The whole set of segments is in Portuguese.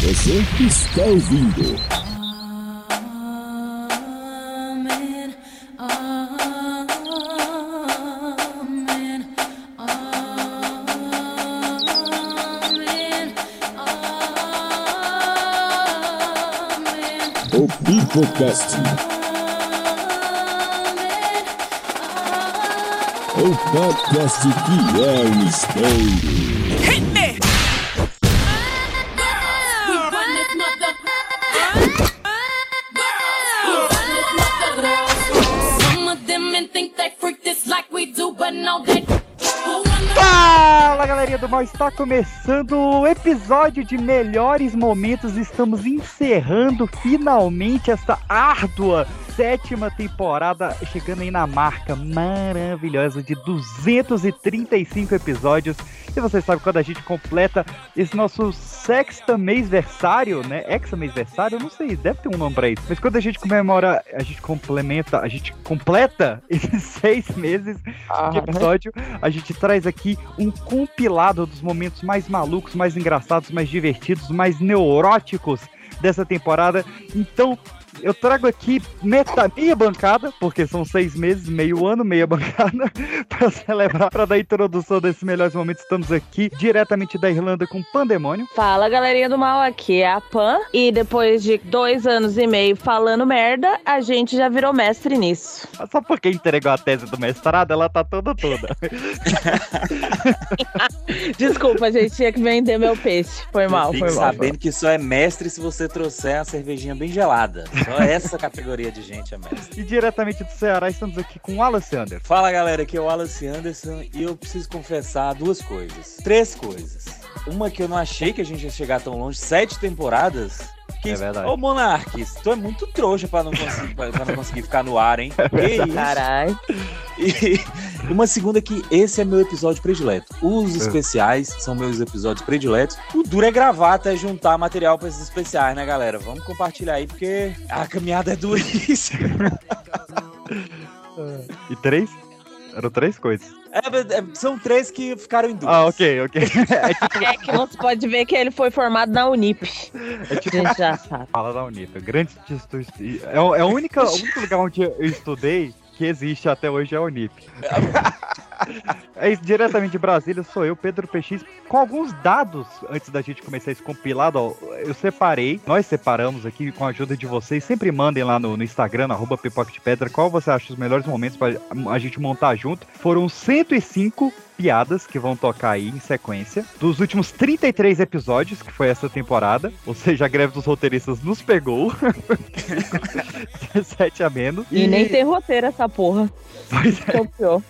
Você está ouvindo. Amen. Amen. Amen. Amen. O Pipocast. O podcast que é um mistério. We run this mother. We run this mother. Some of them men think they freak this like we do, but no, they. Who run the- Fala galerinha do mal, está começando o episódio de melhores momentos. Estamos encerrando finalmente essa árdua sétima temporada, chegando aí na marca maravilhosa de 235 episódios. E você sabe quando a gente completa esse nosso sexta mêsversário, né? Hexa mêsversário, eu não sei, deve ter um nome pra isso. Mas quando a gente comemora, a gente complementa, a gente completa esses seis meses de episódio a gente traz aqui um compilado dos momentos mais malucos, mais engraçados, mais divertidos, mais neuróticos dessa temporada. Então, eu trago aqui meta, meia bancada, porque são seis meses, meio ano, meia bancada, para celebrar, para dar introdução desses melhores momentos. Estamos aqui diretamente da Irlanda com Pandemônio. Fala galerinha do mal, aqui é a Pan. E depois de dois anos e meio falando merda, a gente já virou mestre nisso. Só porque entregou a tese do mestrado, ela tá toda toda. Desculpa, gente, tinha que vender meu peixe. Foi mal, Fique foi mal. sabendo que só é mestre se você trouxer a cervejinha bem gelada. Só essa categoria de gente é mestre. E diretamente do Ceará, estamos aqui com o Alexander. Fala galera, aqui é o Alice Anderson e eu preciso confessar duas coisas. Três coisas. Uma que eu não achei que a gente ia chegar tão longe, sete temporadas. Que É isso- verdade. Ô Monarques, tu é muito trouxa pra não conseguir, pra, pra não conseguir ficar no ar, hein? É Que isso? Caralho. E uma segunda que esse é meu episódio predileto. É. Os especiais são meus episódios prediletos. O duro é gravar até juntar material pra esses especiais, né, galera? Vamos compartilhar aí, porque a caminhada é duríssima. E três? Eram três coisas. É, é, são três que ficaram em dúvida. Ah, tipo- ok, ok. É que você pode ver que ele foi formado na Unip. É tipo- A gente já sabe. É tipo Fala da Unip. Grande instituição. É, o- é a única, o único lugar onde eu estudei que existe até hoje é a Unip. É isso, diretamente de Brasília, sou eu, Pedro PX, com alguns dados antes da gente começar esse compilado. ó, eu separei, nós separamos aqui com a ajuda de vocês. Sempre mandem lá no, no Instagram, no arroba pipoca de pedra, qual você acha os melhores momentos pra a gente montar junto. Foram 105 piadas que vão tocar aí em sequência dos últimos 33 episódios que foi essa temporada, ou seja, a greve dos roteiristas nos pegou 17 a menos E nem tem roteiro essa porra. Pois é. Ficou pior.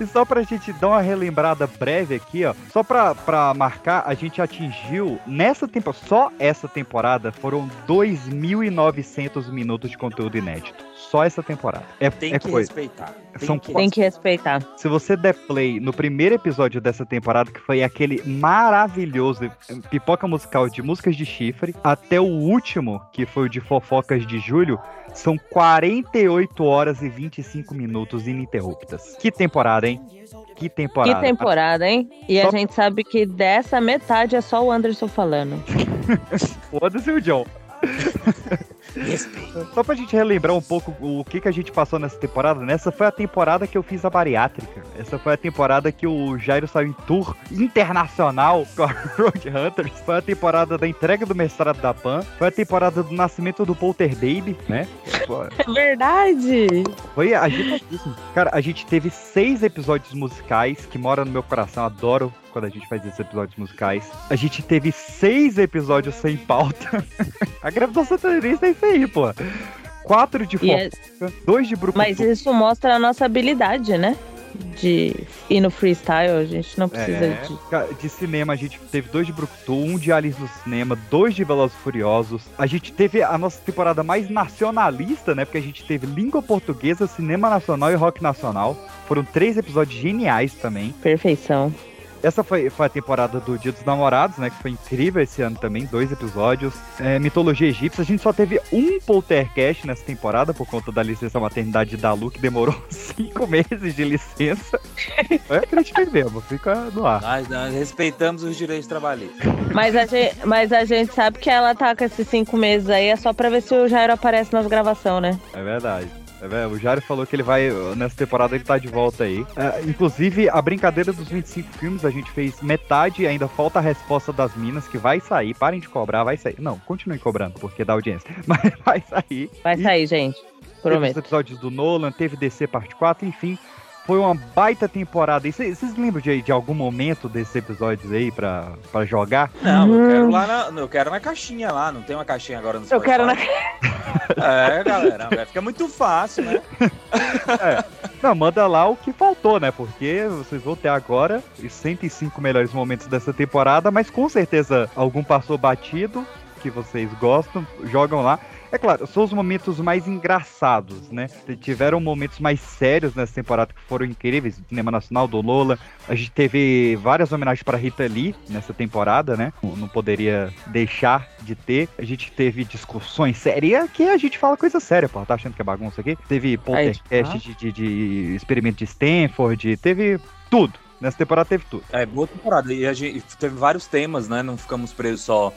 e só pra gente dar uma relembrada breve aqui, ó. Só pra, pra marcar, a gente atingiu nessa temporada, só essa temporada, foram 2.900 minutos de conteúdo inédito. Só essa temporada. É, Tem é que coisa. respeitar. Tem São que... Tem que respeitar. Se você der play no primeiro episódio dessa temporada, que foi aquele maravilhoso pipoca musical de músicas de chifre, até o último, que foi o de fofocas de julho, são 48 horas e 25 minutos ininterruptas. Que temporada, hein? Que temporada. Que temporada, hein? E a Só- gente sabe que dessa metade é só o Anderson falando. Foda-se o John. Respeito. Só pra gente relembrar um pouco o que, que a gente passou nessa temporada, nessa foi a temporada que eu fiz a bariátrica. Essa foi a temporada que o Jairo saiu em tour internacional com a Roadhunters. Foi a temporada da entrega do mestrado da Pan. Foi a temporada do nascimento do Polter Baby, né? Foi- É verdade. Foi agitadíssimo. Cara, a gente teve seis episódios musicais, que mora no meu coração, adoro quando a gente faz esses episódios musicais. A gente teve seis episódios sem pauta. a gravação satanista é isso aí, pô. Quatro de E fofoca, é- dois de brucutu. Mas isso mostra a nossa habilidade, né? De ir no freestyle, a gente não precisa É. de. Ca- De cinema, a gente teve dois de Brucutu, um de Alice no Cinema, dois de Velozes e Furiosos. A gente teve a nossa temporada mais nacionalista, né? Porque a gente teve língua portuguesa, cinema nacional e rock nacional. Foram três episódios geniais também. Perfeição. Essa foi, foi a temporada do Dia dos Namorados, né? Que foi incrível esse ano também, dois episódios. É, mitologia egípcia, a gente só teve um poltercast nessa temporada por conta da licença maternidade da Lu, que demorou cinco meses de licença. É crítica mesmo, fica no ar. Nós, nós respeitamos os direitos trabalhistas. Mas a, gente, mas a gente sabe que ela tá com esses cinco meses aí, é só pra ver se o Jairo aparece nas gravações, né? É verdade. É ver- O Jário falou que ele vai, nessa temporada ele tá de volta aí. É, inclusive, a brincadeira dos 25 filmes, a gente fez metade, ainda falta a resposta das minas, que vai sair, parem de cobrar, vai sair. Não, continuem cobrando, porque dá audiência. Mas vai sair. Vai E- sair, gente. Teve Prometo. os episódios do Nolan, teve DC parte 4, enfim. Foi uma baita temporada. E Vocês vocês lembram de, de algum momento desses episódios aí pra, pra jogar? Não, eu quero lá na, não, eu quero na caixinha lá. Não tem uma caixinha agora no Eu quero na. É, galera, vai ficar muito fácil, né? Não, manda lá o que faltou, né? Porque vocês vão ter agora os 105 melhores momentos dessa temporada, mas com certeza algum passou batido, que vocês gostam, jogam lá. É claro, são os momentos mais engraçados, né? Tiveram momentos mais sérios nessa temporada que foram incríveis. Cinema Nacional do Lola. A gente teve várias homenagens para Rita Lee nessa temporada, né? Não poderia deixar de ter. A gente teve discussões sérias que a gente fala coisa séria, pô. Tá achando que é bagunça aqui? Teve poltercast de, de- de experimento de Stanford, teve tudo. Nessa temporada teve tudo. É, boa temporada. E a gente teve vários temas, né? Não ficamos presos só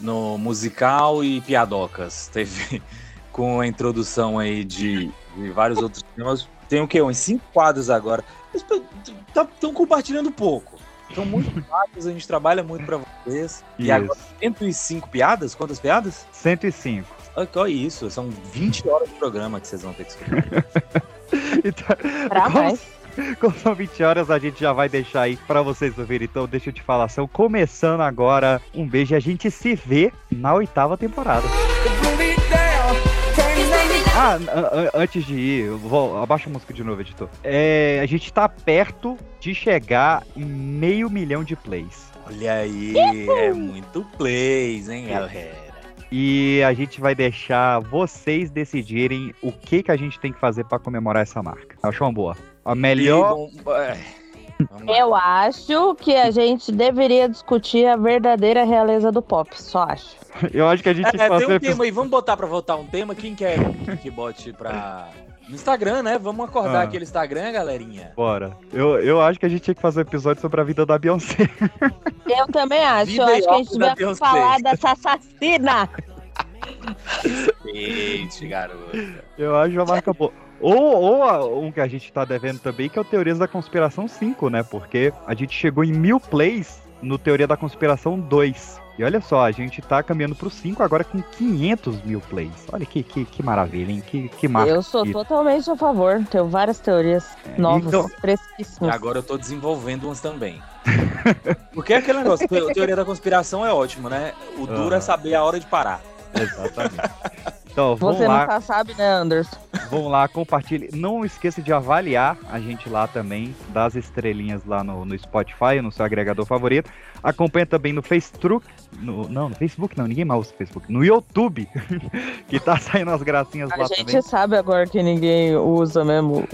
no musical e piadocas. Teve com a introdução aí de, de vários outros temas. Tem o quê? Uns cinco quadros agora. Estão compartilhando pouco. São muito quadros, a gente trabalha muito pra vocês. E agora, 105 piadas? Quantas piadas? 105. Olha, olha isso, são 20 horas de programa que vocês vão ter que escutar. Então, Pra como mais. Como são 20 horas, a gente já vai deixar aí pra vocês ouvirem. Então, deixa eu te falar, são começando agora. Um beijo e a gente se vê na oitava temporada. Ah, an- an- antes de ir, eu vou, abaixa a música de novo, editor. É, a gente tá perto de chegar em meio milhão de plays. Olha aí, é muito plays, É hein, galera? E a gente vai deixar vocês decidirem o que, que a gente tem que fazer pra comemorar essa marca. Achou uma boa? A melhor. E, bom, é, vamos lá. Eu acho que a gente deveria discutir a verdadeira realeza do pop, só acho. Eu acho que a gente É, faz tem um um episódio- tema aí, vamos botar pra votar um tema. Quem quer que bote pra. No Instagram, né? Vamos acordar Ah. aquele Instagram, galerinha. Bora. Eu, eu acho que a gente tinha que fazer um episódio sobre a vida da Beyoncé. Eu também acho. Vida Eu e acho que a óculos gente da devia Beyoncé. falar dessa assassina. Gente, garoto. Eu acho a marca boa. Ou, ou a- um que a gente tá devendo também, que é o Teorias da Conspiração 5, né? Porque a gente chegou em mil plays no Teoria da Conspiração 2. E olha só, a gente tá caminhando pro 5 agora com 500 mil plays. Olha que, que, que maravilha, hein? Que, que marca. Eu sou bonita. totalmente a favor. Tenho várias teorias novas, então- E fresquíssimas. agora eu tô desenvolvendo umas também. Porque é aquele negócio, a teoria da conspiração é ótimo, né? O duro é Aham. saber a hora de parar. Ah. Exatamente. Então, vamos Você lá. nunca sabe, né, Anderson? Vão lá, compartilhe. Não esqueça de avaliar a gente lá também, das estrelinhas lá no, no Spotify, no seu agregador favorito. Acompanha também no Facebook. No, não, no Facebook não, ninguém mais usa o Facebook. No YouTube, que tá saindo as gracinhas A lá gente também. sabe agora que ninguém usa mesmo o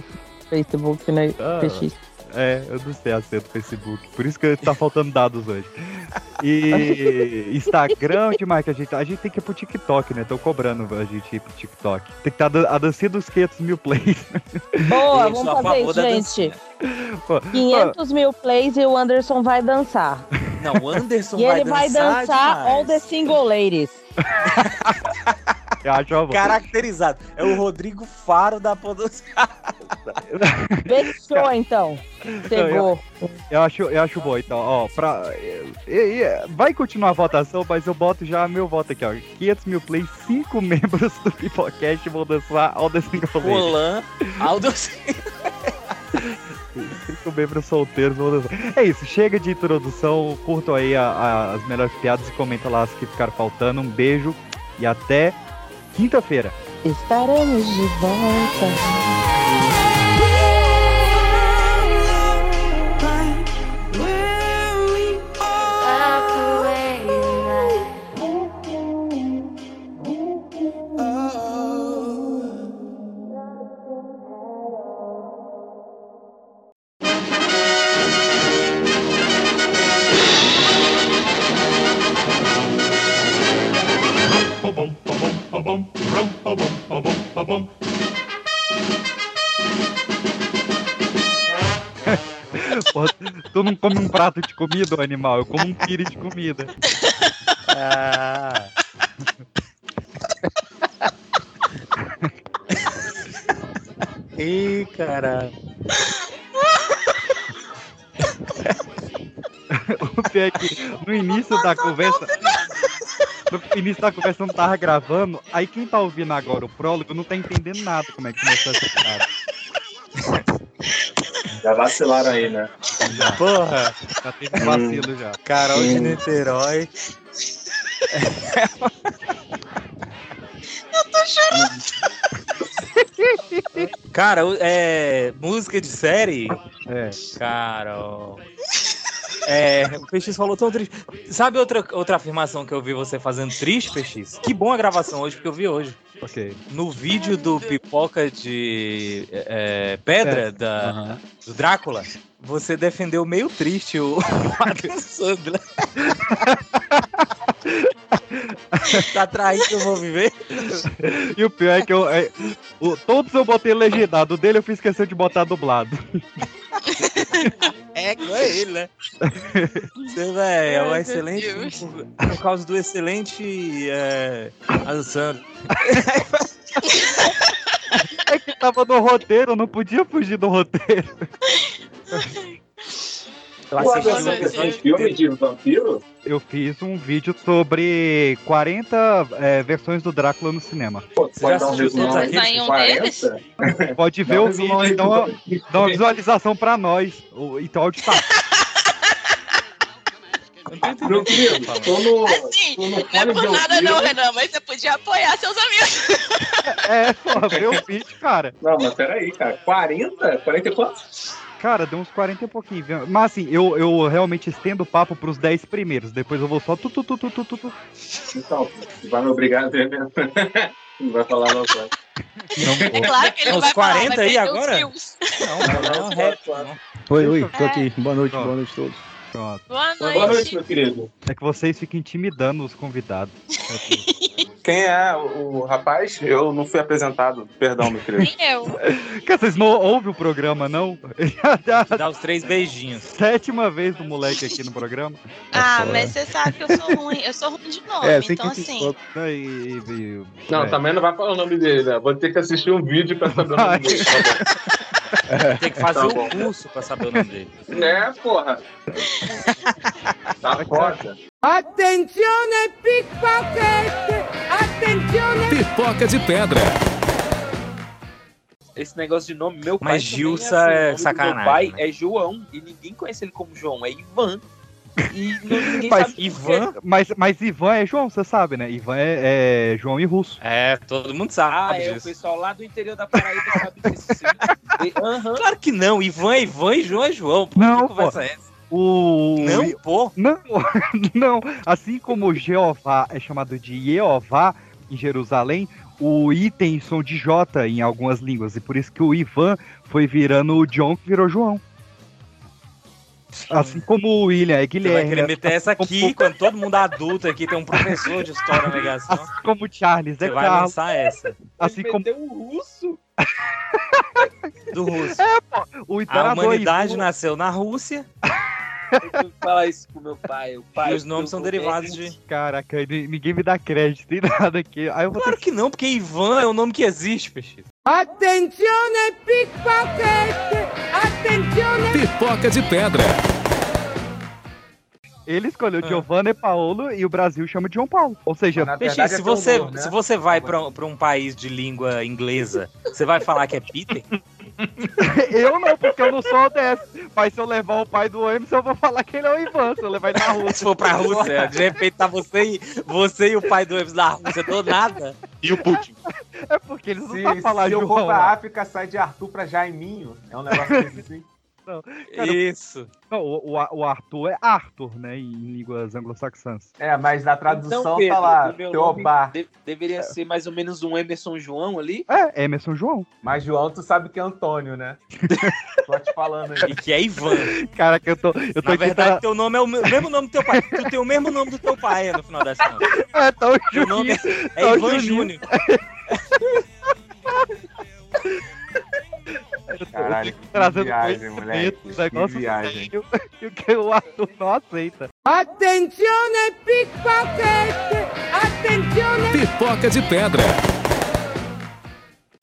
Facebook, né? Ah, PX. é, eu não sei a senha do Facebook. Por isso que tá faltando dados hoje. E Instagram, onde mais que a gente tá? A gente tem que ir pro TikTok, né? Tô cobrando a gente ir pro TikTok. Tem que estar a dancinha dos 500 mil plays. Boa, Eu sou vamos a fazer favor isso, da gente. dancinha. 500 mil plays e o Anderson vai dançar. Não, o Anderson e vai ele vai dançar, demais. All the Single Ladies. Eu acho uma boa. Caracterizado. É o Rodrigo Faro da Podosfera. Fechou, então. Pegou. Eu acho, eu acho bom, então, ó, pra, e- e- vai continuar a votação, mas eu boto já meu voto aqui, ó. 500 mil plays, 5 membros do Pipocast vão dançar All the Single Ladies. Colan. Aldo. 5 membros solteiros vão dançar. É isso, chega de introdução, curtam aí a- a- as melhores piadas e comenta lá as que ficaram faltando. Um beijo e até quinta-feira. Estaremos de volta. um prato de comida, ô animal. Eu como um pire de comida. Ah. Ih, cara. O pior é que no início da conversa. No início da conversa eu não tava gravando, aí quem tá ouvindo agora o prólogo não tá entendendo nada como é que começou essa parada. Já vacilaram aí, né? Já, Porra, já teve um vacilo já. Carol de Hum. Niterói. Cara, é. Música de série? É. Carol. É, o PX falou tão triste. Sabe outra, outra afirmação que eu vi você fazendo triste, PX? Que bom a gravação hoje, porque eu vi hoje. Ok. No vídeo do Pipoca de é, Pedra, da, do Drácula, você defendeu meio triste o Adam Sandler. tá traído, eu vou viver. E o pior é que eu. é, o- todos eu botei legendado, o dele eu fiz questão de botar dublado. É com ele, né? Você, véi, é Ai, um meu excelente. Deus. Por, por causa do excelente. É, Adam Sandler. É que tava no roteiro, eu não podia fugir do roteiro. Eu Pô, assisti Adam Nossa, o Sandler fez episódio um filme de vampiro? Eu fiz um vídeo sobre 40 é, versões do Drácula no cinema. Pô, Você pode já dar um assistiu resumo todos aí aqueles? de Nenhum 40? Pode ver Dá um o resumo vídeo aí e de dá uma, dá uma visualização pra nós. O- Então, áudio tá. Meu querido, tô no, Assim, tô no Não é fone de por nada não, ouvido. Renan, mas você podia apoiar seus amigos. É, porra, vê o vídeo, cara. Não, mas peraí, cara. 40? 40 e quantos? Cara, deu uns 40 e pouquinho. viu? Mas assim, eu, eu realmente estendo o papo pros 10 primeiros. Depois eu vou só tu, tu, tu, tu, tu, tu, tu. Então, vai me obrigar a ver mesmo. Não vai falar não, pode. Não É vou. claro que ele não Uns vai falar, 40 aí vai perder os agora? views. Não, não, não, não. Oi, oi, tô aqui. Boa noite, Ó. boa noite a todos. Pronto. Boa noite. Boa noite, meu querido. É que vocês ficam intimidando os convidados. É tudo. Quem é o, o rapaz? Eu não fui apresentado. Perdão, meu querido. Nem eu. Cara, vocês não ouvem o programa, não? Já dá a Dá os três beijinhos. É sétima vez do moleque aqui no programa. Ah, Nossa, mas você sabe que eu sou ruim. Eu sou ruim de nome, É, sei então que assim. E, e- e- Não, é. também não vai falar o nome dele, né? Vou ter que assistir um vídeo pra saber o Vai. nome dele. Tá Tem que fazer Tá um bom. curso pra saber o nome dele. bom. né, porra? Tá foda. Pipoca de pedra. Esse negócio de nome, meu pai. Mas também Gilsa assim, o é nome do sacanagem, Meu pai né? é João e ninguém conhece ele como João, é Ivan. E não- ninguém Mas sabe é. por Ivan? quê. Mas, mas Ivan é João, você sabe, né? Ivan é, é João e Russo. É, todo mundo sabe Ah, é, o disso. pessoal lá do interior da Paraíba tá sabe disso sim. E- Aham. Claro que não. Ivan é Ivan e João é João. Pô, Não, que conversa é essa? O. Não, pô. Não, não. Assim como Jeová é chamado de Jeová em Jerusalém, o I tem som de J em algumas línguas. E por isso que o Ivan foi virando o John, que virou João. Assim como o William é Você vai Guilherme. querer meter essa aqui pouco- quando todo mundo é adulto aqui tem um professor de história na negação. Assim como o Charles é Você vai Carlos. lançar Ah, essa. Assim ele como meteu um russo. Do russo. É, o A imperador. humanidade Ivan- nasceu na Rússia Eu falar isso pro meu pai. O pai e os nomes são derivados de. Caraca, ni- ninguém me dá crédito em nada aqui. Aí eu vou Claro que não, porque Ivan é o nome que existe, peixe. Pipoca de pedra. Ele escolheu Ah. Giovanna e Paulo e o Brasil chama de João Paulo. Ou seja, Mas na Peixe, verdade é se teu você, humor, né? se você vai pra, um- pra um país de língua inglesa, você vai falar que é Peter? eu não, porque eu não sou desse. Mas se eu levar o pai do Emerson, eu vou falar que ele é o Ivan. Se eu levar ele na rua. Se for pra Rússia, de repente tá você e, você e o pai do Eves na Rússia, do nada. E o Putin. É porque eles não sabem Se, falar se eu João. né? for pra África, sai de Arthur pra Jaiminho. É um negócio assim. Cara, Isso. Não, o, o- o Arthur é Arthur, né? Em línguas anglo-saxãs. É, mas na tradução Então, Pedro, tá lá, É. o meu Teobá. nome de- deveria ser mais ou menos um Emerson João ali. É, Emerson João. Mas João, tu sabe que é Antônio, né? Tô te falando aí. E que é Ivan. Cara, que eu tô. Eu tô Na aqui verdade, um teu nome é o me- mesmo nome do teu pai. Tu tem o mesmo nome do teu pai, no final das contas. pra... É, tá o Teu nome é, Juninho. é É o Ivan Juninho. Júnior. Eu Caralho, que trazendo viagem, conhecimento, moleque. um Que negócio viagem. sério, que o que o ator não aceita. Pipoca de pedra.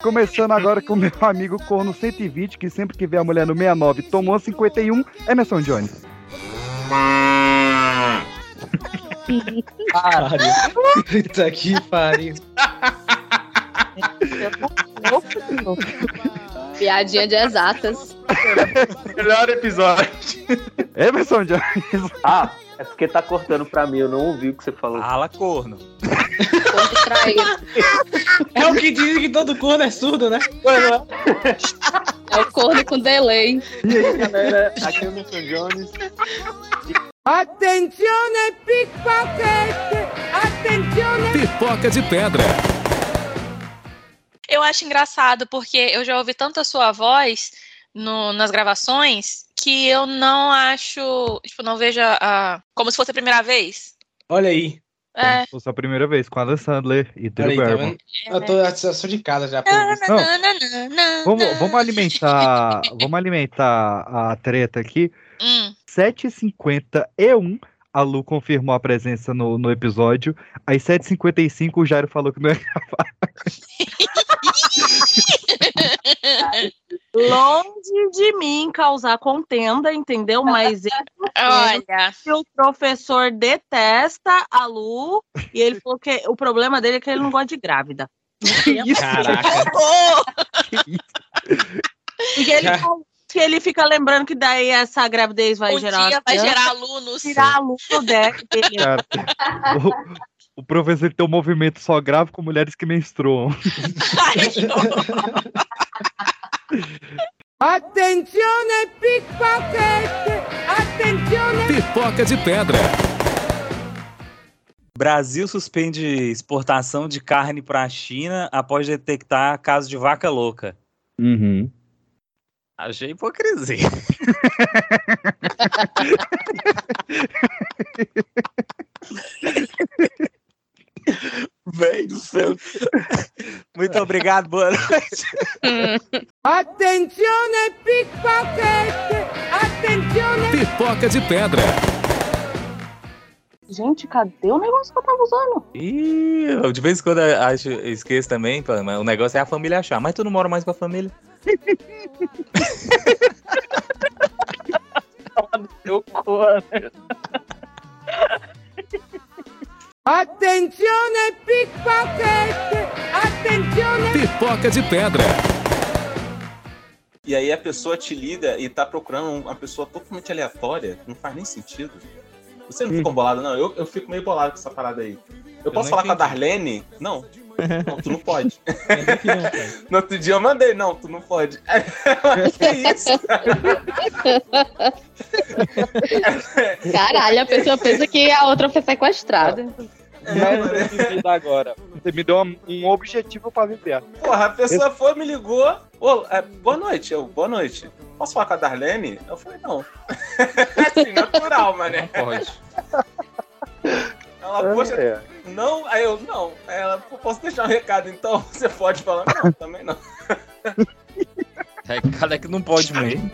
Começando agora com o meu amigo Corno 120, que sempre que vê a mulher no 69 tomou 51, Emerson Jones. Caralho. Puta que pariu. Piadinha de exatas. Melhor episódio. Emerson Jones. Ah, é porque tá cortando pra mim, eu não ouvi o que você falou. Ala corno. Ponto traído. É o que dizem que todo corno é surdo, né? É o corno com delay. E aí, Galera, aqui é o Milton Jones. Pipoca de pedra. Eu acho engraçado porque eu já ouvi tanto a sua voz no- nas gravações que eu não acho, tipo, não vejo a, a- como se fosse a primeira vez. Olha aí. É. Foi sua primeira vez com Adam Sandler e Drew Olha aí, tá Barrymore. vendo? Eu tô, eu sou de casa já, pelo visto. Não. Nananana. Vamos, vamos alimentar, vamos alimentar a treta aqui. Hum. 7h51, a Lu confirmou a presença no, no episódio. Às 7h55, o Jairo falou que não é. Longe de mim causar contenda, entendeu? Mas Olha, que o professor detesta a Lu e ele falou que o problema dele é que ele não gosta de grávida. Caraca. oh, Porque ele falou que ele fica lembrando que daí essa gravidez vai um gerar. dia uma vai criança, gerar alunos. tirar a Lu do deck dele. Cara, o, o professor tem um movimento só grave com mulheres que menstruam. Ai, que horror. Pipoca de pedra. Brasil suspende exportação de carne para a China após detectar caso de vaca louca. Uhum. Achei hipocrisia. Véi do céu. Muito obrigado, boa noite. Pipoca de pedra. Gente, cadê o É um negócio que eu tava usando? Ih, eu de vez em quando eu acho, eu esqueço também, pá, mas o negócio é a família achar. Mas tu não mora mais com a família? Meu corno. Pipoca de pedra. E aí a pessoa te liga e tá procurando uma pessoa totalmente aleatória, que não faz nem sentido. Você não ficou bolado, não. Eu, eu fico meio bolado com essa parada aí. Eu, posso não falar com a Darlene? Não. Não, tu não pode. Ainda que não, cara. No outro dia eu mandei, não, tu não pode. Mas que isso? Caralho, a pessoa pensa que a outra foi sequestrada. Não é sentido agora. Você me deu um, um objetivo pra viver. Porra, a pessoa foi, me ligou. Ô, é, boa noite, eu, boa noite. Posso falar com a Darlene? Eu falei, não. assim, natural, mané. Pode. É É. Ela, poxa, não, aí eu, não. Aí ela, pô, posso deixar um recado então? Você pode falar, não, também não. É, Cara que não pode mesmo.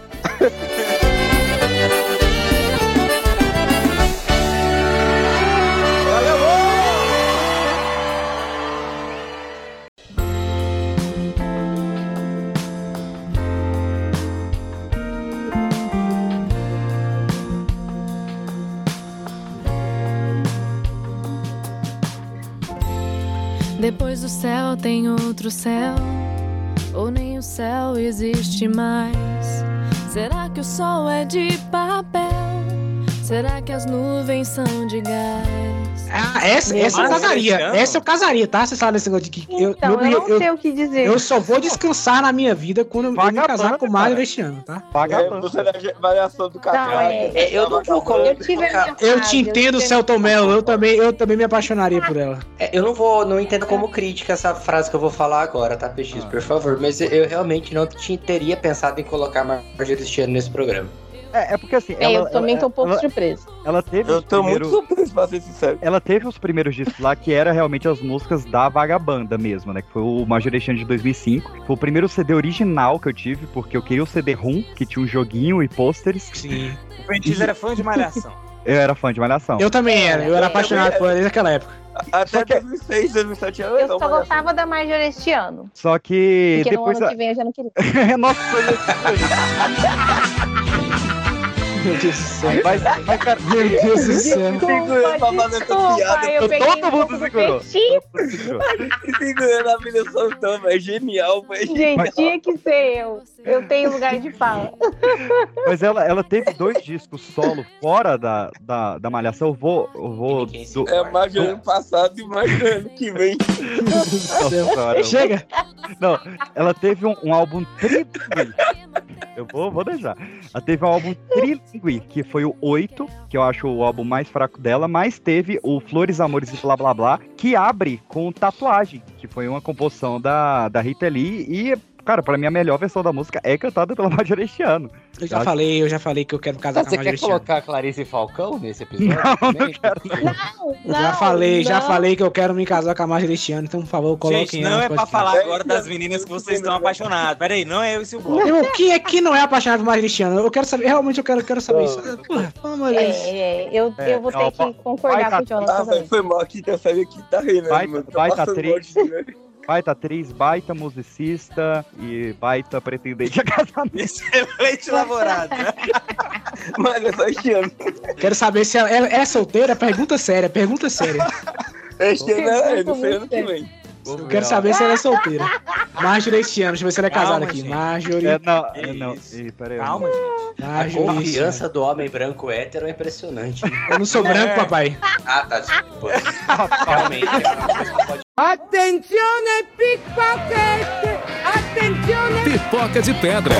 Depois do céu tem outro céu, ou nem o céu existe mais. Será que o sol é de papel? Será que as nuvens são de gás? Ah, essa, Meu essa eu Deus. casaria. Essa eu casaria, tá? Você sabe desse negócio de que. eu- Então, eu, eu, não eu- sei o que dizer. eu só vou É, descansar na minha vida quando eu me Vagabanda, casar com o Mário cara. este ano, tá? Vagabundo. deve variação do Não, é- É, eu não vou colocar. Eu tive a minha Ah, Eu fase, te entendo, tive- Celton Mello. Eu também, eu também me apaixonaria por ela. É, Eu não vou, não entendo como crítica essa frase que eu vou falar agora, tá, PX, Ah. por favor. Mas eu- eu realmente não te- teria pensado em colocar Marjorie este ano nesse programa. É, é porque assim. É, eu também tô um pouco surpresa. Ela teve Eu os tô primeiros- muito surpreso, pra ser sincero. Ela teve os primeiros discos lá que era realmente as músicas da Vagabanda mesmo, né? Que foi o Majoration de 2005. Foi o primeiro CD original que eu tive, porque eu queria o CD-ROM, que tinha um joguinho e pôsteres. Sim. O Bendiz era fã de Malhação. Eu era fã de Malhação. Eu também era, eu era apaixonado por ele naquela época. Até 2006, 2007 anos. Eu só gostava da Major este ano. Só que Porque depois. no ano a- que vem eu já não queria. Nossa, Meu Deus do céu. Mas, mas, cara, meu Deus do céu. eu peguei Todo um mundo segurou. Segurando a filha soltão, é velho. Genial, velho. Gente, tinha que ser eu. Eu tenho lugar de fala. Mas ela, ela teve dois discos solo fora da, da, da Malhação. Eu vou. Eu vou do- É mais de ano passado e mais de ano que vem. Nossa senhora. Chega. Não, ela teve um, um álbum trilingüe. Eu vou, vou deixar. Ela teve um álbum trilingüe, que foi o 8, que eu acho o álbum mais fraco dela, mas teve o Flores, Amores e Blá Blá Blá, que abre com Tatuagem, que foi uma composição da, da Rita Lee e... Cara, pra mim a melhor versão da música é cantada pela Major este ano. Eu já falei, eu já falei que eu quero casar com a Você quer Majoristiana. colocar Clarice Falcão nesse episódio? também? já falei, já não. falei que eu quero me casar com a Majoristiana, então por favor, coloquem Gente, ela não no é pra podcast. falar agora das meninas que vocês estão apaixonados. Peraí, não é esse o bloco. Meu, quem é que não é apaixonado por Majoristiana? Eu quero saber, realmente eu quero, quero saber isso. Porra, pelo amor de Deus. É, é, eu, É, eu vou ó, ter que um concordar com o Jonathan. Ah, velho, também. foi mal aqui, tá sabendo que tá rindo. Baita- mano. Tá baita passando atriz. mal de rir, né? Baita atriz, baita musicista e baita pretendente a casamento. é Excelente namorado. Mas eu só este ano. Quero saber se ela é, é solteira, pergunta séria, pergunta séria. Este ano é, não sei ano que vem. Eu quero saber se ela é solteira. Majoristiana, deixa eu ver se ela é casada aqui. Majori. É, não, é, não. Ah, Ih, peraí. Calma, A Majoristiana. confiança do homem branco hétero é impressionante. Eu não sou branco, papai. Ah, tá, desculpa. Realmente. Attenzione pickpocket! Attenzione! Pipoca de pedra.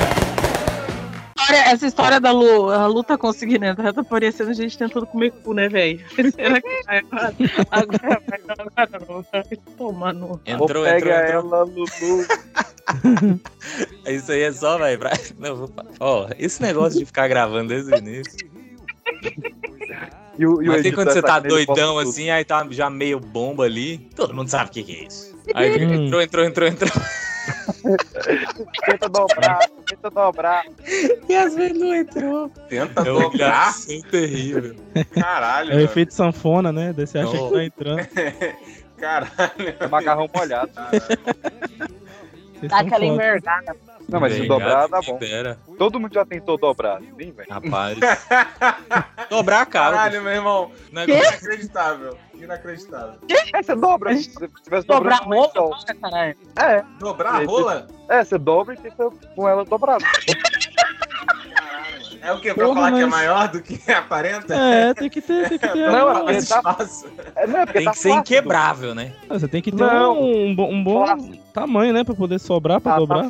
Olha, essa história da Lu, a Lu tá conseguindo, né? Tá parecendo gente tentando comer cu, né, velho? Será que tá errado? Agora vai, agora não. Vai tomar no. Entrou, Vou entrou, pegar entrou. ela, Lulu. Isso aí é só, velho. pra- Não, vou... pa- Ó, esse negócio de ficar gravando desde o início. E o, Mas tem editor quando você tá tá querendo doidão pôr tudo. assim, aí tá já meio bomba ali. Todo mundo sabe o que, que é isso. Aí fica, Hum. entrou, entrou, entrou, entrou. Tenta dobrar, tenta dobrar. E às vezes não entrou. Tenta É um dobrar. negócio terrível. Caralho. É o velho. efeito sanfona, né? Daí Você acha Não. que tá entrando. Caralho. É macarrão molhado. né? Vocês Dá são aquela foda. envergada. Não, mas se Obrigado, dobrar, dá quem bom. dera. Todo mundo já tentou dobrar. Sim, velho. Rapaz. Dobrar a cara. Caralho, meu irmão. Negócio- Inacreditável. Inacreditável. É, você dobra. Se tivesse Dobrar dobrado, então. É. Dobrar a E aí, rola? você- É, você dobra e tenta com ela dobrada. É o que? Pra Porra, falar que é mas- maior do que aparenta? É, tem que ter, tem que ter. Não, uma- mas tá fácil. é, porque Tem tá que ser fácil. inquebrável, né? Ah, Você tem que ter Não. um, um bom- um bom tamanho, né? Pra poder sobrar, Tá, pra dobrar.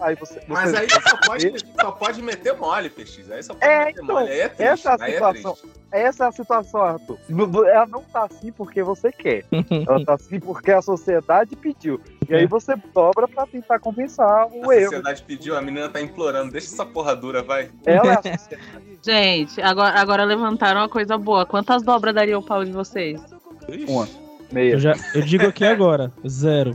Aí você, Tá. Mas você- aí só pode, só pode meter mole, PX. Aí só pode É, meter então, mole. Aí é triste. essa é a aí situação. triste. Essa é a situação, Arthur. Bu- bu- Ela não tá assim porque você quer. Ela tá assim porque a sociedade pediu. E aí você dobra pra tentar compensar o a erro. sociedade pediu, a menina tá implorando. Deixa essa porra dura, vai. Ela é Gente, agora, agora levantaram uma coisa boa. Quantas dobras daria o pau de vocês? Uma. Meia. Eu, já, eu digo aqui agora, zero.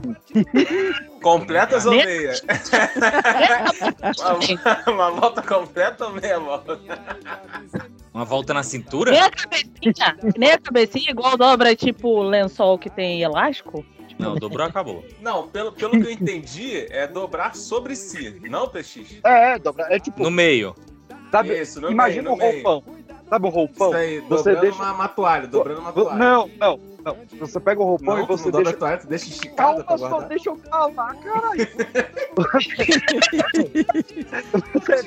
Completas ou Né? meia? uma, uma volta completa ou meia volta? Tá. Uma volta na cintura? Nem a cabecinha, nem a cabecinha igual dobra tipo lençol que tem elástico? Não, dobrou, acabou. Não, pelo, pelo que eu entendi, é dobrar sobre si, não, PX? É, é, dobra. É tipo. No meio. Sabe, Isso, no imagina meio, um no meio. roupão. Sabe um roupão? Isso aí, você dobrando deixa uma, uma toalha, dobrando uma toalha. Não, não, não. Você pega o roupão Não, e tu você não dobra deixa. a toalha, tu deixa esticada Calma, pra só guardar. deixa eu falar, caralho.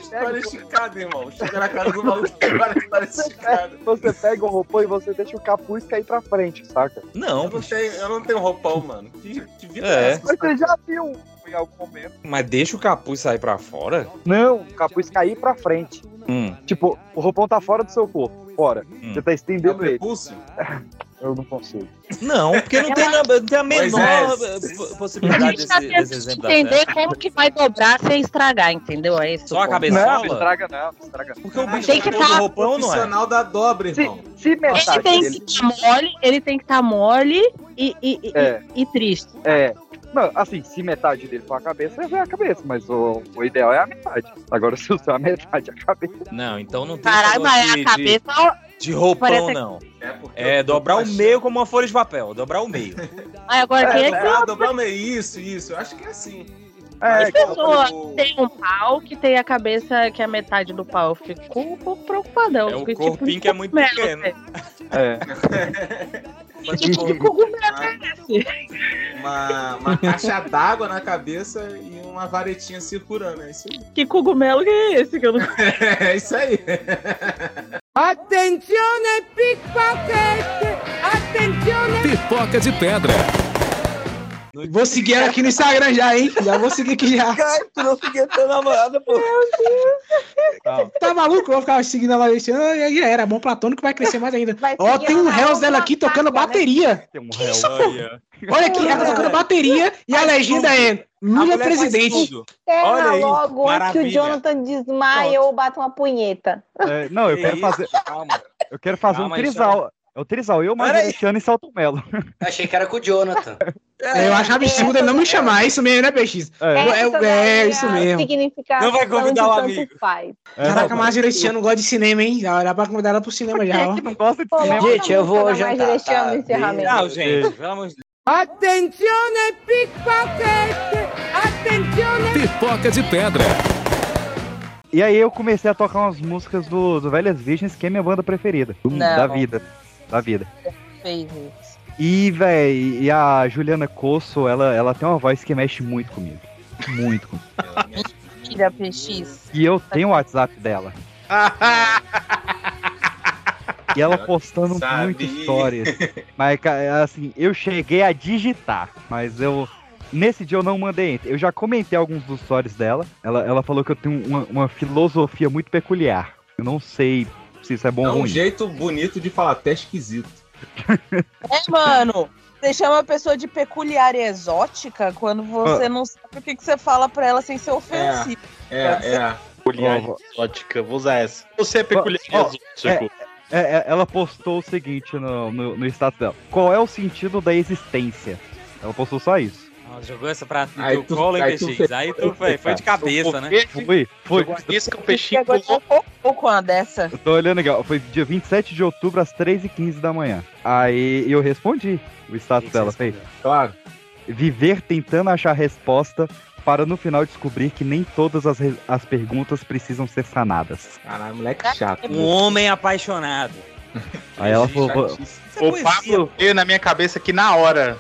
História esticada, irmão. Chega na cara do maluco Você pega, você pega o roupão e você deixa o capuz cair pra frente, saca? Não, eu não tenho, eu não tenho roupão, mano. Que, que vida É. é essa? Mas você já viu em algum momento. Mas deixa o capuz sair pra fora? Não, o um capuz cair pra frente. Hum. Tipo, o roupão tá fora do seu corpo. fora. Você tá estendendo ele. Eu não consigo. Não, porque não tem, não tem a menor é. eh, possibilidade desse, desse- desse exemplo da tá Entender como que vai dobrar sem estragar, entendeu? É isso. Só a pô. cabeçola? Não, estraga não, estraga não. Porque o bicho Tem que todo tá- roupão, não é? Profissional da dobra, irmão. Se Ele tem que estar mole, ele tem que estar mole e, e, e- É. e triste. É. Não, assim, se metade dele for a cabeça, é a cabeça, mas o, o ideal é a metade. Agora, se usar a metade, é a cabeça. Não, então não tem Caralho, mas esse a negócio de- de- cabeça. De roupão, Parece- não. É, dobrar o meio como uma folha de papel. Dobrar o meio. Ai, agora quem é que Ah, dobrar o meio. Isso, isso. Eu acho que é assim. As Mas, pô, pessoas que têm um pau que tem a cabeça que é metade do pau. Eu fico um pouco preocupadão. É o Fico, tipo, corpinho que é muito cogumelo, pequeno. velho. É. Que tipo de cogumelo é esse? assim. Uma, uma caixa d'água na cabeça e uma varetinha circulando. É isso aí. Que cogumelo que é esse que eu não É isso aí. Attenzione pickpocket! Attenzione! Pipoca de pedra. Vou seguir ela aqui no Instagram já, hein? Já vou seguir aqui já. Cara, tu não seguia tua namorada, pô. Tá maluco? Eu vou ficar seguindo a Valenciana e já era. Bom platônico vai crescer mais ainda. Ó, seguir tem um ela na réus dela outra aqui tocando faca, né? bateria. Tem um Que isso, Olha. pô? Olha aqui, ela tocando bateria e a legenda é Lula mulher faz presidente. É tudo. É. Terra Olha aí, Ah, logo antes que o maravilha. Jonathan desmaie ou bata uma punheta. É, não, eu Que quero isso, fazer. Calma. Eu quero fazer Calma um aí, trisal. Sônia. É o trisal, eu, mais Alexandre e Salto Melo. Achei que era com o Jonathan. É, eu acho absurdo ele não me chamar. É isso mesmo, né, PX? É, Essa é, daí isso a mesmo. significação Não vai convidar de o tanto amigo. É, Faz. É, Caraca, a Marjorie esse ano gosta de cinema, hein? Já Dá pra convidar ela pro cinema É já, ó. Pô, mas Gente, eu vou vamos falar mais jantar, deste ano tá? no Ah, encerramento. Tchau, gente. Pelo amor de Deus. Attenzione pickpocket! Attenzione! Pipoca de pedra. E aí eu comecei a tocar umas músicas do, do Velhas Virgens, que é minha banda preferida. Não. Da vida. Da vida. fez isso. E, véi, e a Juliana Coço, ela, ela tem uma voz que mexe muito comigo. Muito comigo. Tira PX. E eu tenho o WhatsApp dela. E ela postando muita história. Mas, ca- assim, eu cheguei a digitar, mas eu. Nesse dia eu não mandei. Eu já comentei alguns dos stories dela. Ela, ela falou que eu tenho uma, uma filosofia muito peculiar. Eu não sei se isso é bom É ou um ruim. jeito bonito de falar até esquisito. É, mano. Você chama a pessoa de peculiar e exótica quando você Ah. não sabe o que, que você fala pra ela sem ser ofensivo. É, é. Peculiar exótica, vou usar essa. Você é peculiar Ó, ó, exótico. É, é, ela postou o seguinte no, no, no status dela: Qual é o sentido da existência? Ela postou só isso. Ah, Jogou essa pra Aí teu tu- colo, hein, aí tu PX? fez- Aí tu foi, foi de cabeça, né? Foi, foi. Isca, o Peixinho agora tá um eu tô com uma dessa. Eu tô olhando aqui, ó. Foi dia 27 de outubro, às 3h15 da manhã. Aí eu respondi o status dela, fez. Claro. Viver tentando achar resposta para no final descobrir que nem todas as, re- as perguntas precisam ser sanadas. Caralho, moleque chato. Um homem apaixonado. Aí é ela falou. O Pablo veio na minha cabeça aqui na hora.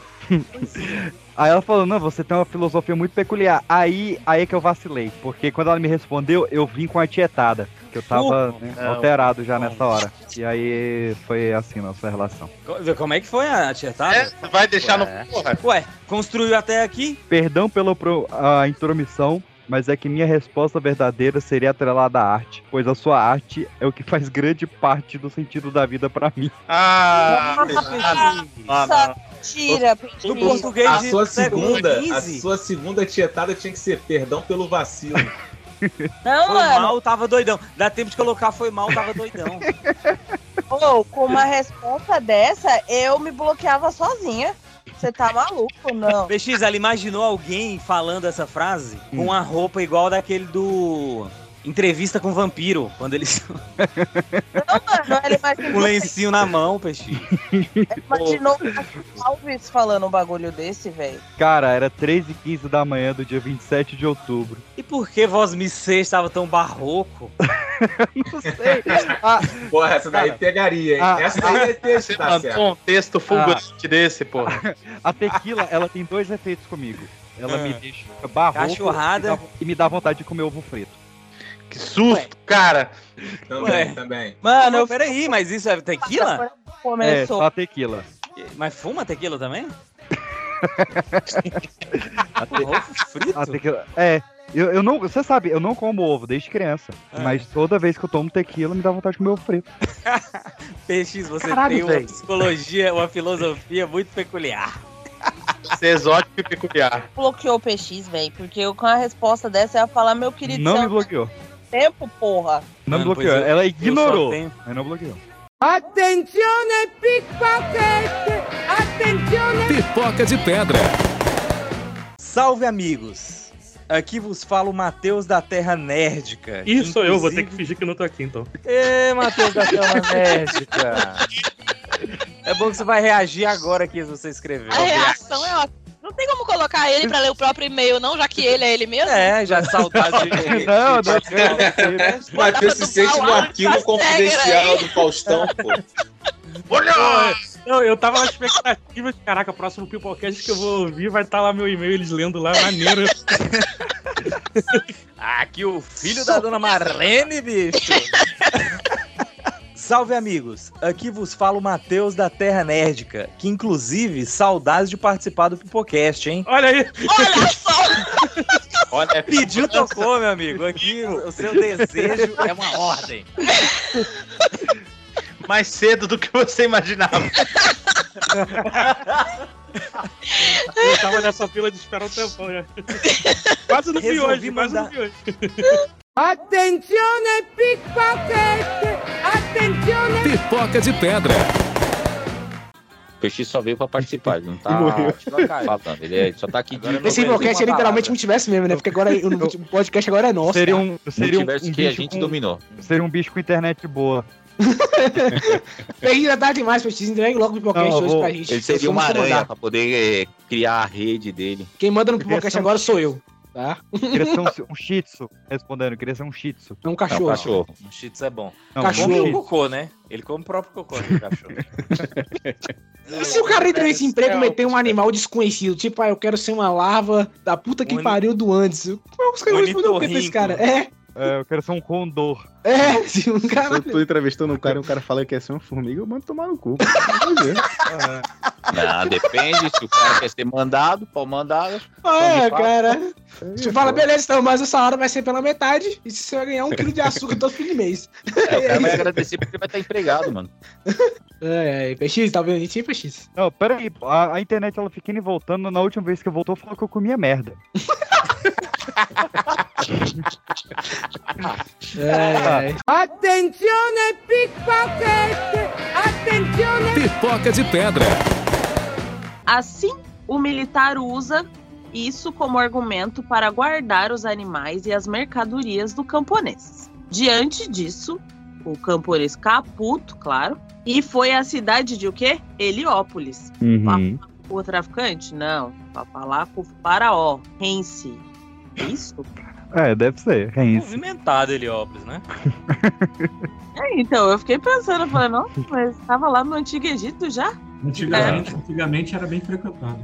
Aí ela falou, não, você tem uma filosofia muito peculiar. Aí, aí é que eu vacilei, porque quando ela me respondeu, eu vim com a tietada, que eu tava Uh, né, não. alterado já nessa hora. E aí foi assim nossa relação. Co- Como é que foi a acertada? É, vai deixar no porra? Ué, construiu até aqui? Perdão pela pro- a intromissão, mas é que minha resposta verdadeira seria atrelada à arte, pois a sua arte é o que faz grande parte do sentido da vida pra mim. Ah, É. Ah, Nossa, tira, PX. No português a sua é segunda, a sua segunda tietada tinha que ser perdão pelo vacilo. Não, foi mano. mal, tava doidão. Dá tempo de colocar foi mal, tava doidão. Ô, com uma resposta dessa, eu me bloqueava sozinha. Você tá maluco, não? PX, ela imaginou alguém falando essa frase Hum. com a roupa igual daquele do... Entrevista com vampiro, quando eles... Mano, ela com o imaginou, lencinho na mão, PX. imaginou tá o Cássio Alves falando um bagulho desse, velho. Cara, era 3 e 15 da manhã do dia 27 de outubro. E por que Voz Missê estava tão barroco? Ah. Porra, essa daí é Cara, pegaria, hein? a- essa daí a- é texto, tá ah, Mandou um certo. texto fulgurante desse, porra. A tequila, ela tem dois efeitos comigo. Ela Ah. me deixa barroco Cachorrada. e me dá- e me dá vontade de comer ovo frito. Que susto, cara. Também, Ué. também. Mano, eu- peraí, mas isso é tequila? É, só tequila. Mas fuma tequila também? Tá A te- Ovo frito? a tequila- É, Eu, eu não, você sabe, eu não como ovo desde criança. Ah. Mas toda vez que eu tomo tequila, me dá vontade de comer ovo frito. PX, você Caralho, tem uma velho. psicologia, uma filosofia muito peculiar. Ser é exótico e peculiar. Bloqueou o PX, velho, porque eu com a resposta dessa eu ia falar, meu querido, Não você me é um bloqueou. tempo, porra. Não me Mano, bloqueou. pois eu- Ela eu só ignorou, tenho- mas não bloqueou. Attenzione pickpocket! Attenzione! Pipoca de pedra. Salve, amigos! Aqui vos fala o Matheus da Terra Nerdica. Isso sou eu, vou ter que. que fingir que não tô aqui, então. Ê, Matheus é da Terra Nerdica! É bom que você vai reagir agora que você escreveu. A reação é ótima. Não tem como colocar ele pra ler o próprio e-mail, não, já que ele é ele mesmo. É, já saudade. Não, Matheus se sente no arquivo né? confidencial do Faustão, pô. Olha! é. Não, eu tava na expectativa de, caraca, o próximo Pipocast que eu vou ouvir vai estar lá meu e-mail, eles lendo lá, maneiro. Aqui o filho da dona Marlene, bicho! Salve, amigos! Aqui vos fala o Matheus da Terra Nerdica, que inclusive saudades de participar do Pipocast, hein? Olha aí! Olha só! Pediu, tocou, meu amigo. Aqui o seu desejo é uma ordem. Mais cedo do que você imaginava. Eu tava nessa fila de espera um tempão já. Quase não vi Resolvi hoje, quase não vi hoje. Attenzione pickpocket! Attenzione! Pipoca de pedra. O Peixe só veio pra participar, ele não E tá morreu. falando. Ele é- só tá aqui de. Esse podcast é literalmente multiverso mesmo, né? Porque agora o podcast agora é nosso. Seria cara. um, seria um, Multiverso um que a bicho gente com- dominou. Seria um bicho com internet boa. Peguei já tá demais, PX. Entregue logo o Pipocast hoje pra gente. Ele seria Vamos uma aranha comandar. pra poder eh, criar a rede dele. Quem manda no um Pipocast agora sou eu. Tá? Queria ser um, um shih tzu, respondendo. Queria ser um shih tzu. É um cachorro. Não, cachorro. Um shih tzu é bom. Não, cachorro bom come shih tzu. o cocô, né? Ele come o próprio cocô do cachorro. E se o cara entra nesse emprego e meter um animal desconhecido? Tipo, ah, eu quero ser uma larva da puta que pariu do Andes. Como é que os caras vão responder o que pra esse cara? É, É, eu quero ser um condor. é, se um Eu cara. tô entrevistando um cara e o cara fala que é ser uma formiga, eu mando tomar no cu. Não, É. Ah, depende. Se o cara quer ser mandado, pode mandar. Ah, é, Quando fala- cara. Você fala, pô. beleza, então, mas o salário vai ser pela metade e você vai ganhar um quilo de açúcar todo fim de mês. É, o cara vai agradecer porque vai estar empregado, mano. É, é, PX, tá vendo? A gente PX. Não, peraí, a, a internet ela fica indo e voltando. Na última vez que eu voltou, falou que eu comia merda. É, Ah, Attenzione pickpocket! Attenzione! Pipoca de pedra. Assim, o militar usa isso como argumento para guardar os animais e as mercadorias do camponês. Diante disso, o camponês caputo, claro, e foi à cidade de o quê? Heliópolis. Uhum. O traficante? Não. Para falar com o faraó, Rense. Isso? É, deve ser. É isso. Movimentado Heliópolis, né? É, então, eu fiquei pensando, falei, nossa, mas estava lá no Antigo Egito já? Antigamente, antigamente era bem frequentado.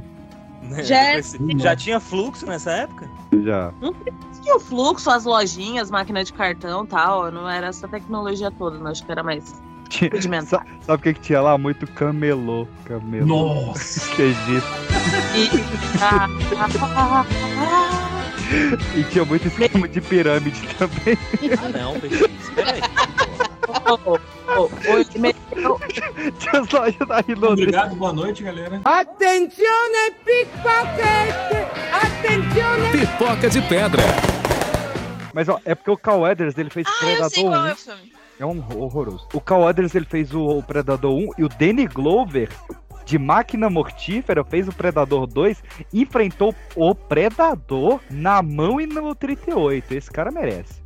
É. Já- né? é é assim, né? Já assim. tinha fluxo nessa época? Já. Tinha o fluxo, as lojinhas, máquina de cartão e tal, não era essa tecnologia toda, não, acho que era mais. Tinha- sa- sabe o que, que tinha lá? Muito camelô. Camelô. Nossa! Que isso. E, Ah, ah, ah, E tinha muito esquema de pirâmide também. Ah, não, PX. Peraí. ah. Ô, ô, ô, me- eu- Tinha as lojas da Rinodê. Obrigado, boa noite, galera. Attenzione pickpocket! Attenzione! Pipoca de pedra. Mas ó, é porque o Cal Eders ele Ah, fez Predador 1. é o filme. É um horroroso. O Cal Eders ele fez o, o Predador 1 e o Danny Glover de Máquina Mortífera fez o Predador 2, enfrentou o Predador na mão e no 38. Esse cara merece.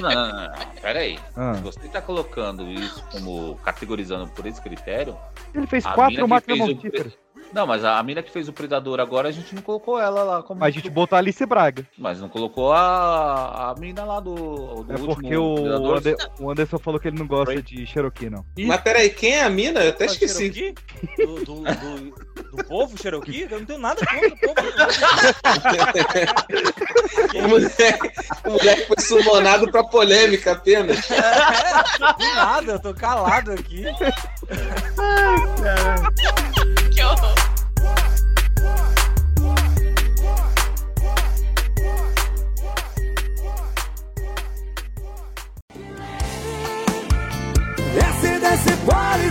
Não, não, não, não. Pera aí. Ah. Se você tá colocando isso como categorizando por esse critério. Ele fez a quatro mina que máquinas fez o mortíferas. pre- Não, mas a, a mina que fez o predador agora a gente não colocou ela lá como. Mas a gente botou a Alice Braga. Mas não colocou a, a mina lá do, do É último porque o, predador. Ander- o Anderson falou que ele não gosta de Cherokee, não. Mas peraí, quem é a mina? Eu até Mas esqueci. Do, do, do, do povo Cherokee? Eu não tenho nada contra o povo. O moleque, o moleque foi sumonado pra polêmica apenas. Do nada, eu tô calado aqui. Que horror.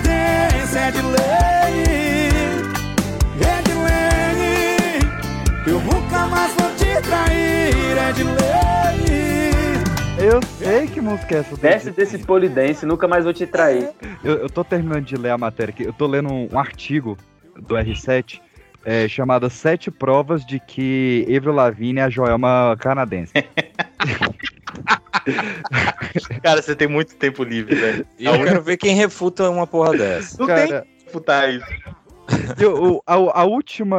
é Edwene, é Edwene, eu nunca mais vou te trair, é Edwene. Eu sei que música é essa. Desce desse polidense, nunca mais vou te trair. Eu, eu tô terminando de ler a matéria aqui. Eu tô lendo um, um artigo do R7 é, chamado Sete Provas de que Avril Lavigne é a Joelma canadense. Cara, você tem muito tempo livre, velho. Eu quero ver quem refuta uma porra dessa. Não tem Cara. que disputar isso. Eu- o- a, a última.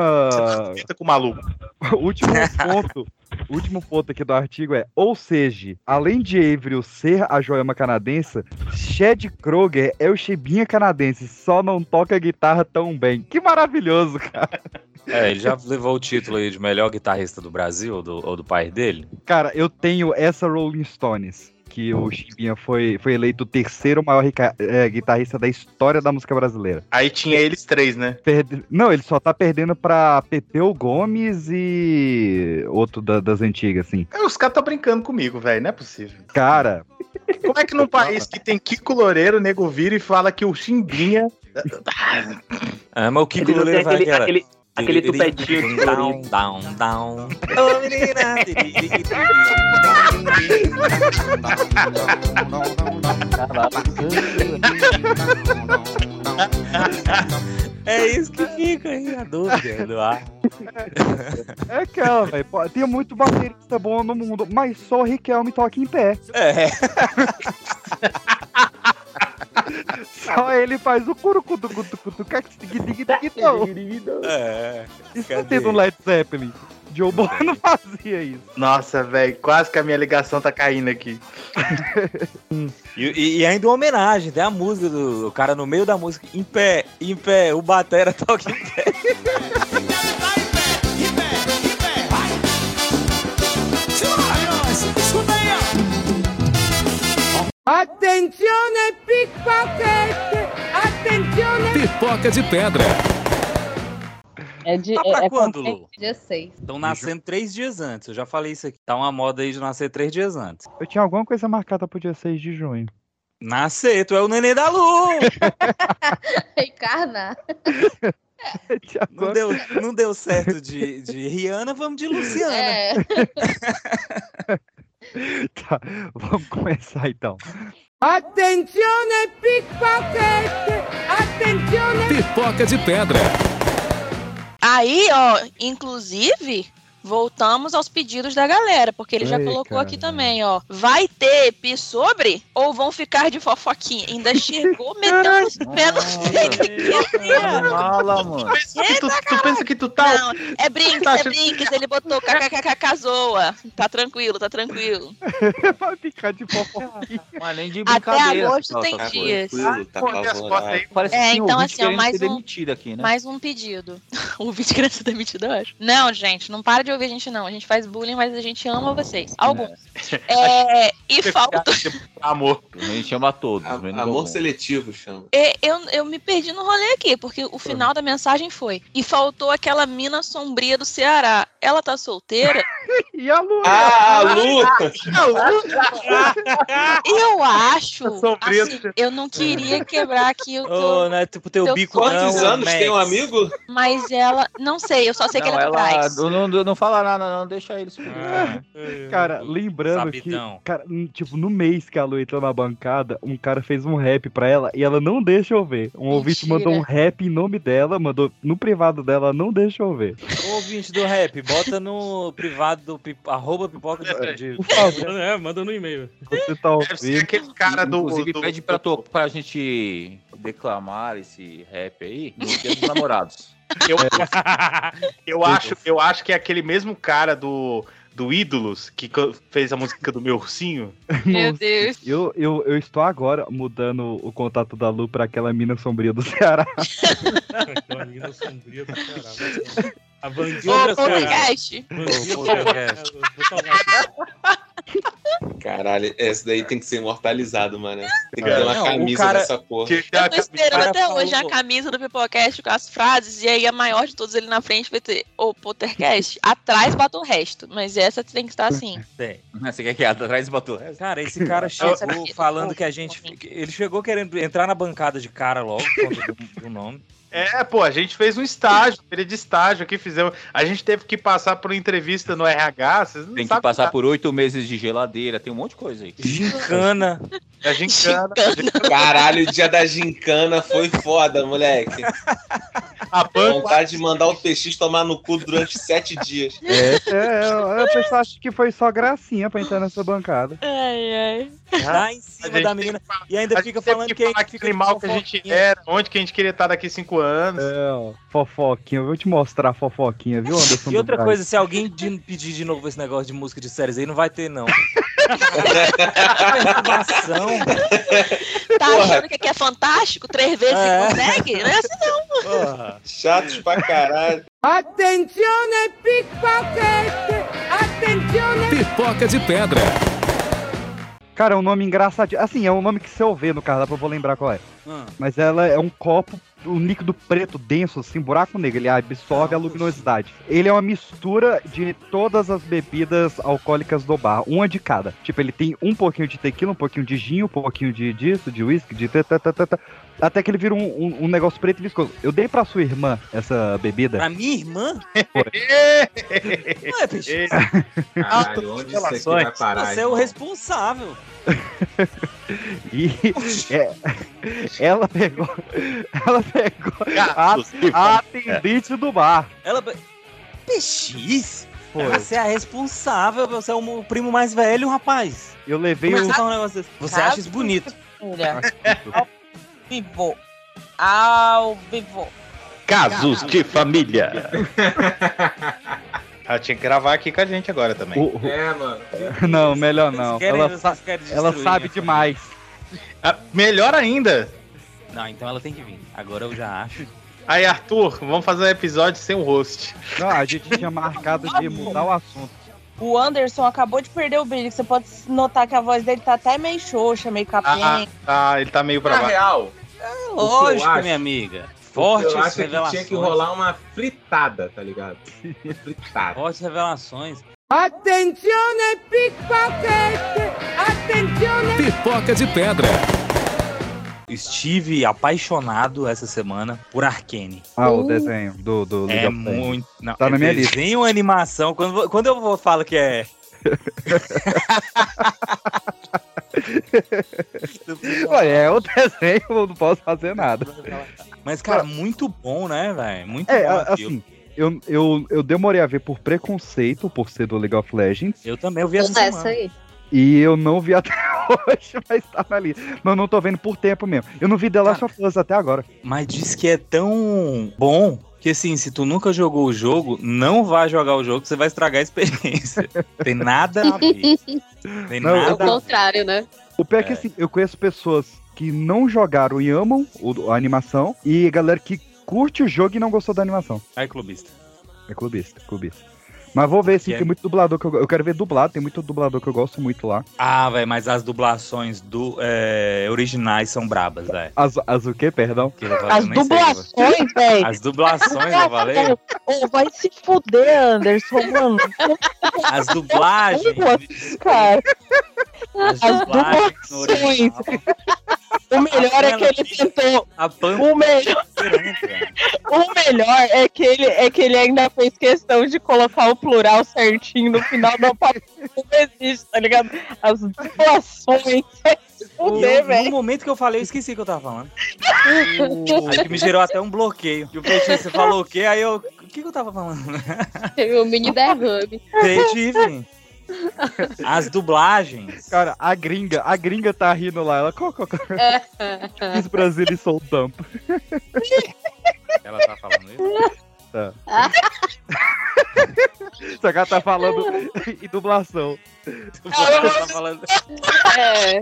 Fica com o maluco. O último ponto. o último ponto aqui do artigo é: ou seja, além de Avril ser a joelma canadense, Chad Kroger é o Chibinha canadense, só não toca guitarra tão bem. Que maravilhoso, cara. É, ele já levou o título aí de melhor guitarrista do Brasil, ou do, ou do pai dele. Cara, eu tenho essa Rolling Stones, que o Chibinha foi, foi eleito o terceiro maior rica- eh, guitarrista da história da música brasileira. Aí tinha eles três, né? Perde- Não, ele só tá perdendo pra Pepeu Gomes e outro da- das antigas, assim. É, Os caras estão brincando comigo, velho. Não é possível. Cara, Como é que num país que tem Kiko Loureiro, o nego vira e fala que o Chimbinha. Ah, mas o Kiko Ele não tem Loureiro vai aquele- aquela- aquele- aquele Tiriri, tupedinho de Down, down, down. Ô menina! É isso que fica aí a dúvida do ar. É aquela, velho. Pô, Tem muito baterista bom no mundo, mas só o Riquelme toca em pé. É. Só ele faz o Tá curucutucutucutucatigidiguidiguidão. É. Isso não um tem no Led Zeppelin. Joe Bonner não fazia isso. Nossa, velho, quase que a minha ligação tá caindo aqui. E, e- e ainda uma homenagem, tem a música do o cara no meio da música, em pé, em pé, o Batera toca em pé. Attenzione pickpocket! Attenzione! Pipoca de pedra. É de Tá é- pra é quando, contente Lu? dia 6. Estão nascendo três dias antes, eu já falei isso aqui. Tá uma moda aí de nascer três dias antes. Eu tinha alguma coisa marcada pro dia 6 de junho. Nascer, tu é o neném da Lu! Encarnar. não, deu, não deu certo de, de Rihanna, vamos de Luciana. É. Tá, vamos começar então. Attenzione pickpocket! Attenzione! Pipoca de pedra. Aí, ó, inclusive, voltamos aos pedidos da galera, porque ele já Ei, colocou cara. né? aqui também, ó. Vai ter pi sobre ou vão ficar de fofoquinha? Ainda chegou metendo os pés no Fala, mano. Tu, tu pensa que tu tá. Não, é brinques, Tá é achando- brinques. Ele botou kkkk zoa. Tá tranquilo, tá tranquilo. Vai ficar de fofoquinha. Mas nem de Até brincadeira. agosto Nossa, tem tá dias. tranquilo, tá Pô, minhas apavorado. costas aí. Parece É, que tem então, ouvinte assim, ó, querendo mais ser um- demitido aqui, né? Mais um pedido. O vídeo criança demitida, eu acho. Não, gente, não para de ouvir a gente, não. A gente faz bullying, mas a gente ama vocês. Alguns. É, e falta. Amor. A gente chama todos. um. Amor seletivo chama. É, eu, eu me perdi no rolê aqui, porque o final da mensagem foi. E faltou aquela mina sombria do Ceará. Ela tá solteira? e a Lu? Ah, a Lu! Eu acho. sombria do assim, eu não queria quebrar aqui o teu- Ô, não é tipo teu Teu bico Quantos não, anos tem um Max. amigo? Mas ela. Não sei, eu só sei que não, ela é do ela Braz. não, não, não fala nada, não. Deixa eles. Ah. Hum, Cara, lembrando Sabidão. que, cara, hum, tipo, no mês que a Lu entrou na bancada, um cara fez um rap pra ela e ela não deixa eu ver. Um ouvinte mandou um rap em nome dela, mandou no privado dela, não deixa eu ver. Ô, ouvinte do rap, bota no privado do pip- arroba pipoca de... né? de... É, manda no e-mail. Você tá ouvindo. aquele cara do- Inclusive, do- pede pra, to- pra gente declamar esse rap aí no Dia dos Namorados. Eu, É. eu, acho, eu acho que é aquele mesmo cara do, do Ídolos que co- fez a música do meu ursinho. Meu Deus. Eu, eu, eu estou agora mudando o contato da Lu pra aquela mina sombria do Ceará. Aquela Então, menina sombria do Ceará. A é Ô, Vandinha do Ceará. podcast. Vandinha do Ô, Ceará. podcast. Vou salvar aqui. Caralho, esse daí tem que ser imortalizado, mano. Tem que Cara, ter uma É. não, o camisa cara- dessa porra. Eu tô esperando cara até falou- hoje a camisa do Pipocast com as frases, e aí a maior de todas ali na frente vai ter o Pottercast. Atrás bota o resto, mas essa tem que estar assim. Tem. Você quer que atrás botou o resto? Cara, esse cara é chegou falando que a gente. Ele chegou querendo entrar na bancada de cara logo, por conta do, do nome. É, pô, a gente fez um estágio, feira de estágio aqui, fizemos. A gente teve que passar por entrevista no RH, vocês não Tem que sabem passar nada. por oito meses de geladeira, tem um monte de coisa aí. Gincana. A gincana. Caralho, o dia da gincana foi foda, moleque. A Vontade de mandar o PX tomar no cu durante sete dias. É, é, o pessoal acha que foi só gracinha pra entrar nessa bancada. É. Ai, ai. Dá Tá em cima A gente da menina. E ainda fica teve falando que que a falar gente que fica animal de que a gente fofoquinha. era, onde que a gente queria estar daqui cinco anos. É, ó, fofoquinha, eu vou te mostrar a fofoquinha, viu, Anderson? E outra Dubrava? coisa, se alguém de- pedir de novo esse negócio de música de séries aí, não vai ter, não. Perturbação. Tá achando que aqui é fantástico? Três vezes você É. consegue? Não é assim não. Chatos pra caralho. Attenzione pickpocket! Attenzione! Pipoca de pedra. Cara, é um nome engraçadinho. Assim, é um nome que se eu ver no cardápio, eu vou lembrar qual é. Mas ela é um copo, um líquido preto denso, assim, buraco negro. Ele absorve a luminosidade. Ele é uma mistura de todas as bebidas alcoólicas do bar, uma de cada. Tipo, ele tem um pouquinho de tequila, um pouquinho de gin, um pouquinho de disso, de whisky, de tatatatata. Até que ele vira um, um- um negócio preto e viscoso. Eu dei pra sua irmã essa bebida. Pra minha irmã? Não é, bicho. Caralho, onde isso aqui vai parar? Você é o responsável. E é, ela pegou, ela pegou a, a atendente do bar. Ela. PX? Foi. Você é a responsável, você é o primo mais velho, rapaz. Eu levei Como é o. que você tá um negócio desse? Você acha isso bonito? Olha, ao vivo. Ao vivo. Casos de família. Ela tinha que gravar aqui com a gente agora também. O- o- É, mano. Não, melhor não. Vocês querem- Ela, vocês sa- querem ela destruir sabe né, minha demais. Ah, melhor ainda. Não, então ela tem que vir. Agora eu já acho. Aí, Arthur, vamos fazer um episódio sem o host. Não, a gente tinha marcado de mudar o assunto. O Anderson acabou de perder o brilho. que Você pode notar que a voz dele tá até meio xoxa, meio Ah, capenga. ah, ele tá meio pra Na baixo. real, É O que eu lógico, acho- minha amiga. Forte Fortes eu acho que revelações. tinha que rolar uma fritada, tá ligado? Uma fritada. Fortes revelações. Attenzione pickpocket! Attenzione! Pipoca de pedra. Estive apaixonado essa semana por Arkane. Ah, o desenho do, do League É of Legends. muito. é Não, Tá na minha lista. Tem uma animação. Quando, vo- quando eu vou falo que é. Ué, é o desenho, eu não posso fazer nada. Mas, cara, muito bom, né, velho? Muito É, bom. a- aquilo. assim, eu, eu, eu demorei a ver por preconceito, por ser do League of Legends. Eu também, eu vi essa É, é semana. aí. E eu não vi até hoje, mas tá ali. Mas eu não tô vendo por tempo mesmo. Eu não vi The Last of Us até agora. Mas diz que é tão bom que, assim, se tu nunca jogou o jogo, não vá jogar o jogo, você vai estragar a experiência. Tem nada a ver. Tem Não, nada eu- a O ver. contrário, né? O pior é que assim, eu conheço pessoas que não jogaram e amam o- a animação, e galera que curte o jogo e não gostou da animação. Ai, clubista. É clubista, clubista. Mas vou ver, assim, E aí? tem muito dublador que eu, eu quero ver dublado, tem muito dublador que eu gosto muito lá. Ah, velho, mas as dublações do é, originais são brabas, velho. As, as o quê, perdão? Que eu falei, As eu nem sei, dublações, eu- velho. As dublações, eu falei. Ô, vai se fuder, Anderson, mano. As dublagens. Cara. As As dublagens no dublações. original. O melhor é que ele tentou. A Pampa. O melhor. O melhor é que ele é que ele ainda fez questão de colocar o plural certinho no final da palavra. Não existe, tá ligado? As dublações. Vai se fuder, Eu, no velho. momento que eu falei, eu esqueci o que eu tava falando. Aí que me gerou até um bloqueio. E o Peixinho, você falou o quê? Aí eu. O que, que eu tava falando? Teve um mini derrame. Detetive. As dublagens. Cara, a gringa, a gringa tá rindo lá, ela... Co, co, co. É. É. Os brasileiros são dump. Ela tá falando isso? Tá. Só que ela tá falando É. em dublação. Ah, Ela tá falando. É.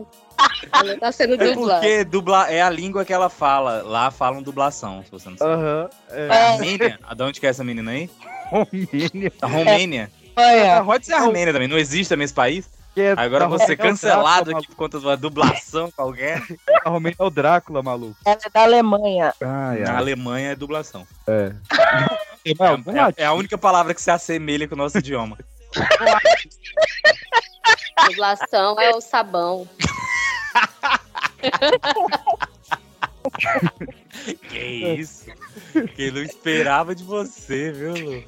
Ela tá sendo É dublada. porque dubla é a língua que ela fala. Lá falam dublação, se você não sabe. Aham. é. Da Armênia? Ah, De onde que é essa menina aí? Romênia. Da Romênia. Olha, Pode ser Armênia também, não existe também esse país. Que é- Agora a você Romênia é o cancelado Drácula, aqui por conta de uma dublação qualquer. maluco. A Romênia é o Drácula, maluco. Ela é da Alemanha. Ai, Na ai. Alemanha é dublação. Ah, É. É a- É, a única palavra que se assemelha com o nosso idioma. Dublação é o sabão. Que isso? Que não esperava de você, viu,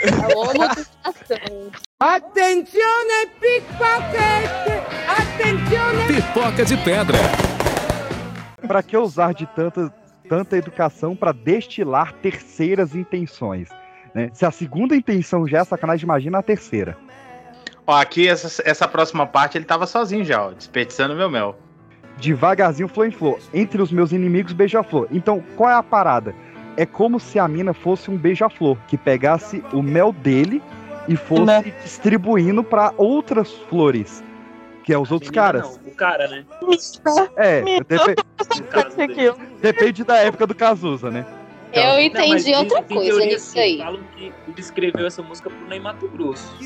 Lu? Attenzione pickpocket! Attenzione! Pipoca de pedra. Pra que usar de tanta, tanta educação para destilar terceiras intenções? né? Se a segunda intenção já é sacanagem, imagina a terceira. Ó, aqui, essa, essa próxima parte, ele tava sozinho já, ó, desperdiçando meu mel. Devagarzinho, flor em flor. Entre os meus inimigos, beija-flor. Então, qual é a parada? É como se a mina fosse um beija-flor que pegasse o mel dele e fosse Né? distribuindo para outras flores, que é os outros caras. o cara, né? É, Menina, depe- aquilo. depende da época do Cazuza, né? Então, Eu entendi Não, mas outra tem- tem coisa teoria nisso que aí. Falam que ele escreveu essa música pro Ney Mato Grosso.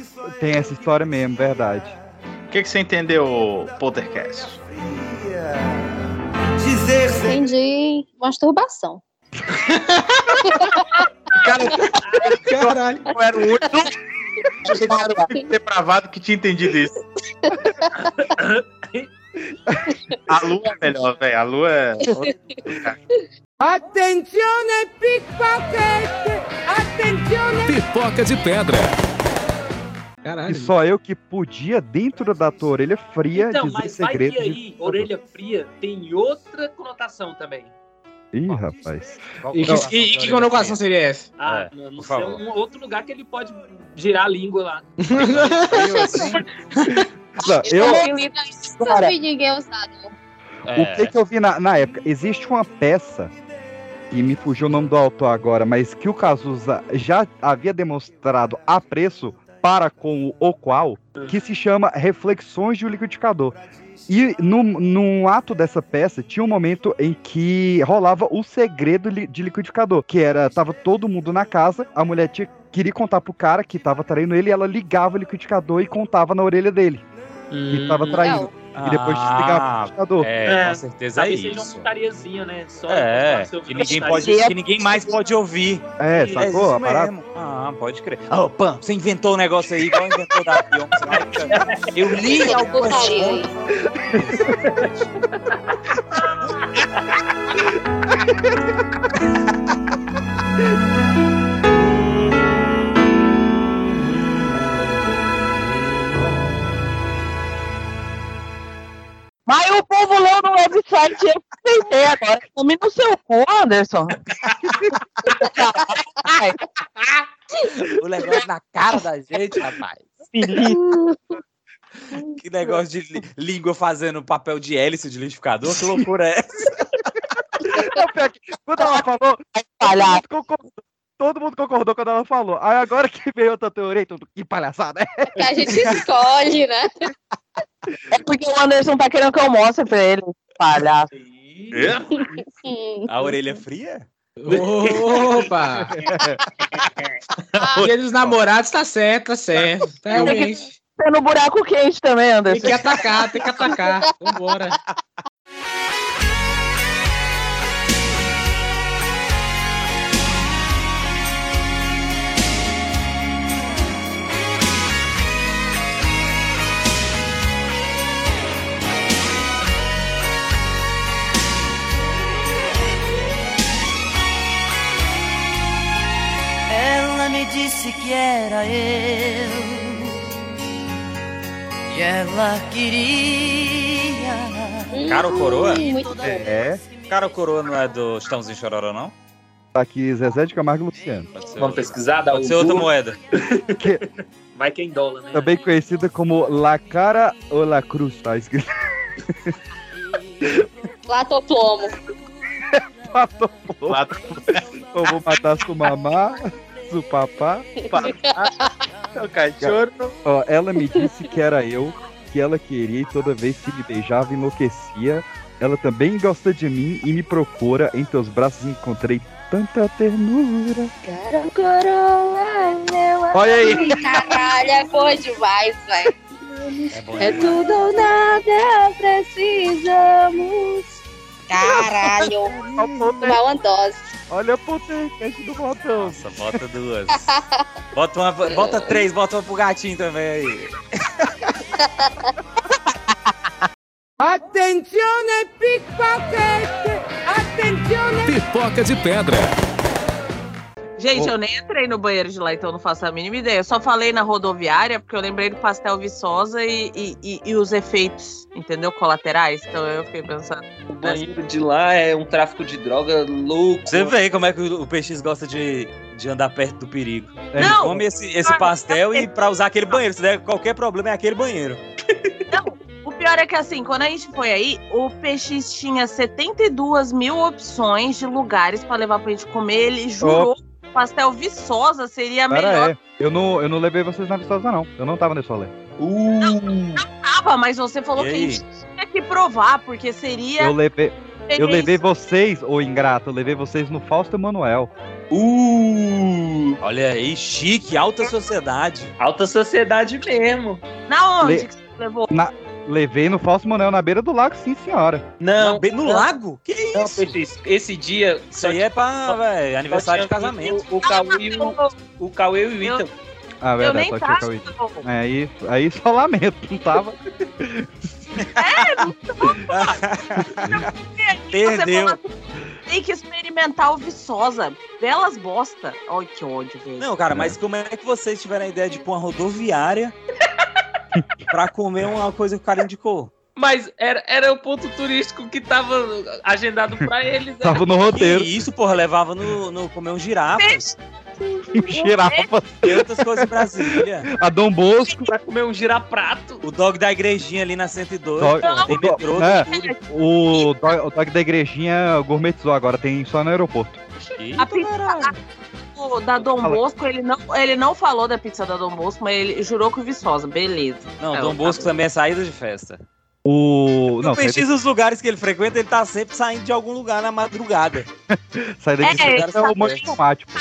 Tem essa história mesmo, verdade. O que, que você entendeu, Poltercast? Dizer entendi masturbação. Cara, caralho, eu era o único eu era o único depravado que tinha entendido isso. A Lu é melhor, velho. A Lu é. Attenzione pickpocket! Attenzione! Pipoca de pedra. E só eu que podia, dentro da tua orelha fria, Então, dizer mas vai que segredo. de- aí, orelha fria, tem outra conotação também. Ih, rapaz. E que, e, e que conotação seria essa? É, Ah, não, não sei, um outro lugar que ele pode girar a língua lá. Não, eu, Não vi ninguém usar, não. O que, que eu vi na, na época? Existe uma peça, e me fugiu o nome do autor agora, mas que o Cazuza já havia demonstrado apreço para com o, o qual, que se chama Reflexões de um Liquidificador. E num, num ato dessa peça, tinha um momento em que rolava o segredo li- de liquidificador, que era, tava todo mundo na casa, a mulher tinha, queria contar pro cara que tava traindo ele, e ela ligava o liquidificador e contava na orelha dele, que tava traindo. E depois desligava o É Ah, liquidificador. É, com certeza é Talvez seja uma isso. putariazinha, né? Só É, só- só- que ninguém, pode, que ninguém mais pode ouvir. É, sacou isso a parada? mesmo. Ah, pode crer. Ah, ô, Pam, você inventou um negócio aí, igual inventou da Beyoncé. lá no canto. Eu li Então, algumas putaria aí. coisas. Mas o povo leu no website e eu pensei agora. Come no seu cu, Anderson. O negócio na cara da gente, rapaz. Que negócio de li- língua fazendo papel de hélice de liquidificador, que loucura é essa? Não, pior que Quando ela falou, todo mundo concordou, todo mundo concordou quando ela falou. Aí agora que veio outra teoria, tudo, que palhaçada. é É Que a gente escolhe, né? É porque o Anderson tá querendo que eu mostre pra ele. Palhaço. É? Hum. Hum. A orelha é É. fria? Opa! Dia dos namorados tá certo, tá certo. Tá Tem que- realmente. Tá no buraco quente também, Tem Anderson. que atacar, tem que atacar. Vambora. Ela me disse que era eu e ela queria. Cara ou coroa? Hum, Muito bom. É. Cara ou coroa não é do Estãozinho Chororó, não? Tá aqui Zezé de Camargo e Luciano. Vamos pesquisar, dá um Pode ser outra moeda. Vai é quem dólar, né? Também conhecida como La Cara ou La Cruz, tá escrito. Lato plomo. Matou pô. Eu vou matar sua mamá, sua papá. O cachorro. Ó, ela me disse que era eu, que ela queria e toda vez que me beijava enlouquecia. Ela também gosta de mim e me procura. Em teus braços encontrei tanta ternura. É Cara, um coroa, meu Olha aí. Caralho, é bom demais, velho. É, demais. tudo ou nada, precisamos. Caralho. Tomar uma dose. Olha o podcast do botão. Nossa, bota duas. Bota, uma, bota três, bota uma pro gatinho também aí. Attenzione pickpocket! Pipoca de pedra. Gente, eu nem entrei no banheiro de lá, então não faço a mínima ideia. Eu só falei na rodoviária porque eu lembrei do pastel viçosa e, e- e- e os efeitos, entendeu? Colaterais. Então eu fiquei pensando. O banheiro de lá é um tráfico de droga louco. Você vê como é que o o PX gosta de, de andar perto do perigo. Ele Não! come esse, esse é pastel e pra usar aquele banheiro. Se der qualquer problema, é aquele banheiro. O pior é que assim, quando a gente foi aí, o PX tinha 72 mil opções de lugares pra levar pra gente comer. Ele jurou que o pastel viçosa seria a melhor. Cara, é. Eu não, eu não levei vocês na vistosa, não. Eu não tava nesse rolê. Uh! Tava, mas você falou E que a aí? gente tinha que provar, porque seria. Eu levei. Eu Experiência. levei vocês, ô ingrato, eu levei vocês no Fausto Emanuel. Uh! Olha aí, chique, alta sociedade. Alta sociedade mesmo. Na onde Le- que você levou? Na- levei no Fausto Emanuel na beira do lago, sim, senhora. Não. No lago? Que isso? Não, Peixe, esse dia. Isso aí é pra, véi, aniversário de casamento. O, o, Cauê e o, o Cauê e o Ita. Ah, verdade, só tinha Cauê. É, aí, aí só lamento, não tava. Perdeu. Tem que experimentar o viçosa. Belas bosta. Ai, que ódio, velho. Não, cara, mas como é que vocês tiveram a ideia de pôr uma rodoviária pra comer uma coisa que o cara indicou? Mas era, era o ponto turístico que tava agendado pra eles. né? Tava no roteiro. Que isso, porra, levava no, no comer um girafas. Girafas. E outras coisas em Brasília. A Dom Bosco. Vai comer um giraprato. O dog da igrejinha ali na 102. Dog- pô, tem o, do- metrô, tem é, tudo. o, do- o dog da igrejinha gourmetizou agora, tem só no aeroporto. A pizza da- da Dom Fala. Bosco, ele não, ele não falou da pizza da Dom Bosco, mas ele jurou que o Viçosa. Beleza. Não, Então, Dom Bosco tá. também é saída de festa. O. Não, o PX, saída, os lugares que ele frequenta, ele tá sempre saindo de algum lugar na madrugada. saída de É, é, é o sabe- monte de tomate. pô.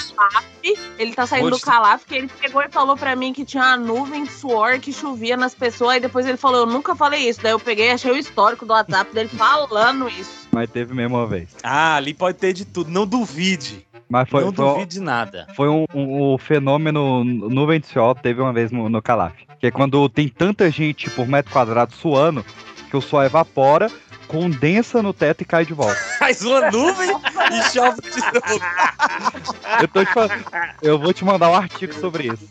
Ele tá saindo do Monstro. Calaf, que ele pegou e falou pra mim que tinha uma nuvem de suor que chovia nas pessoas. E depois ele falou, eu nunca falei isso. Daí eu peguei e achei o histórico do WhatsApp dele falando isso. Mas teve mesmo uma vez. Ah, ali pode ter de tudo. Não duvide. Mas foi, não foi, duvide de nada. foi um, um- um fenômeno nuvem de suor, teve uma vez no, no Calaf. Que é quando tem tanta gente por metro quadrado suando, que o suor evapora, condensa no teto e cai de volta. Faz uma nuvem e chove de novo. Eu, tô te falando- eu vou te mandar um artigo sobre isso.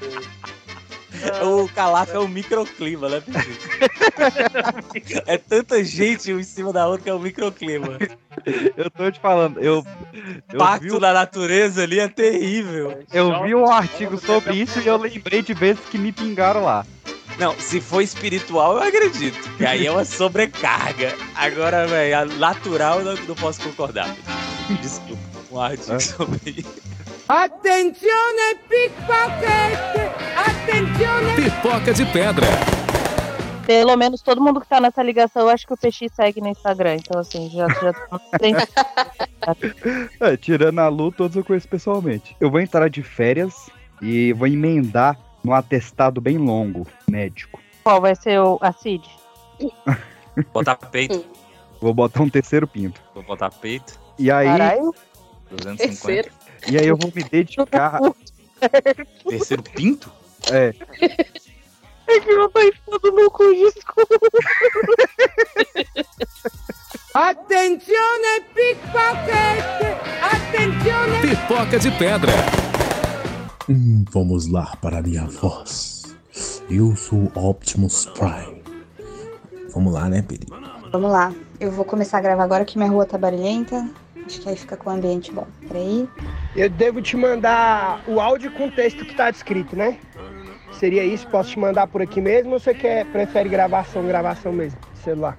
O Calaf é um microclima, né, PX? É tanta gente um em cima da outra que é um microclima. Eu tô te falando, eu. eu vi Pacto um- da natureza ali é terrível. Eu vi um artigo sobre isso e eu lembrei de vezes que me pingaram lá. Não, se for espiritual, eu acredito. Que aí é uma sobrecarga. Agora, velho, a natural eu não, não posso concordar. Desculpa, um artigo sobre isso. Attenzione pickpocket! Attenzione! Pipoca de pedra. Pelo menos todo mundo que tá nessa ligação, eu acho que o Peixi segue no Instagram. Então, assim, já, já É, tirando a Lu, todos eu conheço pessoalmente. Eu vou entrar de férias e vou emendar num atestado bem longo, médico. qual vai ser o, a Cid? Botar peito. Vou botar um terceiro pinto. Vou botar peito. E aí. Caralho. 250. E aí eu vou me dedicar. Terceiro pinto? É. É que meu pai todo no cu, desculpa. Attenzione pickpocket! Attenzione! Pipoca de pedra. Hum, vamos lá para minha voz. Eu sou Optimus Prime. Vamos lá, né, Peri? Vamos lá. Eu vou começar a gravar agora que minha rua tá barulhenta. Acho que aí fica com o ambiente bom. Peraí. Eu devo te mandar o áudio com o texto que tá descrito, né? Seria isso? Posso te mandar por aqui mesmo ou você quer, prefere gravação, gravação mesmo? Celular.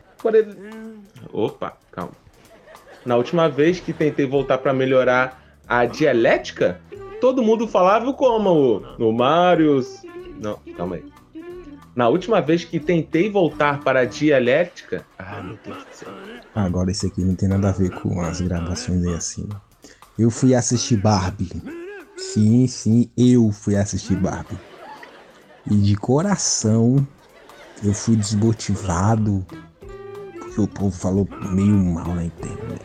Opa, calma. Na última vez que tentei voltar pra melhorar a dialética, todo mundo falava como no Marius. Não, calma aí. Na última vez que tentei voltar para a dialética. Ah, meu Deus do céu. Ah, Agora esse aqui não tem nada a ver com as gravações aí acima. Eu fui assistir Barbie. Sim, sim, eu fui assistir Barbie. E de coração eu fui desmotivado. Porque o povo falou meio mal né? na internet.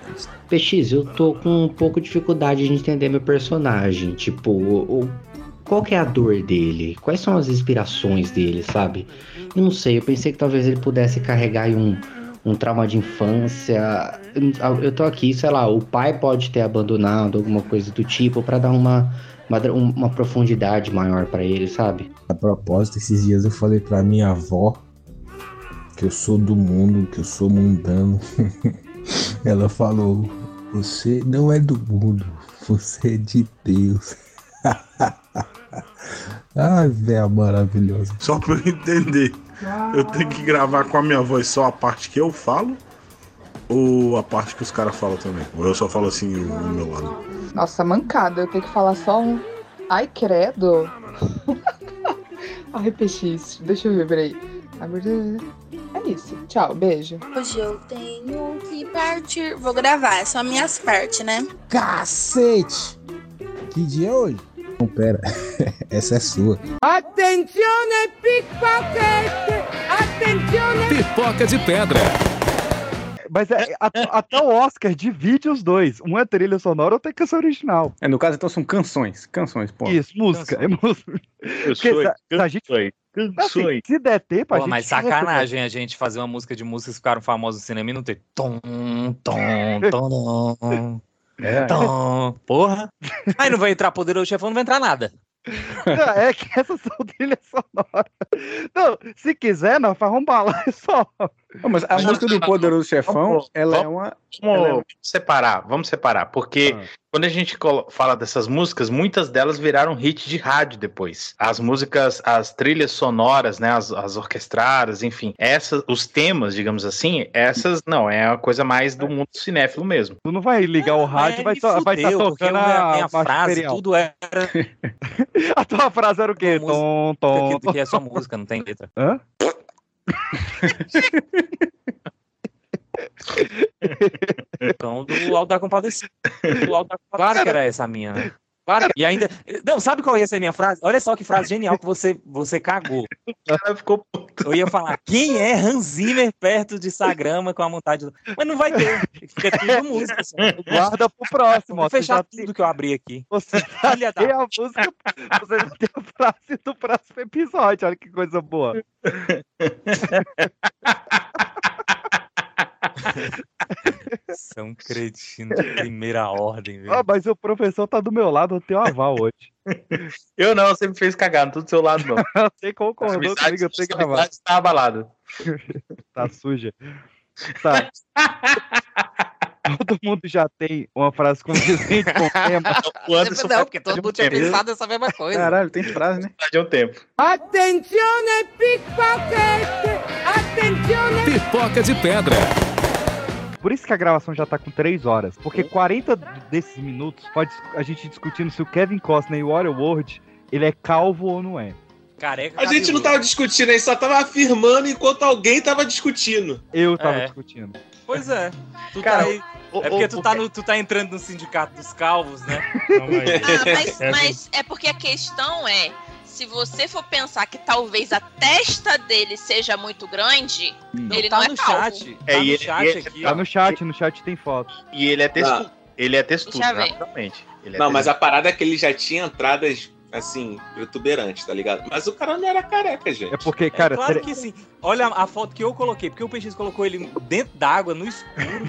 PX, eu tô com um pouco de dificuldade de entender meu personagem. Tipo, o, o- qual que é a dor dele? Quais são as inspirações dele, sabe? Eu não sei, eu pensei que talvez ele pudesse carregar aí um, um trauma de infância. Eu- Eu tô aqui, sei lá, o pai pode ter abandonado, alguma coisa do tipo, pra dar uma, uma, dra- uma profundidade maior pra ele, sabe? A propósito, esses dias eu falei pra minha avó que eu sou do mundo, que eu sou mundano. Ela falou: Você não é do mundo, você é de Deus. Ai, velho, maravilhoso. Só pra eu entender, eu tenho que gravar com a minha voz só a parte que eu falo ou a parte que os caras falam também? Ou eu só falo assim, o, o meu lado? Nossa, mancada. Eu tenho que falar só um. Ai, credo. Ai, repetir isso. Deixa eu ver, peraí. É isso. Tchau, beijo. Hoje eu tenho que partir. Vou gravar, é só minhas partes, né? Cacete! Que dia é hoje? Não, pera. Essa é sua. Attenzione pickpocket! Attenzione! Pipoca de pedra. Mas é- a- até o Oscar divide os dois. Um é trilha sonora, outro é canção original. É, no caso, então são canções. Canções, pô. Isso, música. É música. Eu Porque sou, se a- se a gente- assim, se der tempo, a Pô, gente. mas sacanagem a gente fazer uma música de músicas que ficaram famosas no cinema e não ter. Tom, tom, tom, tom. É. tom. Porra. Aí não vai entrar poderoso chefão, não vai entrar nada. Não, é que essas são trilhas sonoras. Não, se quiser, não, faz um balanço só. mas a música do Poderoso Chefão, ela é uma. Vamos ela um é uma- separar, vamos separar, porque Ah. quando a gente colo- fala dessas músicas, muitas delas viraram hit de rádio depois. As músicas, as trilhas sonoras, né, as, as orquestradas, enfim, essas, os temas, digamos assim, essas não, é uma coisa mais do mundo cinéfilo mesmo. Tu não vai ligar o rádio, vai estar vai tá é, fudeu, porque tocando eu- a a, minha Marcha frase, Imperial. tudo era. A tua frase era o quê? Tom, tom. Que, que é só música, não tem letra. Hã? Então, do Alto da Compadecida. Do Alto da Claro que era essa a minha, né? Claro que... E ainda. Não, sabe qual ia ser a minha frase? Olha só que frase genial que você, você cagou. ficou Eu ia falar: quem é Hans Zimmer perto de Sagrama com a montagem do. Mas não vai ter. Porque é tudo música. só. Guarda pro próximo. ó, Vou você fechar já- tudo que eu abri aqui. Você já tem a música, você já tem a frase do próximo episódio, olha que coisa boa. São cretinos de primeira ordem, viu? Ah, mas o professor tá do meu lado, eu tenho aval hoje. Eu não, você me fez cagar, não tô do seu lado, não. Você concordou comigo, eu tenho que gravar. Tá abalado. Tá suja. Tá. Todo mundo já tem uma frase condizente com o tema. Não, é porque todo mundo tinha pensado nessa mesma coisa. um Caralho, tem frase, né? Deu um tempo. Attenzione pickpocket! Attenzione! Pipoca de pedra. Por isso que a gravação já tá com 3 horas. Porque 40 desses minutos pode a gente discutindo se o Kevin Costner e o Wario World ele é calvo ou não é. Tá Careca. A gente não tava discutindo, a gente só tava afirmando enquanto alguém tava discutindo. Eu tava É. discutindo. Pois é. Tu Cara, tá aí. o- é porque o- tu, o- tá no, tu tá entrando no sindicato dos calvos, né? Ah, Mas, mas é porque a questão é, se você for pensar que talvez a testa dele seja muito grande, ele tá não é no calvo. chat. É, Tá e no ele- chat e ele- aqui, Tá ó. no chat, no chat tem foto. E ele é textudo. Ele é textudo, Deixa eu ver. naturalmente. Ele é Não, mas textudo. a parada é que ele já tinha entradas, assim, protuberantes, tá ligado? Mas o cara não era careca, gente. É porque, cara, Claro tre- que sim. Olha a foto que eu coloquei, porque o Peixes colocou ele dentro d'água, no escuro.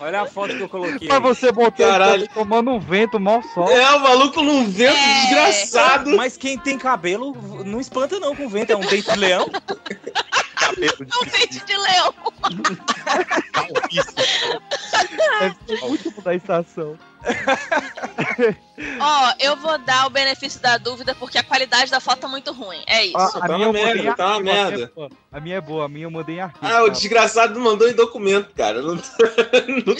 Olha a foto que eu coloquei. Mas você botou Caralho. ele tomando um vento, mó sol. É, é. o maluco num vento É. É. desgraçado. Mas quem tem cabelo não espanta não com vento, é um dente de leão. cabelo É um dente de leão. tá. É o último da estação. Ó, eu vou dar o benefício da dúvida porque a qualidade da foto é muito ruim. É isso. A, a minha eu mandei em merda, tá uma arquivo, a minha é merda. boa, A minha é boa, a minha eu mandei em arquivo. Ah, o cara. desgraçado mandou em documento, cara. Não, não O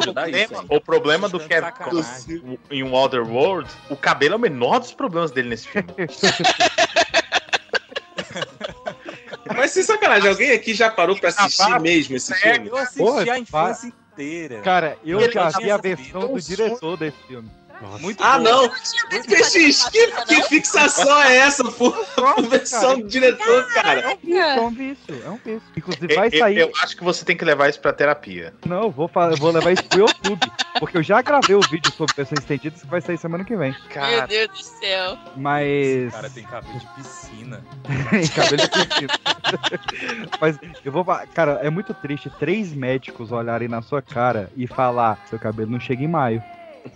problema- O problema é do Kevin Costner em Water World, o cabelo é o menor dos problemas dele nesse filme. Mas sem sacanagem, alguém aqui já parou pra assistir mesmo esse filme? Eu assisti Porra, a infância inteira. Cara, eu Ele já tinha vi a essa versão do diretor desse filme. Muito ah, não! Peixes, que, que fixação é essa por por versão do diretor, cara? É um vício, é um vício. Inclusive, Eu- vai eu- sair. eu acho que você tem que levar isso pra terapia. Não, eu vou, fa- eu vou levar isso pro YouTube. Porque eu já gravei o vídeo sobre pessoas estendidas que vai sair semana que vem. Meu Deus do céu. Mas. Esse cara tem cabelo de piscina. cabelo de piscina. Mas eu vou. fa- Cara, é muito triste três médicos olharem na sua cara e falar: seu cabelo não chega em maio.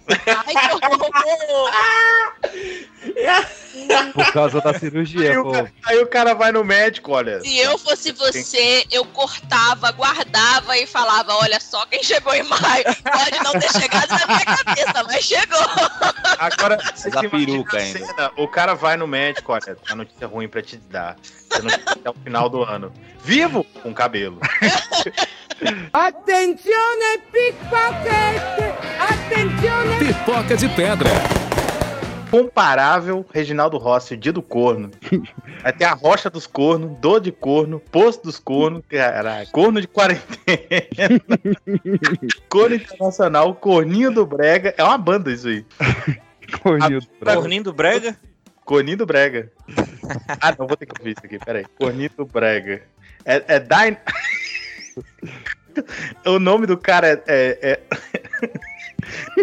Ai, que horror! Por causa da cirurgia, pô. Aí o cara vai no médico, olha. Se eu fosse você, eu cortava, guardava e falava: olha só quem chegou em maio. Pode não ter chegado na minha cabeça, mas chegou. Agora, você Da se imagina peruca a ainda. cena, o cara vai no médico, olha, tem uma notícia ruim pra te dar. Você não fica até o final do ano. Vivo com cabelo. Attenzione pickpocket! Attenzione! Pipoca de pedra. Comparável, Reginaldo Rossi, o dia do corno. Até a rocha dos cornos, dor de corno, posto dos cornos, caraca, corno de quarentena, corno internacional, corninho do brega, é uma banda isso aí. Corninho do brega. Tá Corninho do brega? Corninho do brega. Ah, não, vou ter que ouvir isso aqui, peraí. Corninho do brega. É, é Dyn- O nome do cara é... É,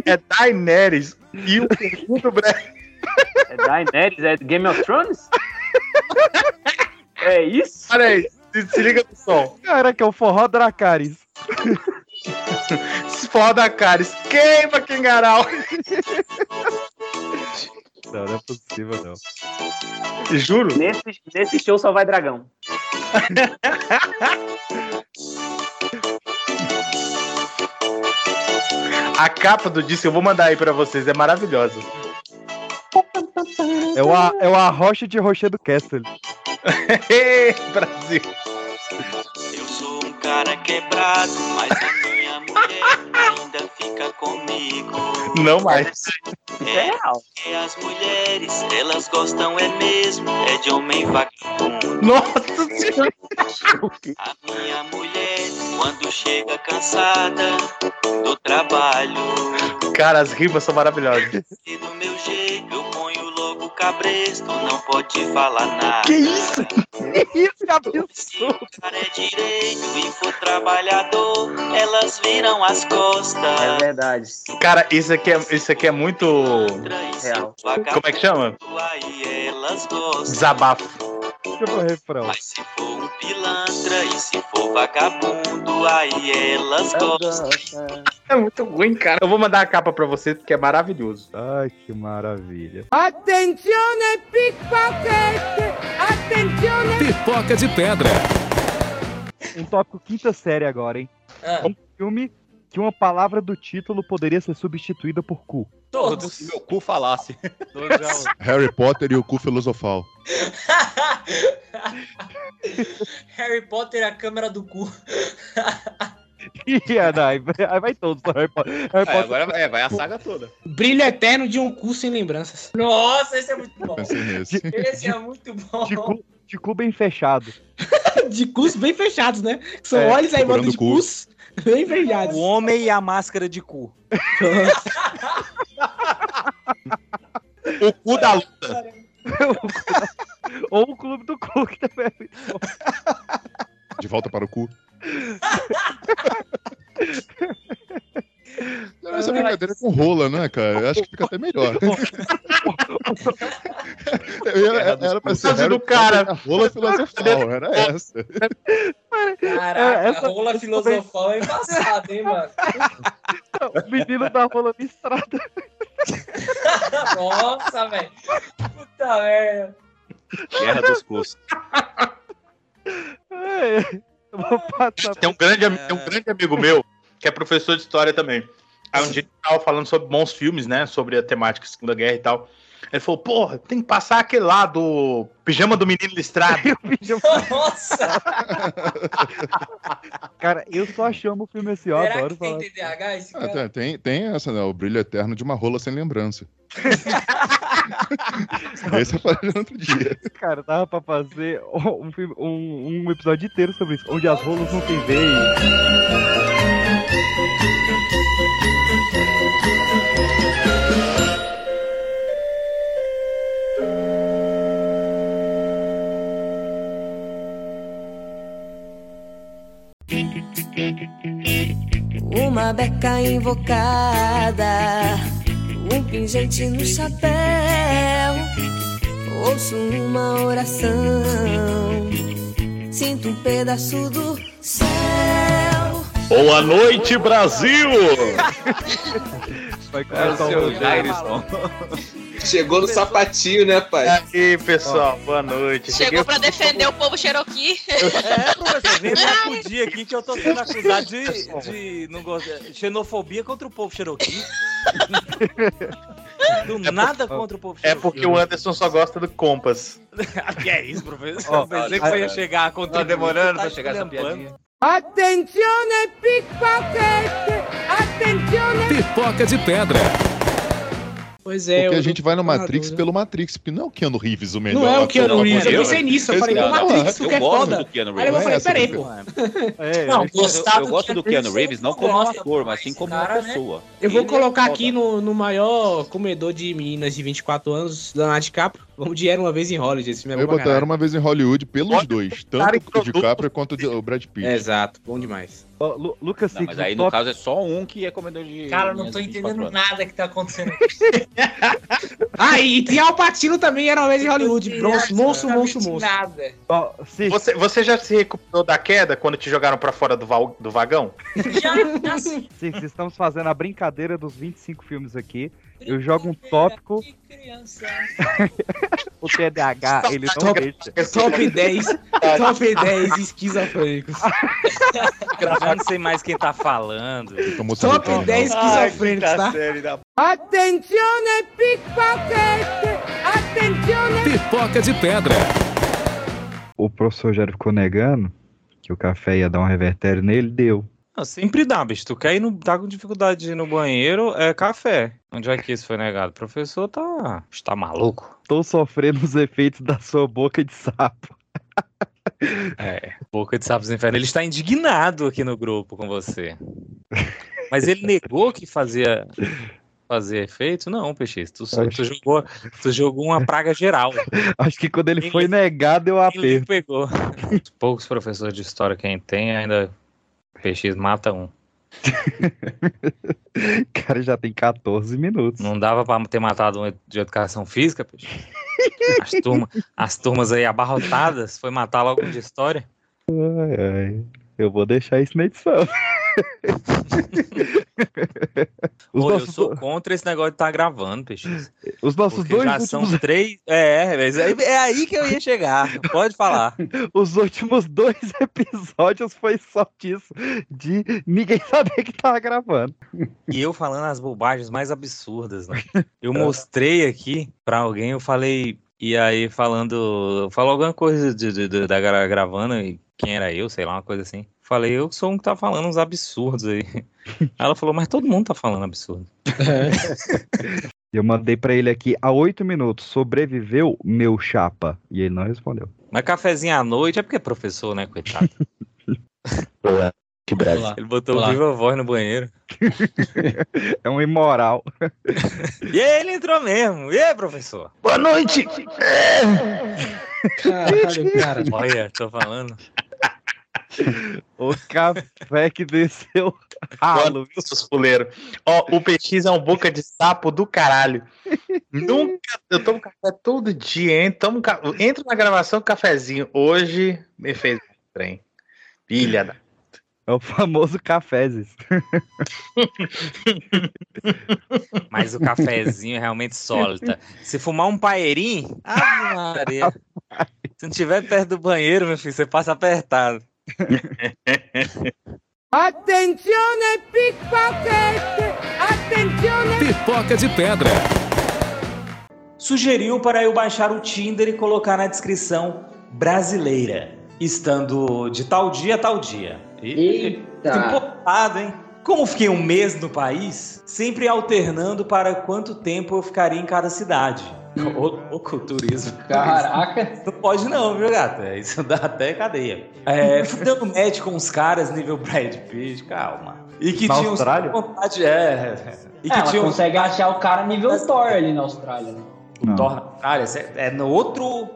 é... é Daenerys e o Corninho do brega. É Daenerys? É Game of Thrones? É isso? Olha aí, se, se liga no som. Caraca, é o forró Dracaris. Foda, Caris. Queima, Kengarau. Não, não é possível, não. Juro? Nesse, nesse show só vai dragão. A capa do disco eu vou mandar aí pra vocês, é maravilhosa. É o, a, é o arrocha de Rochedo Castle. Ei, Brasil. Eu sou um cara quebrado, mas a minha mulher ainda fica comigo. Não mais. É real. E as mulheres, elas gostam é mesmo, é de homem vagabundo. Nossa senhora! A minha mulher, quando chega cansada do trabalho, Cara, as rimas são maravilhosas. e do meu jeito, eu ponho logo cabresto, não pode falar nada. Que isso? Que isso, Se o cara é direito e for trabalhador, elas viram as costas. É verdade. Cara, isso aqui é, isso aqui é muito. Real. Como é que chama? Aí elas gostam. Desabafo. Deixa eu ver o refrão. Mas se for um pilantra e se for vagabundo, aí elas gostam. É muito ruim, cara. Eu vou mandar a capa pra vocês porque é maravilhoso. Ai, que maravilha. Attenzione pickpocket! Attenzione! Pipoca de pedra. Um tópico quinta série agora, hein? Um filme que uma palavra do título poderia ser substituída por cu. Todos. Se meu cu falasse. Harry Potter e o cu filosofal. Harry Potter, a câmera do cu. Ih, Ana, aí vai- aí vai todos. né? Harry Potter. É, É, Harry Potter- toda. Brilho eterno de um cu sem lembranças. Nossa, esse é muito bom. Pensei nesse. Esse é muito bom. De cu, de cu bem fechado. de cus bem fechados, né? Que são É, olhos aí em volta segurando de o cu. cus bem fechados. O homem e a máscara de cu. O cu da luta. Ou o clube do cu, que também é muito bom. De volta para o cu. Não, Ah, essa brincadeira é com rola, né, cara? Eu acho que fica até melhor. Eu- era, era pra ser Mas o do Harry cara- Potter, a rola filosofal, era essa. Caraca, É, essa- rola filosofal é embaçada, hein, mano? O menino da rola listrada. Nossa, velho. Puta merda. Guerra dos Cus. É, eu vou passar. Tem um grande, ami- tem um grande amigo meu que é professor de história também. Aí um dia ele tava falando sobre bons filmes, né? Sobre a temática Segunda Guerra e tal. Ele falou, porra, tem que passar aquele lá do pijama do menino listrado. Nossa! Cara, eu só chamo o filme assim, eu Será adoro que tem falar. TDAH esse Ah, cara? tá, tem, tem essa, né? O brilho eterno de uma rola sem lembrança. Esse eu falei no outro dia. Cara, dava pra fazer um, filme- um- um episódio inteiro sobre isso, onde as rolas não tem veio. uma beca invocada, um pingente no chapéu. Ouço uma oração, sinto um pedaço do céu. Boa noite, Brasil! Vai começar o seu Jairson. Chegou no sapatinho, né, pai? Aí, pessoal, boa noite. Chegou pra defender o povo Cherokee. É, professor, vem me acudir aqui que eu tô sendo acusado de, de não gostar- xenofobia contra o povo Cherokee. Do nada contra o povo É Cherokee. porque o Anderson só gosta do Compass. que é isso, professor? Ó, eu pensei que você ia cara, chegar a contribuir. tá demorando você pra chegar essa esculhambando. Attenzione pickpocket! Attenzione! Pipoca de pedra. Pois Porque é. a eu- gente vai no uma Matrix pelo Matrix, porque não é o Keanu Reeves o melhor. né? Não é o ator, Keanu pelo Reeves, amor de eu Deus. pensei nisso, eu falei, Não, o Matrix, não, porque é gosto foda. do Keanu Aí eu Reeves. falei, Não é peraí, essa porra. É, Não, eu, gostar eu, eu do gosto do Keanu Reeves, não como gosta, ator, mas sim como uma né? pessoa. Eu vou Ele é colocar foda. aqui no, no maior comedor de meninas de 24 anos, Leonardo DiCaprio. Vamos de Era Uma Vez em Hollywood, esse filme é Eu bom pra botaram caralho. uma vez em Hollywood pelos dois, tanto o DiCaprio quanto o Brad Pitt. Exato, bom demais. Lucas Não, mas aí no caso é só um que é comedor de. Cara, eu não tô de 24 entendendo anos. nada que tá acontecendo. Ah, e tem Alpatino também, Era Uma Vez em Hollywood. Monstro, monstro, monstro, monstro. Nada. Você, você já se recuperou da queda quando te jogaram pra fora do, val- do vagão? Vocês estamos fazendo a brincadeira dos 25 filmes aqui. Eu jogo um tópico. o TDAH, ele não Top- deixa. É Top 10, top 10 esquizofrênicos. Eu não sei mais quem tá falando. Top 10 esquizofrênicos, tá? Attenzione pickpocket! Attenzione! Pipoca de pedra. O professor Jairo ficou negando que o café ia dar um revertério nele, deu. Não, sempre dá, bicho. Tu quer ir no, tá com dificuldade de ir no banheiro, é café. Onde é que isso foi negado? O professor tá. Tá maluco. Tô sofrendo os efeitos da sua boca de sapo. É. Boca de sapos inferno. Ele está indignado aqui no grupo com você. Mas ele negou que fazia. Fazer efeito? Não, peixe. Tu, só- tu jogou, tu jogou uma praga geral. Acho que quando ele foi negado, eu aperto. pegou. Os poucos professores de história quem tem, ainda PX mata um. Cara, já tem 14 minutos. Não dava pra ter matado um de educação física, PX. As, turma, as turmas aí abarrotadas, foi matar logo um de história. Ai, ai. Eu vou deixar isso na edição. Os Pô, eu nossos, sou contra esse negócio de estar gravando, PX. os nossos Porque dois já últimos... são três. É, mas é, é aí que eu ia chegar. Pode falar. Os últimos dois episódios foi só disso, de ninguém saber que tava gravando. E eu falando as bobagens mais absurdas, né? Eu mostrei aqui pra alguém, eu falei. E aí, falando. Falou alguma coisa de, de- de- da galera gravando, e quem era eu, sei lá, uma coisa assim. Falei, eu sou um que tá falando uns absurdos aí. Aí Ela falou, mas todo mundo tá falando absurdo. Eu mandei pra ele aqui há oito minutos, sobreviveu meu chapa? E ele não respondeu. Mas cafezinho à noite é porque é professor, né, coitado? Que breve. Ele botou viva voz no banheiro. é um imoral. E aí ele entrou mesmo. E aí, professor? Boa noite! É. Caralho, cara. Olha, tô falando. O café que desceu ralo, viu, seus fuleiros? Ó, o PX é um boca de sapo do caralho. Nunca. Eu tomo café todo dia, hein? Tomo ca- Entro na gravação cafezinho. Hoje me fez trem. Filha da. É o famoso cafezes. Mas o cafezinho é realmente solta. Se fumar um paeirinho, ave Maria. Se não tiver perto do banheiro, meu filho, você passa apertado. Attenzione pickpocket! Attenzione! Pipoca de pedra. Sugeriu para eu baixar o Tinder e colocar na descrição brasileira, estando de tal dia a tal dia. Eita. Empolgado, hein? Como fiquei um mês no país, sempre alternando para quanto tempo eu ficaria em cada cidade. Ô, louco, turismo. Caraca. Não pode não, viu, gata? Isso dá até cadeia. É, fui dando match com uns caras nível Brad Pitt, calma. E que Na tinham Austrália? vontade, é. E que Ela tinham consegue achar o cara nível Thor ali na Austrália. né? Thor na Austrália, isso é, é no outro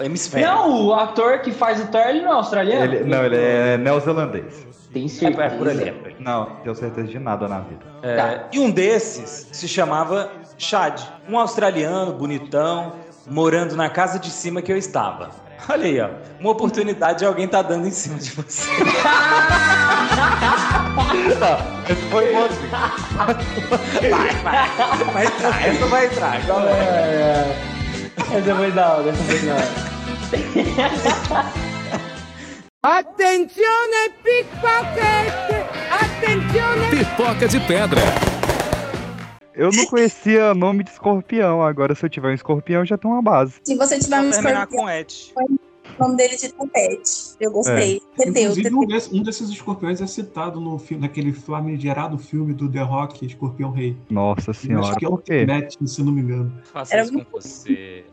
hemisfério. Não, o ator que faz o Thor, ele não é australiano? Ele- não, ele é neozelandês. Tem certeza? É por ali, é Não, tenho certeza de nada na vida. É, Tá. E um desses se chamava Chad, um australiano bonitão, morando na casa de cima que eu estava. Olha aí, ó. Uma oportunidade de alguém tá dando em cima de você. Esse foi você. Vai, vai. Vai entrar, essa vai entrar. Qual é? Essa foi da hora, essa foi da hora. Attenzione pickpocket! Attenzione! Pipoca de pedra. Eu não conhecia nome de escorpião. Agora, se eu tiver um escorpião, já tem uma base. Se você tiver um terminar escorpião, com Et. o nome dele de Topete. Eu É. gostei. Teteu, Inclusive, um, desse- um desses escorpiões é citado no filme, naquele famigerado filme do The Rock, Escorpião Rei. Nossa senhora, Acho que é por o quê? Matt, se não me engano. Faça Era isso com você.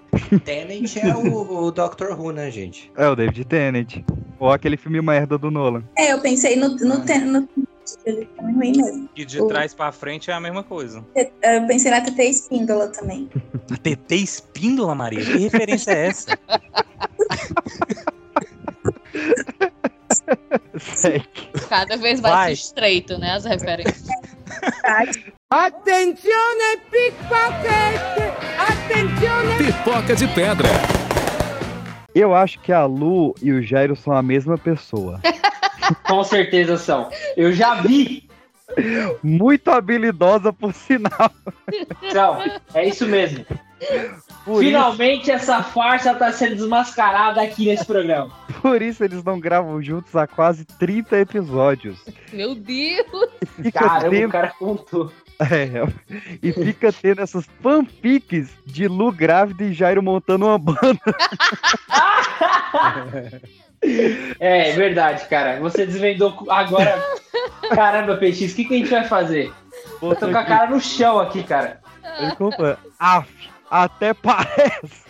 Tenet é o- Dr. Who, né, gente? É o David Tennant. Ou aquele filme merda do Nolan. É, eu pensei no, no, te- no, ele é ruim mesmo. E de trás pra frente é a mesma coisa. Te- Eu pensei na TT Espíndola também. A TT Espíndola, Maria? Que referência é essa? Cada vez vai, Vai. se estreito, né? As referências. Attenzione pickpocket! Attenzione! Pipoca de pedra. Eu acho que a Lu e o Jairo são a mesma pessoa. Com certeza são. Eu já vi. Muito habilidosa, por sinal. São. É isso mesmo. Por Finalmente essa farsa tá sendo desmascarada aqui nesse programa. Por isso eles não gravam juntos há quase 30 episódios. Meu Deus! Caramba, o cara contou. É, e fica tendo essas fanfics de Lu grávida e Jairo montando uma banda. É, é verdade, cara. Você desvendou cu- agora. Caramba, PX, o que, que a gente vai fazer? Eu tô com a cara no chão aqui, cara. Desculpa. Af, Ah, até parece.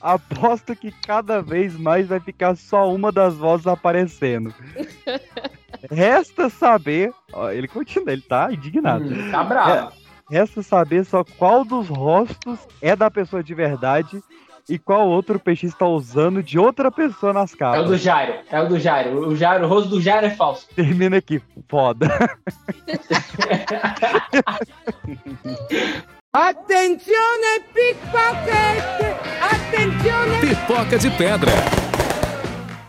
Aposto que cada vez mais vai ficar só uma das vozes aparecendo. Resta saber. Ó, ele continua, ele tá indignado. tá bravo. É, resta saber só qual dos rostos é da pessoa de verdade e qual outro peixe está usando de outra pessoa nas É capas. o do Jairo, é o do Jairo. O, Jairo, o rosto do Jairo é falso. Termina aqui, foda. Attenzione pickpocket! Attenzione! Pipoca de pedra.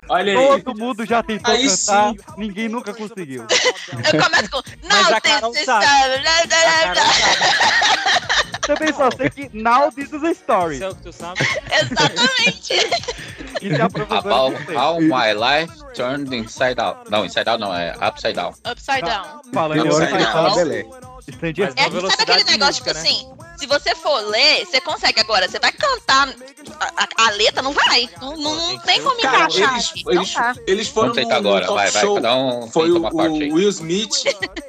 Olha aí. Todo mundo já tentou Aí cantar, ninguém nunca conseguiu. Não, a Carol sabe. né, Também só sei que now this is a story. é Exatamente. About how my life turned inside out. Não, inside out não, é upside down. Upside down. Falando em hora que fala, beleza. Entendi. É, tipo, sabe aquele negócio, tipo assim, se você for ler, você consegue agora. Você vai cantar a, a- a letra, não vai. Não, não- não tem como tá, Cara, encaixar. eles- gente. eles- não tá. Eles foram Vamos tentar agora, vai, vai, cada um Foi tenta o, uma parte aí. o Will Smith.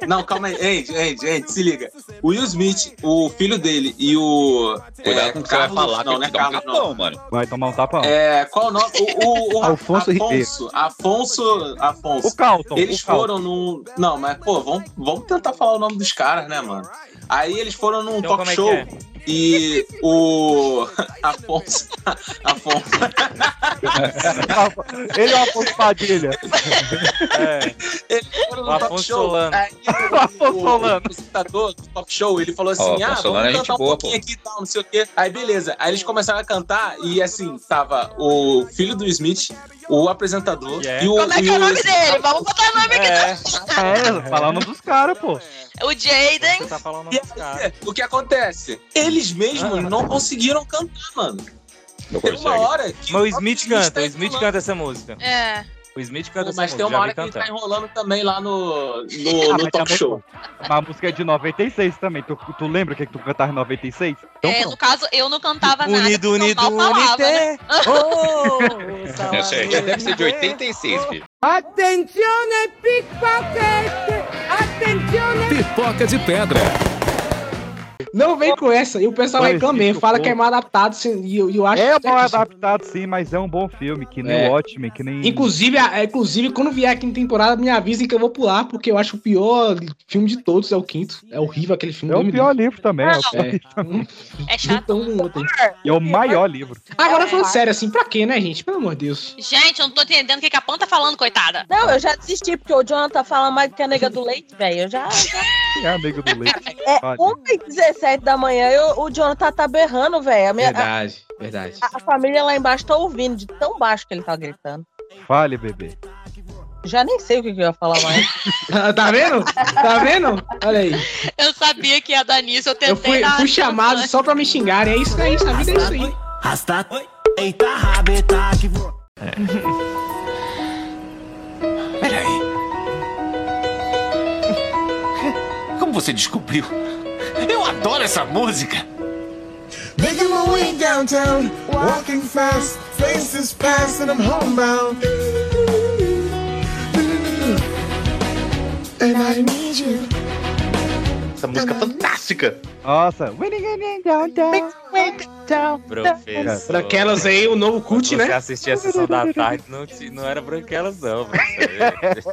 Não, calma aí, Andy, Andy, Andy, se liga. O Will Smith, o filho dele e o. Cuidado com o que você vai falar, que não, eu não é te dou um Carlos, tapão, não. mano. Vai tomar um tapão. É, qual o nome? O, o, o Alfonso Afonso, Afonso, Afonso. O Calton, Eles o Calton. foram num. Não, mas, pô, vamos, vamos tentar falar o nome dos caras, né, mano? Aí eles foram num Então, talk como é que show é? e o. Afonso. Afonso. Ele é o Afonso Padilha. É. né, no O Tá talk Afonso show. Solano. É, Aí, o- Tá o- O apresentador do talk show, ele falou Ó, assim: o ah, Afonso Solano é vamos gente cantar um boa, pouquinho aqui e tal, não sei o quê. Aí, beleza. Aí eles começaram a cantar e, assim, tava o filho do Smith, o apresentador e o... Como é que é o e nome dele? Vamos botar o nome né? aqui. É, falar o nome dos caras, pô. tá O então Jaden. E aí, o que acontece? Eles Ah. mesmos não conseguiram cantar, mano. Tem uma hora que... tá Mas o Smith canta, o Smith falando. canta essa música. É. O Smith canta essa Mas música. tem uma já hora vi que ele tá cantando. enrolando também lá no, Ah, no, mas no talk também, show. pô, Mas a música é de 96 também. Tu, tu lembra o que, que tu cantava em 96? Então É, no caso, eu não cantava nada. Unido, porque eu mal unido, falava, né? Oh. Eu sei, já deve ser é. de 86, filho. Attenzione pickpocket! Attenzione! Pipoca de pedra. Não vem com essa. E o pessoal Não reclama mesmo, existe o fala que é povo. mal adaptado. sim, E eu, e eu acho É certíssimo. mal adaptado sim, mas é um bom filme, que nem É. o ótimo, que nem. Inclusive, a- é, inclusive, quando vier a quinta temporada, me avisem que eu vou pular, porque eu acho o pior filme de todos, é o quinto. É horrível aquele filme. É o Deus me pior livre. livro também. É. É, o pior livro também. É chato. É. E é o maior livro. Agora falando sério, assim, pra quê, né, gente? Pelo amor de Deus. Gente, eu não tô entendendo o que, que a Pan tá falando, coitada. Não, eu já desisti, porque o Jonathan fala mais do que a nega do leite, velho. Eu já. já- Quem é amigo do leite? É Olha. 1h17 da manhã, eu, o Jonathan tá berrando, velho. A, minha- a- Verdade, verdade. a família lá embaixo tá ouvindo, de tão baixo que ele tá gritando. Fale, bebê. Já nem sei o que, que eu ia falar mais. tá vendo? Tá vendo? Olha aí. Eu sabia que ia dar nisso, eu tentei Eu fui, dar- fui chamado só pra me xingarem. É isso, é isso, a vida é isso aí. Rasta, eita, rabeta que vo... É. Peraí. Como você descobriu? Eu adoro essa música! Making my way downtown, walking fast, faces pass, and I'm homebound. And I need you. Essa música é fantástica. Nossa, winning down, down, down, Professor. Branquelas aí, o novo cult, né? Você assistia a sessão da tarde, não, te- não era branquelas, não. professor.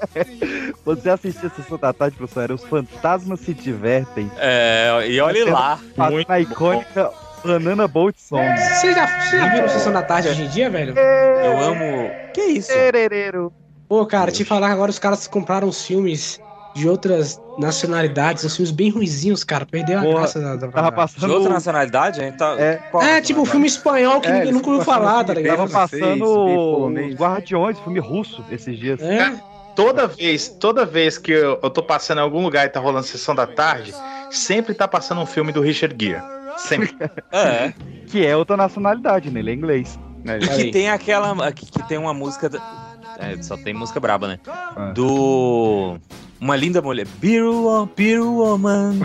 Você assistia a sessão da tarde, professor, era os fantasmas se divertem. É, e olhe lá. Muito a icônica Banana Bolt Song. Vocês já, vocês já viram Sessão da Tarde hoje em dia, velho? Eu amo. Que isso? Pô, cara, te falar agora, os caras compraram os filmes de outras nacionalidades, uns filmes bem ruizinhos, cara. Perdeu a Porra, graça da, da tava De outra nacionalidade, a gente tá. Qual É, tipo um filme espanhol que É, ninguém eles nunca ouviu passando falar, filme tá ligado? bem Tava passando polonês. Guardiões, filme russo, esses dias. Cara, Toda vez, toda vez que eu, eu tô passando em algum lugar e tá rolando sessão da tarde, sempre tá passando um filme do Richard Gere. Sempre. É. Que é outra nacionalidade, né? Ele é inglês. E que tem aquela. Que, que tem uma música. da- é, só tem música braba, né? Do. Uma linda mulher. Beer Woman. Beer Woman.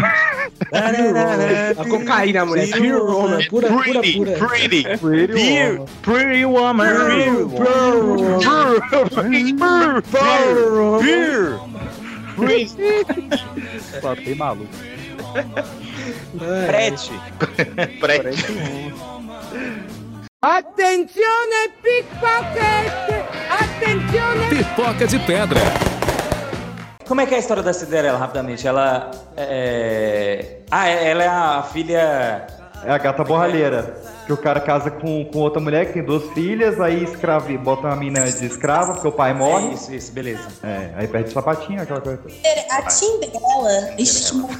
A cocaína, mulher. Pure Roman, né? pura, pura, Pretty, pura. É, pretty. Pretty Beer- Pretty Woman. Beer. Só tem maluco. Prete. Attenzione pickpocket! Attenzione! Pipoca de pedra. Como é que é a história da Cinderela, rapidamente? Ela é. Ah, é- ela é a filha. É a gata borralheira. Que o cara casa com, com outra mulher que tem duas filhas, aí escrave, bota uma mina de escrava, porque o pai morre. É isso, isso, beleza. É, aí perde o sapatinho, aquela coisa. toda. A Cinderela estimula.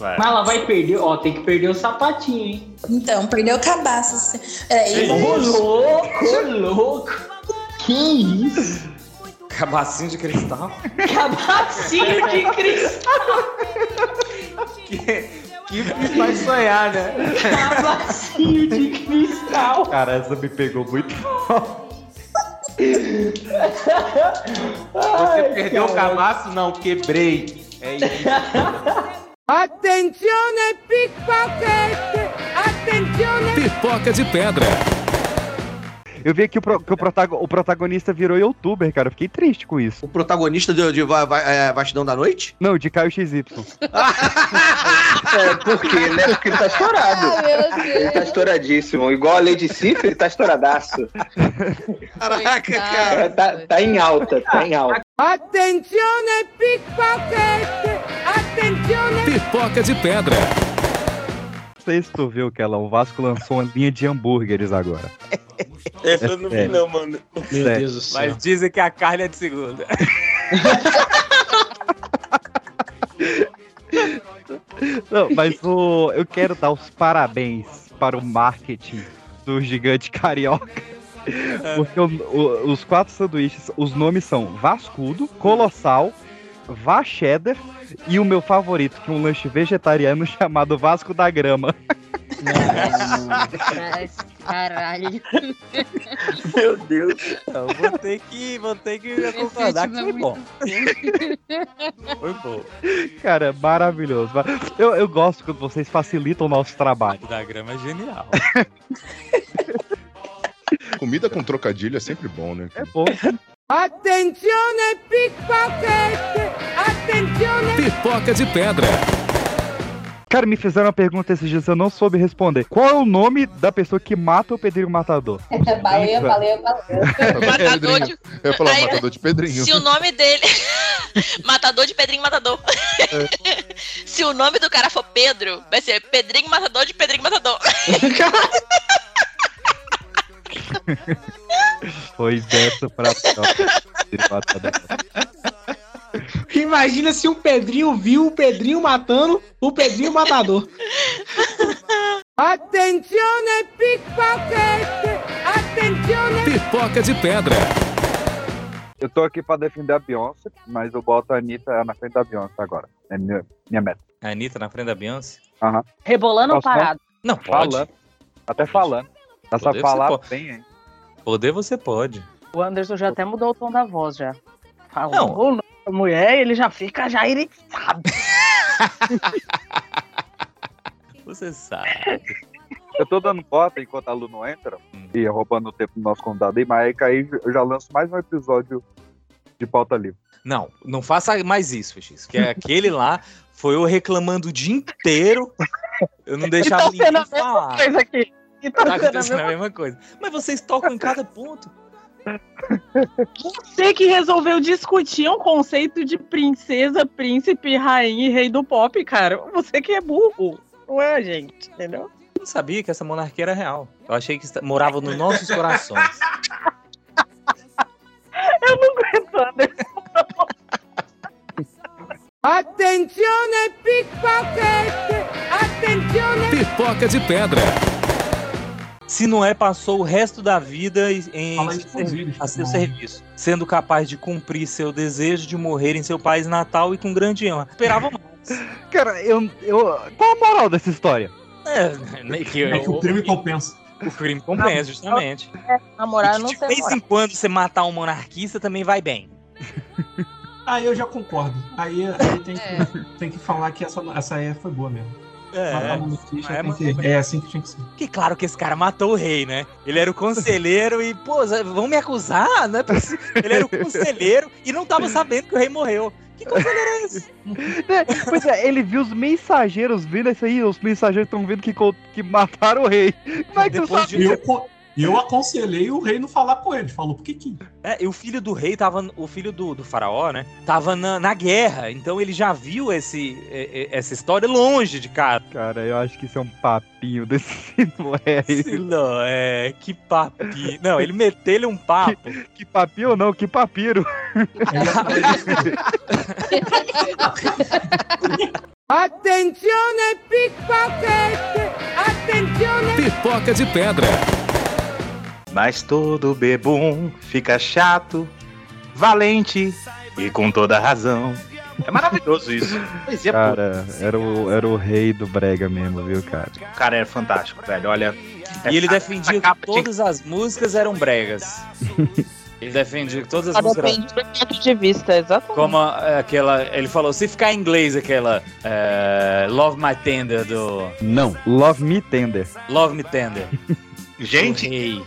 Mas ela vai perder, ó, tem que perder o sapatinho, hein? Então, perdeu o cabaço. assim. Peraí. louco, louco. Que isso? Cabacinho de cristal. Cabacinho de cristal. Que vai sonhar, né? Cabacinho de cristal. Cara, essa me pegou muito. Você perdeu o camaço? Não, quebrei. É isso. Attenzione pickpocket! Attenzione! Pipoca de pedra. Eu vi aqui o pro- que o, protago- o protagonista virou youtuber, cara. Eu fiquei triste com isso. O protagonista de, de Va- Va- é, Vastidão da Noite? Não, de Caio XY. É, por quê, né? Porque ele tá estourado. Ah, meu Deus. Ele tá estouradíssimo. Igual a Lady Sif, ele tá estouradaço. Caraca, cara. Tá, tá em alta, tá em alta. Attenzione pickpocket! Attenzione! Pipoca de pedra. Não sei se tu viu que ela, o Vasco lançou uma linha de hambúrgueres agora. É, Essa eu não vi, sério. não, mano. Meu Sério. Deus do céu. Mas dizem que a carne é de segunda. Não, mas o, eu quero dar os parabéns para o marketing do gigante carioca. É. Porque o- o- os quatro sanduíches, os nomes são Vascudo, Colossal, Vá Cheddar e o meu favorito, que é um lanche vegetariano chamado Vasco da Grama. Caralho. Meu Deus. Eu Então, vou ter que, vou ter que concordar que é foi bom. Foi bom. Cara, é maravilhoso. Eu, eu gosto quando vocês facilitam o nosso trabalho. Da grama é genial. Comida com trocadilho é sempre bom, né? É bom. Attenzione pickpocket! Attenzione! Pipoca de pedra. Cara, me fizeram uma pergunta esses dias, eu não soube responder. Qual é o nome da pessoa que mata o Pedrinho Matador? É baleia, baleia, baleia. Matador de... Eu ia falar Aí, matador de Pedrinho. Se o nome dele. matador de Pedrinho Matador. se o nome do cara for Pedro, vai ser Pedrinho Matador de Pedrinho Matador. Foi dessa pra Imagina se o Pedrinho viu o Pedrinho matando o Pedrinho matador. Attenzione pickpocket! Attenzione! Pipoca de pedra. Eu tô aqui pra defender a Beyoncé, mas eu boto a Anitta na frente da Beyoncé agora. É minha, minha meta. A Anitta na frente da Beyoncé? Aham. Rebolando ou Posso não? parado? Não, pode. Falando. Até falando. Essa Poder você palavra pode. bem, hein? Poder você pode. O Anderson já até mudou o tom da voz já. Falou Não. o nome da mulher, ele já fica já irritado. Você sabe. Eu tô dando bota enquanto a Lu não entra e roubando o tempo do nosso convidado aí, mas aí que aí eu já lanço mais um episódio de pauta livre. Não, não faça mais isso, X. Que é aquele lá foi eu reclamando o dia inteiro. Eu não deixava Então ninguém sendo a mesma falar. coisa aqui. E tá Tá sendo a acontecendo a mesma- mesma coisa. Mas vocês tocam em cada ponto. Você que resolveu discutir um conceito de princesa, príncipe, rainha e rei do pop, cara. Você que é burro. Não é, gente, entendeu? Eu não sabia que essa monarquia era real. Eu achei que esta- morava nos nossos corações. Eu não aguento, Anderson. Attenzione pickpocket! Attenzione! Pipoca de pedra. Se não é, passou o resto da vida em- em Fala isso seu pro ser- vírus, a seu cara. serviço, sendo capaz de cumprir seu desejo de morrer em seu país natal e com grande honra. Esperava mais. Cara, eu, eu. Qual a moral dessa história? É, né, que, É que o crime compensa. O crime compensa, justamente. É, namorar E não de tem vez moral. em quando você matar um monarquista também vai bem. Aí Ah, eu já concordo. Aí, aí tem, que, tem que falar que essa, essa aí foi boa mesmo. É, Matar um monarquista é, tem mas- que- é assim que tinha que ser. Porque claro que esse cara matou o rei, né? Ele era o conselheiro e, pô, Zé, vão me acusar? Não é possível. Ele era o conselheiro e não tava sabendo que o rei morreu. Que conselheiro é esse? Né? pois é, ele viu os mensageiros vindo isso aí, os mensageiros estão vendo que, co- que mataram o rei. Como é que Depois você de- sabe? eu co- E eu aconselhei o rei não falar com ele. Falou, por que que... É, e o filho do rei tava. O filho do, do faraó, né? Tava na, na guerra. Então ele já viu esse, é, é, essa história longe de cara. Cara, eu acho que isso é um papinho desse Siloé. Não, é. Que papinho. Não, ele meteu ele um papo. Que papinho ou não? Que papiro. Attenzione pickpocket! Attenzione! Pipoca de pedra. Mas todo bebum fica chato, valente e com toda razão. É maravilhoso isso. é, Poesia pura. Cara, era o, era o rei do brega mesmo, viu, cara? O cara era fantástico, velho. Olha. E ele defendia que todas as músicas eram bregas. Ele defendia que todas as Só músicas eram depende do ponto de Tá, vista, exatamente. Como a- aquela. Ele falou, se ficar em inglês aquela. é, Love My Tender do. Não. Love Me Tender. Love Me Tender. Gente, Do rei.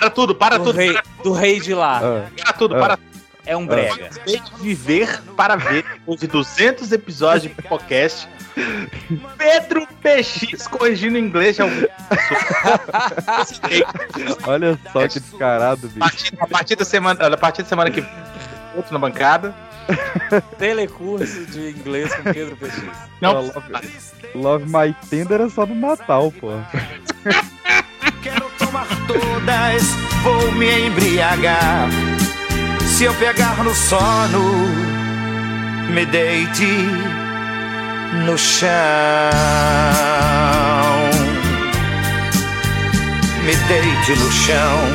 para tudo, para do tudo. Rei, do rei de lá. Para tudo, Ah. para tudo. É um brega. Tem que viver para ver os 200 episódios de podcast. Pedro PX corrigindo em inglês de algum. Olha só que descarado, bicho. A partir da semana, a partir da semana que outro na bancada. Telecurso de inglês com Pedro PX. Não. Love, Love My Tender é só no Natal, pô. todas vou me embriagar. Se eu pegar no sono, me deite no chão. Me deite no chão.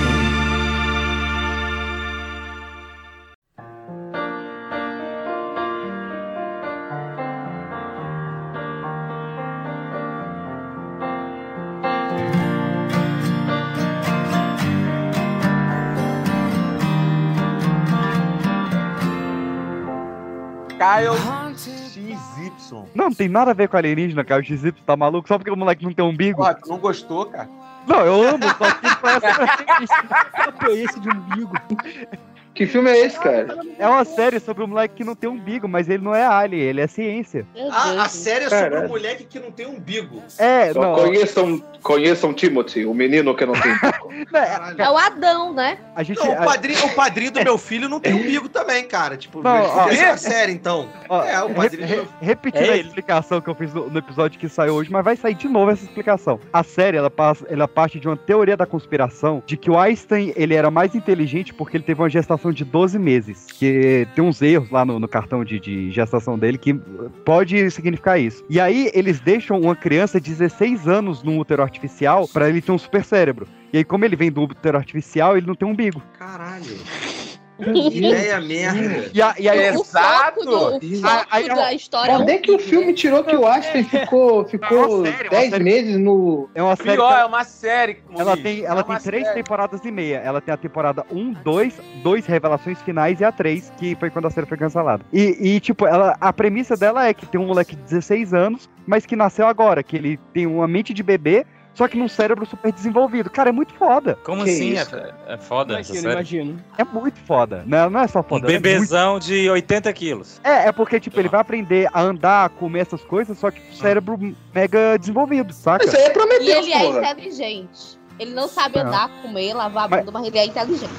Kyle XY. Não, tem nada a ver com alienígena, cara. O XY tá maluco só porque o moleque não tem umbigo. Ah, Ó, tu não gostou, cara? Não, eu amo, só assim, que foi essa. Foi esse de umbigo. Que filme é esse, cara? É uma série sobre um moleque que não tem umbigo, mas ele não é alien, ele é ciência. Ah, a série é sobre Caralho. um moleque que não tem umbigo. É, Só não. conheçam, conheçam Timothy, o menino que não tem. É o Adão, né? A gente, Não, o a- padrinho, o padrinho do meu filho não tem umbigo também, cara. Tipo, Não, ó, essa é é- a série, então. Ó, é, o re- padrinho do re- meu repetindo É a explicação que eu fiz no, no episódio que saiu hoje, mas vai sair de novo essa explicação. A série, ela, passa, ela parte de uma teoria da conspiração de que o Einstein, ele era mais inteligente porque ele teve uma gestação de 12 meses. Que tem uns erros lá no, no cartão de, de gestação dele que pode significar isso. E aí, eles deixam uma criança de 16 anos num útero artificial pra ele ter um super cérebro. E aí, como ele vem do útero artificial, ele não tem umbigo. Caralho. Que ideia merda. E, a- e aí, Exato! O foco da história Onde é que o filme tirou que o Einstein ficou, ficou 10 meses no. É uma série. Pior, que- é uma série. Ela é tem, ela tem três temporadas e meia. Ela tem a temporada 1, 2, 2 revelações finais e a 3, que foi quando a série foi cancelada. E, e, tipo, ela, a premissa dela é que tem um moleque de 16 anos, mas que nasceu agora, que ele tem uma mente de bebê, só que num cérebro super desenvolvido. Cara, é muito foda. Como Que assim? isso, é- é, foda essa série? É muito foda. Não, não é só Um foda. é muito bebezão de 80 quilos. é, é porque, tipo, ele vai aprender a andar, a comer essas coisas, só que com o Ah. cérebro mega desenvolvido, saca? Isso aí é Prometheus, E ele é porra. inteligente. Ele não sabe Não. andar, comer, lavar a Mas- bunda, mas ele é inteligente.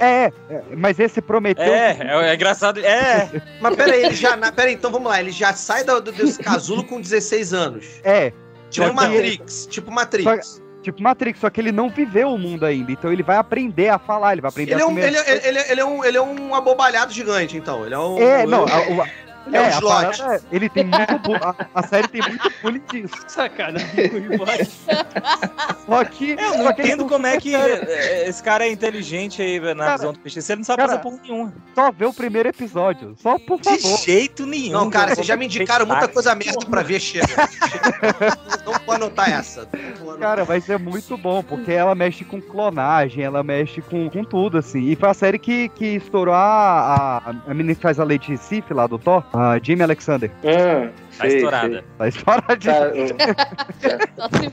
É, é, mas esse prometeu. É, é engraçado. É. Mas peraí, ele já. na- Peraí, então vamos lá. Ele já sai da- do- desse casulo com 16 anos. É. Tipo Só que Matrix. Tipo ele- só- Matrix. tipo Matrix, só que ele não viveu o mundo ainda. Então ele vai aprender a falar, ele vai aprender Ele a é, um, comer. ele, é- ele, é- ele é um, ele é um abobalhado gigante, então. Ele é um. É, não, a- ele- o- ele é um a slot. parada é, ele tem muito bu- a, a série tem muito bullying disso. Sacanagem com o Ibope. Só que. Eu não só que ele entendo como é que percebe. é, é, esse cara é inteligente aí na Cara, visão do peixe. Ele não sabe cara, fazer porra nenhuma. Só vê o primeiro episódio. Só por De favor. jeito nenhum. Não, né? cara, eu vocês já vou me indicaram muita coisa respeitar. merda pra ver, chega. Não vou anotar essa. Não vou anotar. Cara, vai ser muito bom, porque ela mexe com clonagem, ela mexe com, com tudo, assim. E foi a série que, que estourou a, a, a menina que faz a Lady Sif lá do Thor, a Jamie Alexander. Tá estourada. Tá é, estouradinha. Só se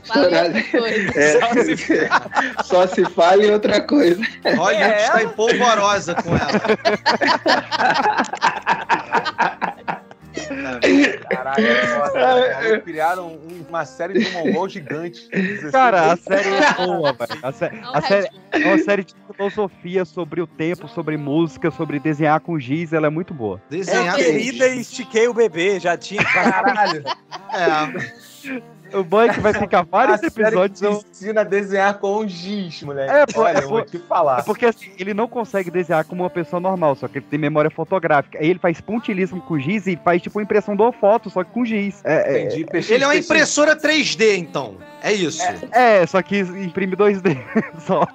fala essas coisas. É. Só se fala em outra coisa. Olha, está em polvorosa com ela. Caralho, é foda, cara. Eles criaram um- uma série de mongol gigante. Cara, a série é boa, velho. A, sé- a Não, série é uma série de filosofia sobre o tempo, sobre música, sobre desenhar com giz, ela é muito boa. Eu querida e estiquei o bebê, já tinha. Caralho. O bom é que vai ficar vários episódios. eu- ensina a desenhar com giz, moleque. É, pô, Olha, é, eu pô- vou te falar. é porque assim, ele não consegue desenhar como uma pessoa normal, só que ele tem memória fotográfica. Aí ele faz pontilhismo com giz e faz tipo impressão de uma foto, só que com giz. É, é- Entendi, peixe. Ele é uma impressora 3D, então. É isso. É, só que imprime 2D só.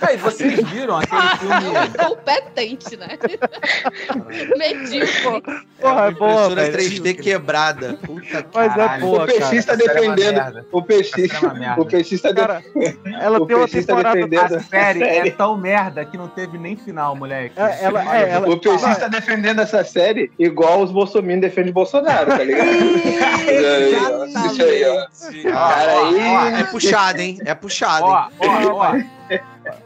Aí, vocês viram aquele filme... Ah, Competente, né? Medíocre. Porra, é boa, impressora velho. 3D quebrada. Puta Mas é caralho. boa, o peixista é defendendo. O Essa era uma peixista, merda. o peixista Cara, defendendo. ela tem uma tá temporada- A série é tão merda que não teve nem final, moleque. É, ela- Olha, é, ela- vou O peixista defendendo essa série igual os bolsominions defendem Bolsonaro, tá ligado? É, Isso aí, ó. Ah, Cara, Ó, aí. ó, é puxado, hein? É puxado, hein?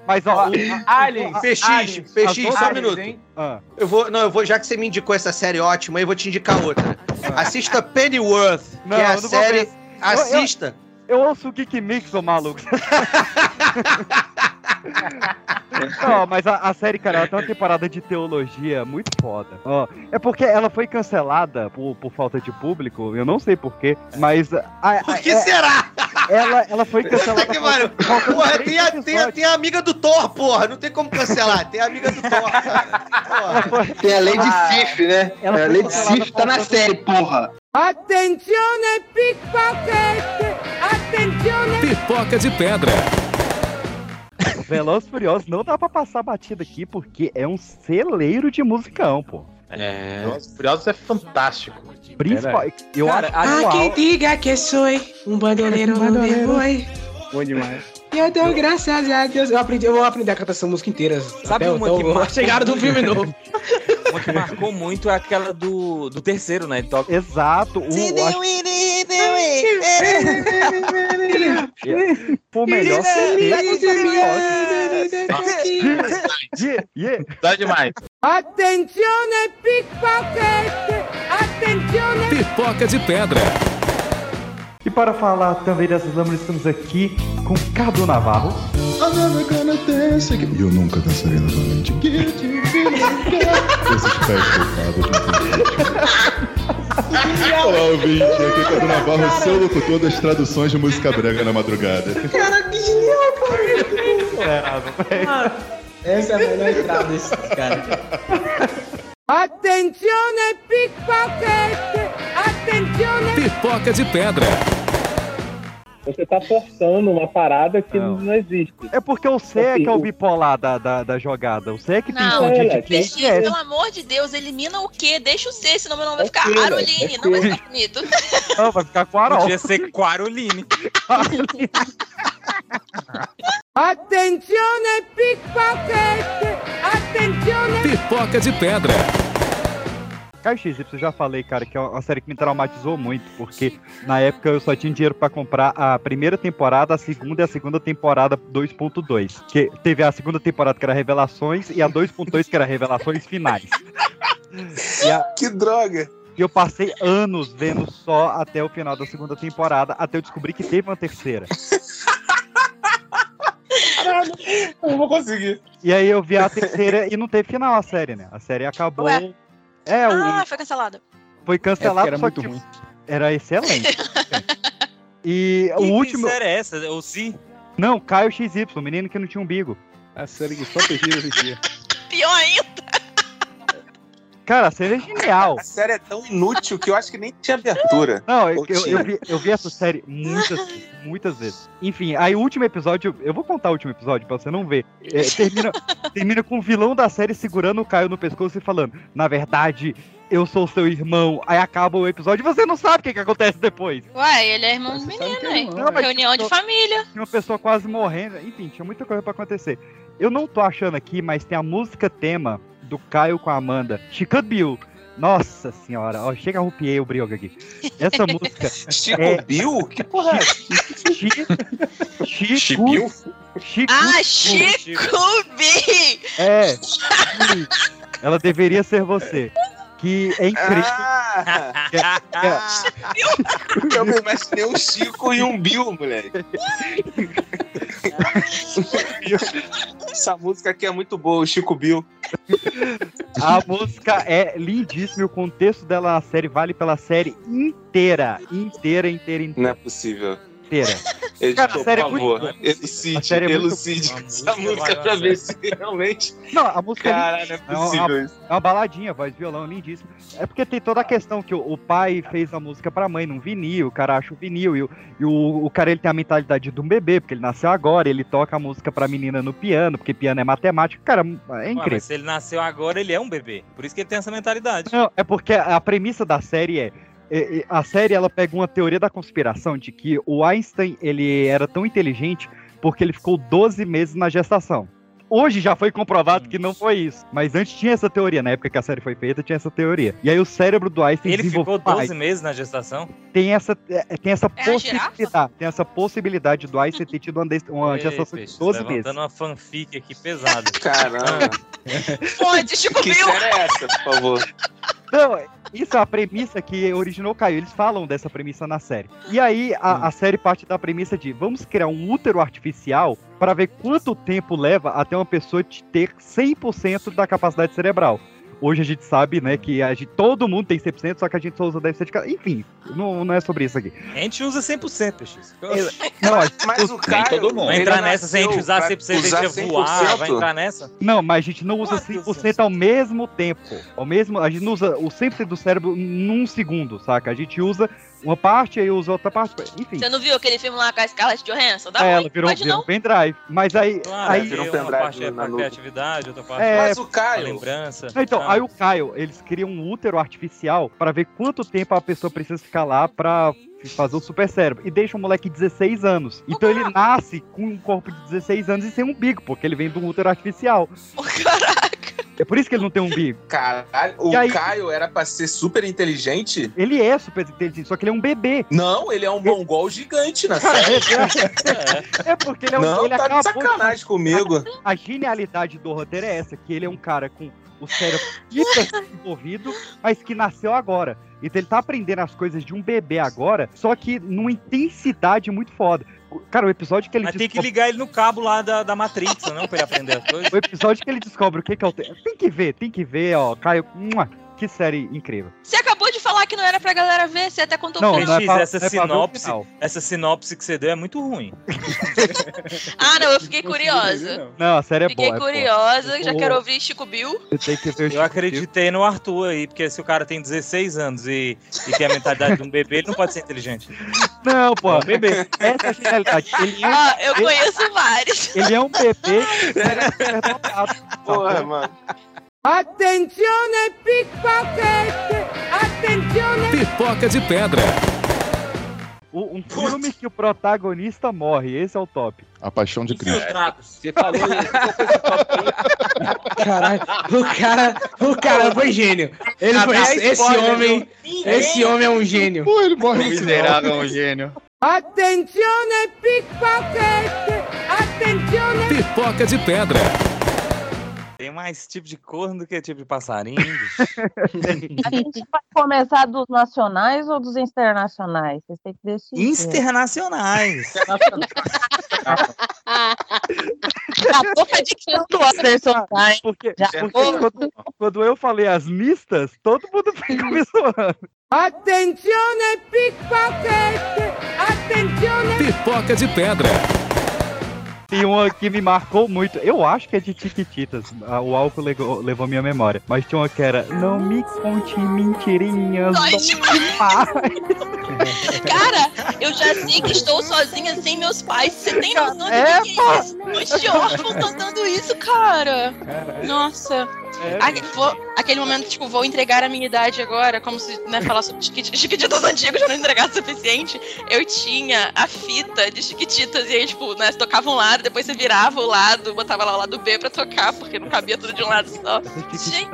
Mas, ó, Aliens, PX, aliens, PX, as só um aliens, minuto. hein? Ah. Eu vou, não, eu vou, já que você me indicou essa série ótima, eu vou te indicar outra. Ah. Assista Pennyworth, Não, que é a eu não vou série. ver. Assista. Eu ouço o Geek Mix, ô maluco. Não, mas a, a série, cara, ela tem uma temporada de teologia muito foda. Ó, é porque ela foi cancelada por, por falta de público, eu não sei porquê, mas. A, a- Por que é- será? Ela, tá ela foi cancelada. Puta que pariu. Porra, tem a, tem, a, tem a amiga do Thor, porra. Não tem como cancelar. Tem a amiga do Thor. Tem a Lady Ah, Sif, né? Ela a foi Lady cancelada Sif tá na série, porra. Attenzione pickpocket! Attenzione! Pipoca de pedra. Veloz Furiosos não dá pra passar batida aqui, porque é um celeiro de musicão, pô. É. Velozes e Furiosos é fantástico. Principal. Eu Cara, acho há uau, quem diga que sou um bandoleiro no meu boi. Bom demais. Eu dou graças a Deus. Eu, aprendi, eu vou aprender a cantar essa música inteira. Sabe Então, uma que marca Chegaram do muito? filme novo. Uma que marcou muito é aquela do, do terceiro, né? Top. Exato. eu acho- é Pô, melhor. celeiro de musicão. Dá demais. Attenzione pickpocket! Attenzione! Pipoca de pedra. E para falar também dessas lâminas, estamos aqui com Cadu Navarro. I'm never gonna dance again. E eu nunca dançarei novamente. Esses pés culpados. Olá, ouvinte. Aqui é Cadu Navarro, seu locutor das traduções de música brega na madrugada. Cara, que genial, É cara! Essa é a melhor entrada desse cara. Attenzione pickpocket! Attenzione! Pipoca de pedra. Você tá forçando uma parada que não, existe. É porque o C é que é o bipolar da, da, da jogada. O C é que tem Não, escondido é, aqui. É. pelo amor de Deus, elimina o quê? Deixa o C, senão meu nome vai ficar quê, né? Aroline, É não vai quê? ficar bonito. Não, vai ficar com Arol. Podia ser Quaroline. Tá Attenzione pickpocket! Attenzione! Pipoca de pedra. Caio XY, eu já falei, cara, que é uma série que me traumatizou muito, porque na época eu só tinha dinheiro pra comprar a primeira temporada, a segunda e a segunda temporada 2.2. Que teve a segunda temporada que era Revelações e a 2.2 que era Revelações Finais. Que droga! E eu passei anos vendo só até o final da segunda temporada, até eu descobrir que teve uma terceira. Caralho, eu não vou conseguir. E aí eu vi a terceira e não teve final a série, né? A série acabou. Ué? É, o, Ah, foi cancelada. Foi cancelado, É, porque era só muito que era excelente. e o que último. série é essa? O Si? Não, Caio XY, o menino que não tinha umbigo. A série que só pediu hoje dia. Pior ainda. Cara, a série é genial. A série é tão inútil que eu acho que nem tinha abertura. Não, eu, Ou eu- tinha? eu vi, eu vi essa série muitas, muitas vezes. Enfim, aí o último episódio, eu vou contar o último episódio pra você não ver. É, termina, termina com o vilão da série segurando o Caio no pescoço e falando: Na verdade, eu sou seu irmão. Aí acaba o episódio e você não sabe o que, que acontece depois. Ué, ele é irmão do menino, hein? Reunião de família. Tinha uma pessoa quase morrendo. Enfim, tinha muita coisa pra acontecer. Eu não tô achando aqui, mas tem a música tema do Caio com a Amanda. Chicago Bill. Nossa senhora, ó, chega arrupiei o brioco aqui. Essa música. é Chico Bill? Que porra é? Chico. Chico. Chico. Ah, Chico Bi! É. Sim. Ela deveria ser você. Que é incrível. Ah. Que é- que é- Eu me imaginei um Chico e um Bill, moleque. Essa música aqui é muito boa, o Chico Bill. A música é lindíssima e o contexto dela na série vale pela série inteira. Inteira, inteira, Não é inteira. possível. inteira. Editor, Cara, a série é por muito- favor, elucide, A série é muito- elucide A essa música música vai- pra ver se realmente... Não, a música Caralho, lindíssima. não é possível uma, isso. é uma baladinha, voz, violão, lindíssimo. É porque tem toda a questão que o, o pai fez a música pra mãe num vinil, o cara acha o vinil, e, o, e o, o cara ele tem a mentalidade de um bebê, porque ele nasceu agora, ele toca a música pra menina no piano, porque piano é matemática. Cara, é Ué, incrível. mas se ele nasceu agora, ele é um bebê. Por isso que ele tem essa mentalidade. Não, é porque a premissa da série é, é- é- a série ela pega uma teoria da conspiração de que o Einstein ele era tão inteligente porque ele ficou 12 meses na gestação. Hoje já foi comprovado que não foi isso. Mas antes tinha essa teoria, na época que a série foi feita, tinha essa teoria. E aí o cérebro do Einstein Ele ficou desenvolveu mais 12 meses na gestação? tem essa, é, tem essa É a possibilidade. Tem essa possibilidade do Einstein ter tido uma, des- uma Ei, gestação de peixe, 12 levantando meses. uma fanfic aqui pesada. Ah. Caramba. Fonte, Chico Que um. Bill! série é essa, por favor? Não, isso é a premissa que originou o Caio. Eles falam dessa premissa na série. E aí a, a série parte da premissa de vamos criar um útero artificial para ver quanto tempo leva até uma pessoa te ter 100% da capacidade cerebral. Hoje a gente sabe, né, que a gente- todo mundo tem 100%, só que a gente só usa 10% de cada. Enfim, não, não é sobre isso aqui. A gente usa 100%, peixe. Lógico. Mas o Nem cara. todo mundo. Vai entrar nessa sem a gente usar 100%, a gente ia voar, vai entrar nessa? Não, mas a gente não usa 100% ao mesmo tempo. Ao mesmo, a gente não usa o 100% do cérebro num segundo, saca? A gente usa uma parte aí usa outra parte. Enfim. Você não viu aquele filme lá com a Scarlett Johansson? Dá É, ela ruim, virou, pode virou não. um pendrive. Mas aí. Claro, aí virou uma parte é pra criatividade, outra parte É, pra- Mas o pra pra lembrança. Não, Então, Tá. aí o Caio, eles criam um útero artificial pra ver quanto tempo a pessoa precisa ficar lá pra fazer o super cérebro. E deixa o moleque 16 anos. Então ele nasce com um corpo de 16 anos e sem umbigo, porque ele vem de um útero artificial. um É por isso que ele não tem um umbigo. Caralho, o E aí- Caio era pra ser super inteligente? Ele é super inteligente, só que ele é um bebê. Não, ele é um mongol gigante na série. É porque ele é um Não, ele tá de acabou sacanagem comigo. A, a genialidade do roteiro é essa, que ele é um cara com o cérebro hiper desenvolvido, mas que nasceu agora. Então ele tá aprendendo as coisas de um bebê agora, só que numa intensidade muito foda. Cara, o episódio que ele Mas tem que descobre- ligar ele no cabo lá da, da Matrix, não? Pra ele aprender as coisas. O episódio que ele descobre o que que é o tempo. Tem que ver, tem que ver, ó. Caio, mua, que série incrível. Você acabou de falar que não era pra galera ver, você até contou Não, pra não é gente. pra- essa, não é pra ver o sinopse, final. essa sinopse que você deu é muito ruim. Ah, não, eu fiquei curiosa. Não, a série é Fiquei boa. curiosa, já Boa. quero ouvir Chico Bill. Eu acreditei no Arthur aí, porque se o cara tem 16 anos e, e tem a mentalidade de um bebê, ele não pode ser inteligente. Não, pô. É um bebê. Essa é a genialidade. Ele é, Ah, eu ele- conheço vários. Ele é um bebê. Porra, mano. Attenzione pickpocket! Attenzione! Pipoca de pedra. O- um filme que o protagonista morre. Esse é o top. A paixão de Cristo. Você falou Caralho, o cara, o cara foi gênio. Ele Ah, foi, dá esse spoiler, homem, viu? esse homem é um gênio. Pô, ele morre no Miserável final. é um gênio. Attenzione pickpocket! Attenzione! Pipoca de pedra. Tem mais tipo de corno do que tipo de passarinho. bicho. A gente vai começar dos nacionais ou dos internacionais? Vocês têm que decidir. Internacionais. A boca de canto, Anderson. Ah, Porque, Já porque vou. quando, quando eu falei as listas, todo mundo ficou me zoando. Attenzione pickpocket! Attenzione! Pipoca de pedra. Tem uma que me marcou muito. Eu acho que é de Tiquititas. Ah, O álcool levou, levou minha memória. Mas tinha uma que era. Não me conte mentirinhas. Dói dói demais." demais." Cara, eu já sei que estou sozinha sem meus pais. Você tem noção de É, que que é isso? Os órfãos cantando isso, cara. Nossa. É. Aque- vou- aquele momento, tipo, vou entregar a minha idade agora, como se né, falar sobre chiquit- Chiquititas antigos já não entregado o suficiente. Eu tinha a fita de Chiquititas e aí, tipo, né, você tocava um lado, depois você virava o lado, botava lá o lado B pra tocar, porque não cabia tudo de um lado só. Gente,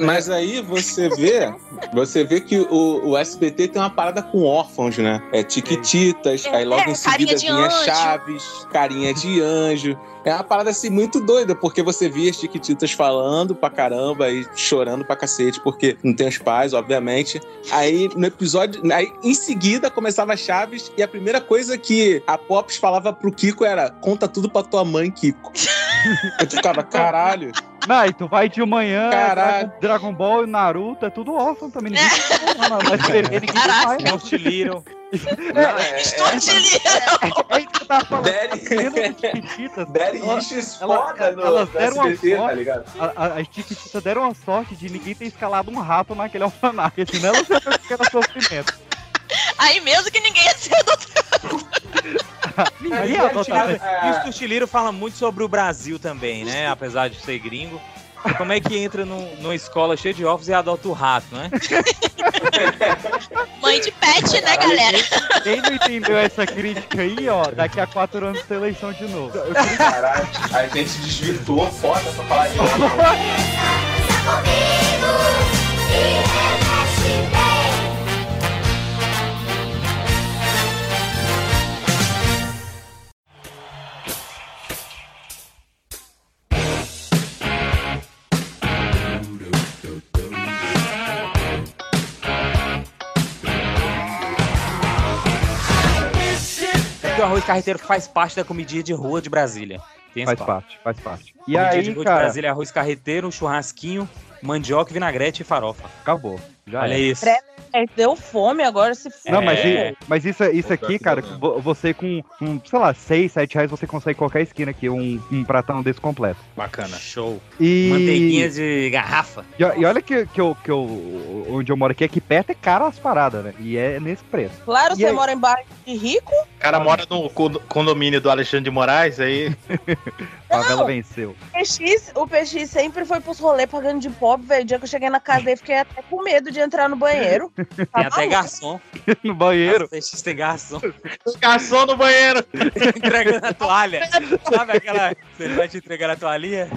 Mas aí você vê, você vê que o, o SBT tem uma parada com órfãos, né? É Tiquititas, É, aí logo é, em seguida Carinha de vinha Anjo. Chaves, Carinha de Anjo. É uma parada assim muito doida, porque você via as Tiquititas falando pra caramba e chorando pra cacete, porque não tem os pais, obviamente. Aí no episódio, aí em seguida começava Chaves e a primeira coisa que a Pops falava pro Kiko era: "Conta tudo pra tua mãe, Kiko". Eu ficava, caralho. Não, e tu vai de manhã, Caralho. Dragon- Dragon Ball, Naruto, é tudo órfão também. Ninguém não, não, mas perder ninguém É, vai. Não Little. Eh, Daddy Issues foda no Elas no deram uma SBT, tá sorte, ligado? a- a- as Tiquititas deram uma sorte de ninguém ter escalado um rato naquele alfanac, senão elas iam ter ficado tá sofrimento. Aí mesmo que ninguém ia ser Ninguém ia Mas adotar. o Custiliro fala muito sobre o Brasil também, né? Apesar de ser gringo. Como é que entra num- numa escola cheia de órfãos e adota o rato, né? mãe de pet, né, galera? Quem não entendeu essa crítica aí, ó, daqui a quatro anos tem eleição de novo. Eu queria- Caralho, a gente desvirtuou foda pra falar de O arroz carreteiro faz parte da comidinha de rua de Brasília. Tem esse Faz papo. parte, faz parte. E Comidinha aí, de rua cara- de Brasília é arroz carreteiro, churrasquinho, mandioca, vinagrete e farofa. Acabou. Já Olha era. isso. É, deu fome agora se Não, mas, É. i- mas isso, isso Voltar aqui, aqui cara, também. vo- você com, um, sei lá, 6, 7 reais, você consegue em qualquer esquina aqui, um, um pratão desse completo. Bacana. Show. E- Manteiguinha de garrafa. E, e olha que, que, eu, que eu, onde eu moro aqui, aqui perto é caro as paradas, né? E é nesse preço. Claro, E você aí? mora em bairro de rico. O cara mora no condo- condomínio do Alexandre de Moraes, aí Favela venceu. PX, o PX sempre foi pros rolê pagando de pobre, velho. O dia que eu cheguei na casa dele, fiquei até com medo de entrar no banheiro. Tá Tem até garçom. no banheiro. Peixes tem garçom. Garçom no banheiro. Entregando a toalha. Sabe aquela. Ele vai te entregar a toalhinha?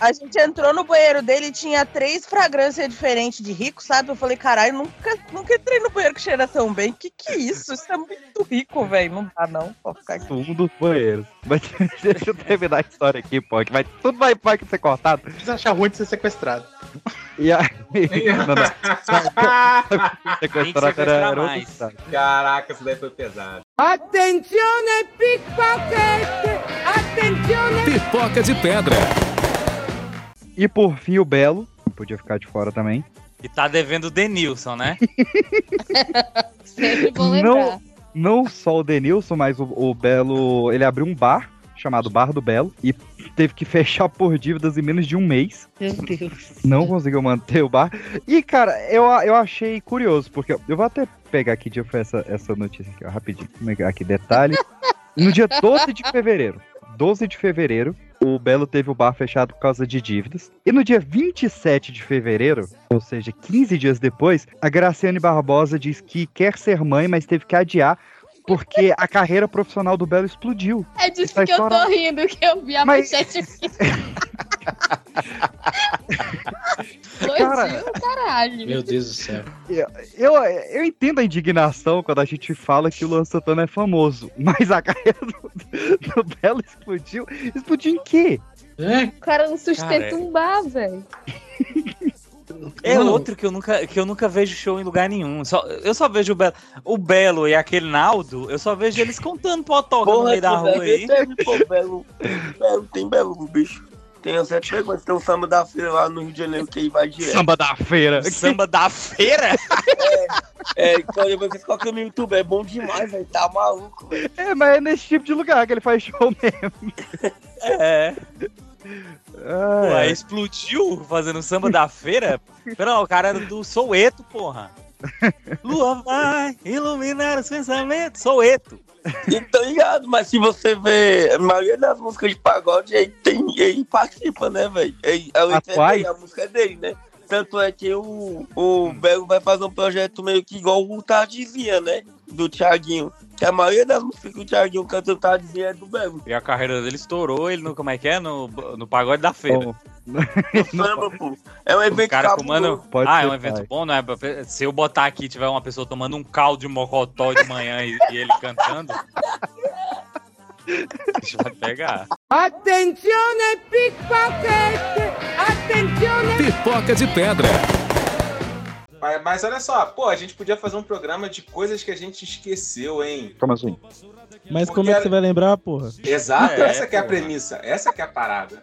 A gente entrou no banheiro dele e tinha três fragrâncias diferentes de rico, sabe? Eu falei, caralho, nunca, nunca entrei no banheiro que cheira tão bem. Que que é isso? Isso é muito rico, velho. Não dá, não. Pode ficar aqui. Um dos banheiros. Mas deixa eu terminar a história aqui, pô. Que vai, tudo vai, vai ser cortado. Vocês acham ruim de ser sequestrado. E aí. não, não. Sequestrado era, era outro estado. Caraca, isso daí foi pesado. Attenzione pickpocket! Attenzione! Pipoca de pedra. E por fim, o Belo. Não podia ficar de fora também. E tá devendo o Denilson, né? Sempre bom lembrar. Não, não só o Denilson, mas o, o Belo. Ele abriu um bar chamado Bar do Belo e teve que fechar por dívidas em menos de um mês. Meu Deus. não conseguiu manter o bar. E, cara, eu, eu achei curioso, porque eu vou até pegar aqui, deixa eu ver essa, essa notícia aqui, ó, rapidinho. Como é que- Aqui, detalhe. No dia 12 de fevereiro, 12 de fevereiro, o Belo teve o bar fechado por causa de dívidas. E no dia 27 de fevereiro, ou seja, 15 dias depois, a Graciane Barbosa diz que quer ser mãe, mas teve que adiar porque a carreira profissional do Belo explodiu. É disso Tá que eu tô estourado. rindo, que eu vi a Mas- manchete aqui. Cara- Doidinho, caralho. Meu Deus do céu. Eu, eu entendo a indignação quando a gente fala que o Luan Santana é famoso, mas a carreira do, do Belo explodiu. Explodiu em quê? É. O cara não sustenta Cara, é- um bar, velho. É Mano. outro que eu, nunca, que eu nunca vejo show em lugar nenhum. Só, eu só vejo o Belo. O Belo e aquele Naldo, eu só vejo eles contando potoca no meio da rua aí. Pô, Belo, Belo, tem Belo, bicho. Tem as sete frequências, tem o samba da feira lá no Rio de Janeiro que aí vai direto. Samba da feira. Samba da feira? É, então vocês colocam no YouTube, é bom demais, velho. Tá maluco, velho. É, mas é nesse tipo de lugar que ele faz show mesmo. É. Ah, Pô, aí é. explodiu fazendo samba da feira? Pera, o cara era do Soueto, porra. Lua vai iluminar os pensamentos. Soueto. Então, ligado, mas se você vê a maioria das músicas de pagode, aí tem, ele participa, né, velho? Ele- A letra é Atuais? dele, a música é dele, né? Tanto é que o, o Hum. Belo vai fazer um projeto meio que igual o Tardezinha, né? Do Thiaguinho. Que a maioria das músicas que o Thiaguinho canta no Tardezinha é do Belo. E a carreira dele estourou, ele no, como é que é? No, no pagode da feira. Samba, pô. É um evento cara cabuloso. comando. Pode ah, ser, é um evento pai. bom, não é? Se eu botar aqui e tiver uma pessoa tomando um caldo de mocotó de manhã e, e ele cantando. Deixa eu pegar. Attenzione pickpocket! Attenzione! Pipoca de pedra. Mas, mas olha só, pô, a gente podia fazer um programa de coisas que a gente esqueceu, hein? Como assim? Mas como é que você vai lembrar, porra? Exato, É, essa que é a porra. premissa, essa que é a parada.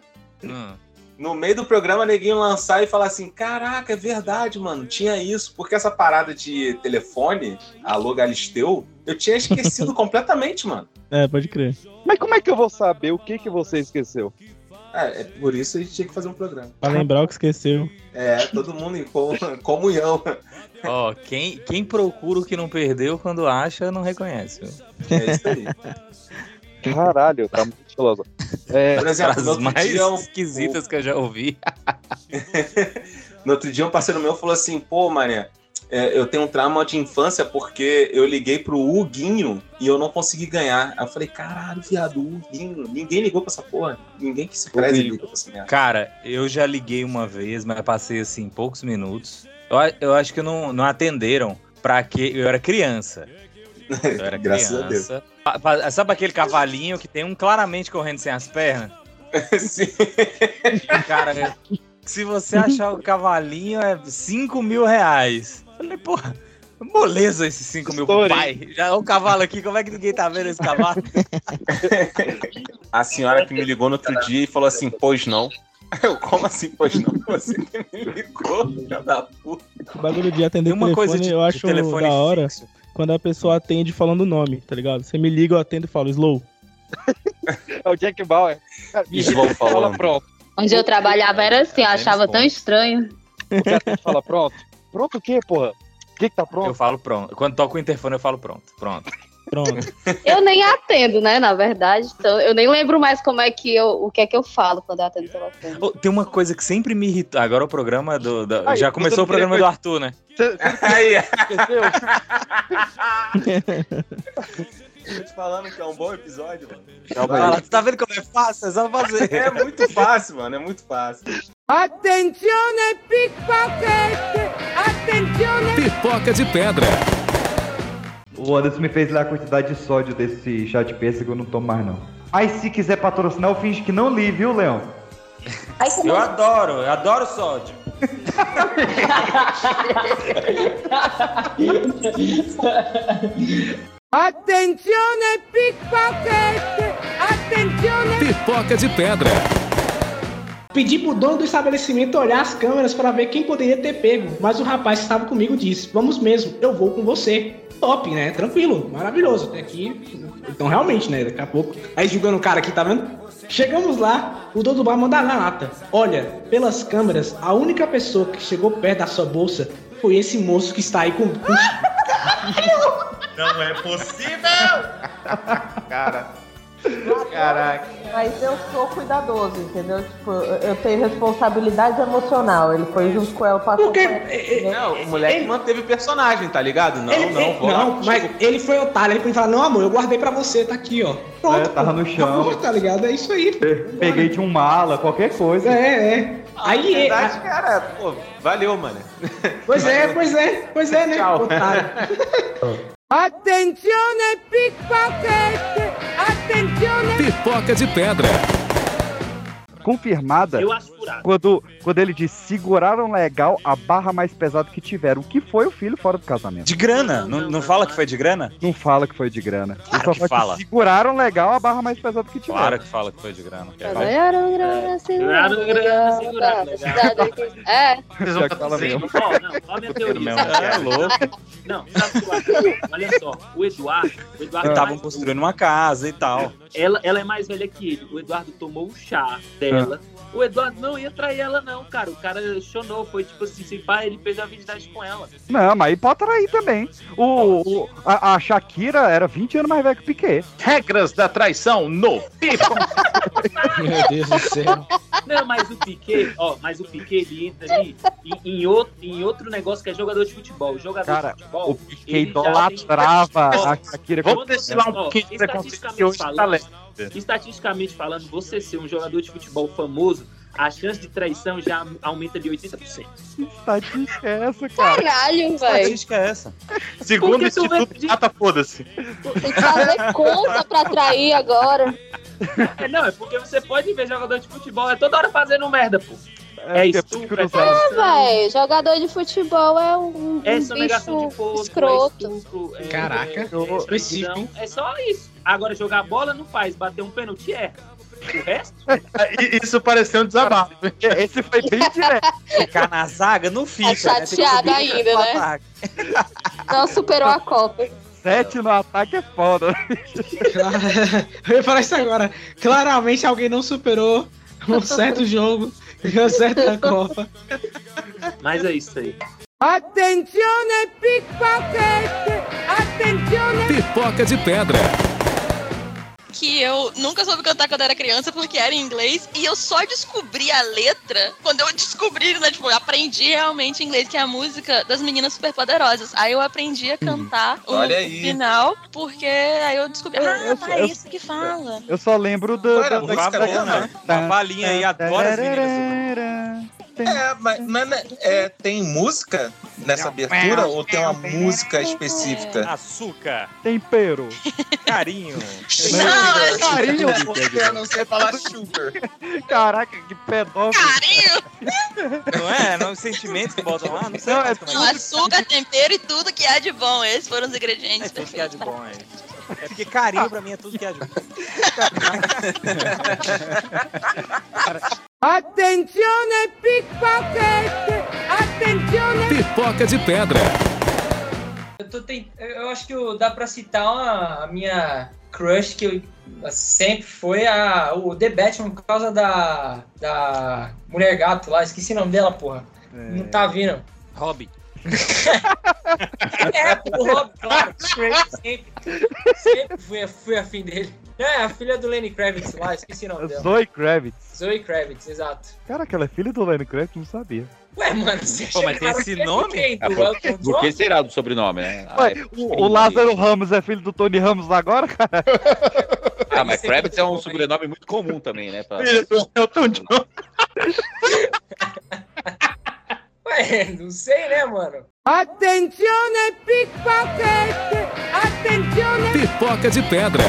No meio do programa, neguinho lançar e falar assim: Caraca, é verdade, mano, tinha isso. Porque essa parada de telefone, alô Galisteu, eu tinha esquecido completamente, mano. É, pode crer. Mas como é que eu vou saber o que, que você esqueceu? É, é por isso a gente tinha que fazer um programa. Pra lembrar o que esqueceu. É, todo mundo em com- comunhão. Ó, quem, quem procura o que não perdeu, quando acha, não reconhece. É isso aí. Caralho, tá muito estiloso. É, Por exemplo, no Frases outro mais dia, um- esquisitas que eu já ouvi. No outro dia, um parceiro meu falou assim: pô, mané, é, eu tenho um trauma de infância porque eu liguei pro Huguinho e eu não consegui ganhar. Aí eu falei: caralho, viado, Huguinho. Ninguém ligou pra essa porra. Ninguém que se preze Huguinho. ligou pra essa é merda. Cara, eu já liguei uma vez, mas passei assim poucos minutos. Eu, a- eu acho que não, não atenderam pra que eu era criança. Eu era Graças a Deus. criança. Pa- pa- Sabe aquele cavalinho que tem um claramente correndo sem as pernas? Sim. Cara, é, se você achar o cavalinho é 5 mil reais. Eu Falei, porra, moleza esses 5 mil pro pai. Já é um cavalo aqui, como é que ninguém tá vendo esse cavalo? A senhora que me ligou no outro dia e falou assim: pois não. Eu, como assim, pois não? Você que me ligou, filha da puta. O bagulho de atender Tem uma telefone, coisa de- eu de acho telefone da hora quando a pessoa atende falando o nome, tá ligado? Você me liga, eu atendo e falo, slow. É o Jack Bauer. Slow falando. pronto. Onde eu trabalhava era assim, eu achava tão estranho. Fala pronto. Pronto o quê, porra? O que, que tá pronto? Eu falo pronto. Quando toca o interfone, eu falo pronto. Pronto. Pronto. Eu nem atendo, né, na verdade. Então, eu nem lembro mais como é que eu, o que é que eu falo quando eu atendo o telefone. Ô, tem uma coisa que sempre me irritou. Agora o programa do. do- já começou o programa do Arthur, né? Tô te falando que é um bom episódio, mano. Ah, tu tá vendo como é fácil? É só fazer. É muito fácil, mano. É muito fácil. Attenzione pickpocket! Attenzione! Pipoca de pedra. O Anderson me fez lá a quantidade de sódio desse chá de pêssego, eu não tomo mais não. Mas se quiser patrocinar, eu finge que não li, viu, Leão? Eu adoro, eu adoro sódio. Attenzione pickpocket! Attenzione! Pipoca de pedra. Pedi pro dono do estabelecimento olhar as câmeras para ver quem poderia ter pego, mas o rapaz que estava comigo disse: Vamos mesmo, eu vou com você. Top, né? Tranquilo, maravilhoso. Até aqui. Então, realmente, né? Daqui a pouco. Aí julgando o cara aqui, tá vendo? Chegamos lá, o dono do bar manda na lata. Olha, pelas câmeras, a única pessoa que chegou perto da sua bolsa foi esse moço que está aí com. com- Não é possível! Cara. Caraca. Mas eu sou cuidadoso, entendeu? Tipo, eu eu tenho responsabilidade emocional. Ele foi junto com ela passou Porque... Não, o moleque manteve o personagem, tá ligado? Não, Ele- não, ele- vou lá. não, mas ele foi otário, ele foi falar, não, amor, eu guardei pra você, tá aqui, ó. Pronto, É, tava pô. no chão. Acabou, tá ligado? É isso aí. Peguei de um mala, qualquer coisa. É, é. Aí Na é. verdade, cara, pô, valeu, mano. Pois é, pois é, pois é, né? Tchau. Attenzione pickpocket! Attenzione! Pipoca de pedra. Confirmada. Eu acho furado. Quando, quando ele diz seguraram legal a barra mais pesada que tiveram, que foi o filho fora do casamento. De grana? Não, não fala que foi de grana? Não fala que foi de grana. Claro Só que fala fala. Seguraram legal a barra mais pesada que tiveram. Claro que fala que foi de grana. é- Ganharam grana, seguraram É, Ganharam grana, É. seguraram Cidade que- É. Vocês vão ficar tudo sem? Ó, não, olha a minha teoria. É louco. Não, sabe o que eu acho? Olha só, o Eduardo, o Eduardo Eles é estavam mais- construindo uma casa e tal. ela, ela é mais velha que ele. O Eduardo tomou o chá dela. O Eduardo não ia trair ela, não, cara. O cara chonou, foi tipo assim, se pá, ele fez a virgindade com ela. Não, mas aí pode trair também. O, o- a, a Shakira era 20 anos mais velha que o Piquet. Regras da traição no Meu Deus do céu. Não, mas o Piquet, ó, mas o Piquet ele entra ali em, em outro, em outro negócio que é jogador de futebol. Jogador Cara, de futebol. o Piquet idolatrava a Shakira. Vamos como- destilar um Ó, pouquinho de preconceito que hoje tá leve. Estatisticamente falando, você ser um jogador de futebol famoso, a chance de traição já aumenta de 80%. Estatística é essa, cara? Caralho, Que velho. estatística é essa? Segundo Porque tu o Instituto Data, foda-se. Tem que fazer conta pra atrair agora. É, não, é porque você pode ver jogador de futebol, é toda hora fazendo merda, pô. É, estupro, é É, traição, velho. Jogador de futebol é um, um é sonegação de bicho corpo, escroto. é estupro, é- Caraca, é, específico, escravidão. é só isso. Agora, jogar bola não faz, bater um pênalti é. O resto? Isso pareceu um desabafo. Esse foi bem direto. Ficar na zaga não fica. Tá chateado ainda, né? Não superou a Copa. Sete no ataque é foda. Eu ia falar isso agora. Claramente alguém não superou um certo jogo, uma certa Copa. Mas é isso aí. Attenzione pickpocket! Attenzione! Pipoca de pedra. que eu nunca soube cantar quando era criança porque era em inglês e eu só descobri a letra quando eu descobri, né, tipo, eu aprendi realmente inglês, que é a música das meninas superpoderosas. Aí eu aprendi a cantar o Hum, Olha aí. final porque aí eu descobri, ah, eu- tá eu- isso que fala. Eu só lembro do. Era do- uma da- balinha, da- né? da- Uma balinha aí, adora né, as meninas. É, mas, mas, né, é, tem música nessa abertura ou tem uma música um específica? Açúcar. Tempero. Carinho. Não, é carinho, pô. Eu não sei falar sugar. Caraca, que pedófilo. Não é? Não, os sentimentos que botam lá, não sei Não, mais é como Não, açúcar, tempero e tudo que há de bom. Esses foram os ingredientes É, tudo que perfeitos. há de bom aí. É porque carinho pra mim é tudo que há de bom. Attenzione pickpocket! Attenzione! Pipoca de pedra. Eu, tô tent... eu acho que eu- dá pra citar uma... a minha crush que eu... ah, sempre foi a... o The Batman por causa da... da mulher gato lá. Esqueci o nome dela, porra. Não tá vindo. É. Robin. É, o Rob, claro. Craig sempre, sempre fui, a- fui afim dele. É, a filha do Lenny Kravitz lá, esqueci o nome dela. Zoe Kravitz. Zoe Kravitz, exato. Caraca, ela é filha do Lenny Kravitz, não sabia. Ué, mano, você Pô, mas tem acha que esse era nome? quem? Do Ah, Elton por, por que John? será do sobrenome, né? Ah, Ué, é- o, o Lázaro Ramos é filho do Tony Ramos agora, cara? Ah, mas Kravitz é um sobrenome muito comum também, né? pra- Elton John. Ué, não sei, né, mano? Attenzione pickpocket! Attenzione! Pipoca de pedra.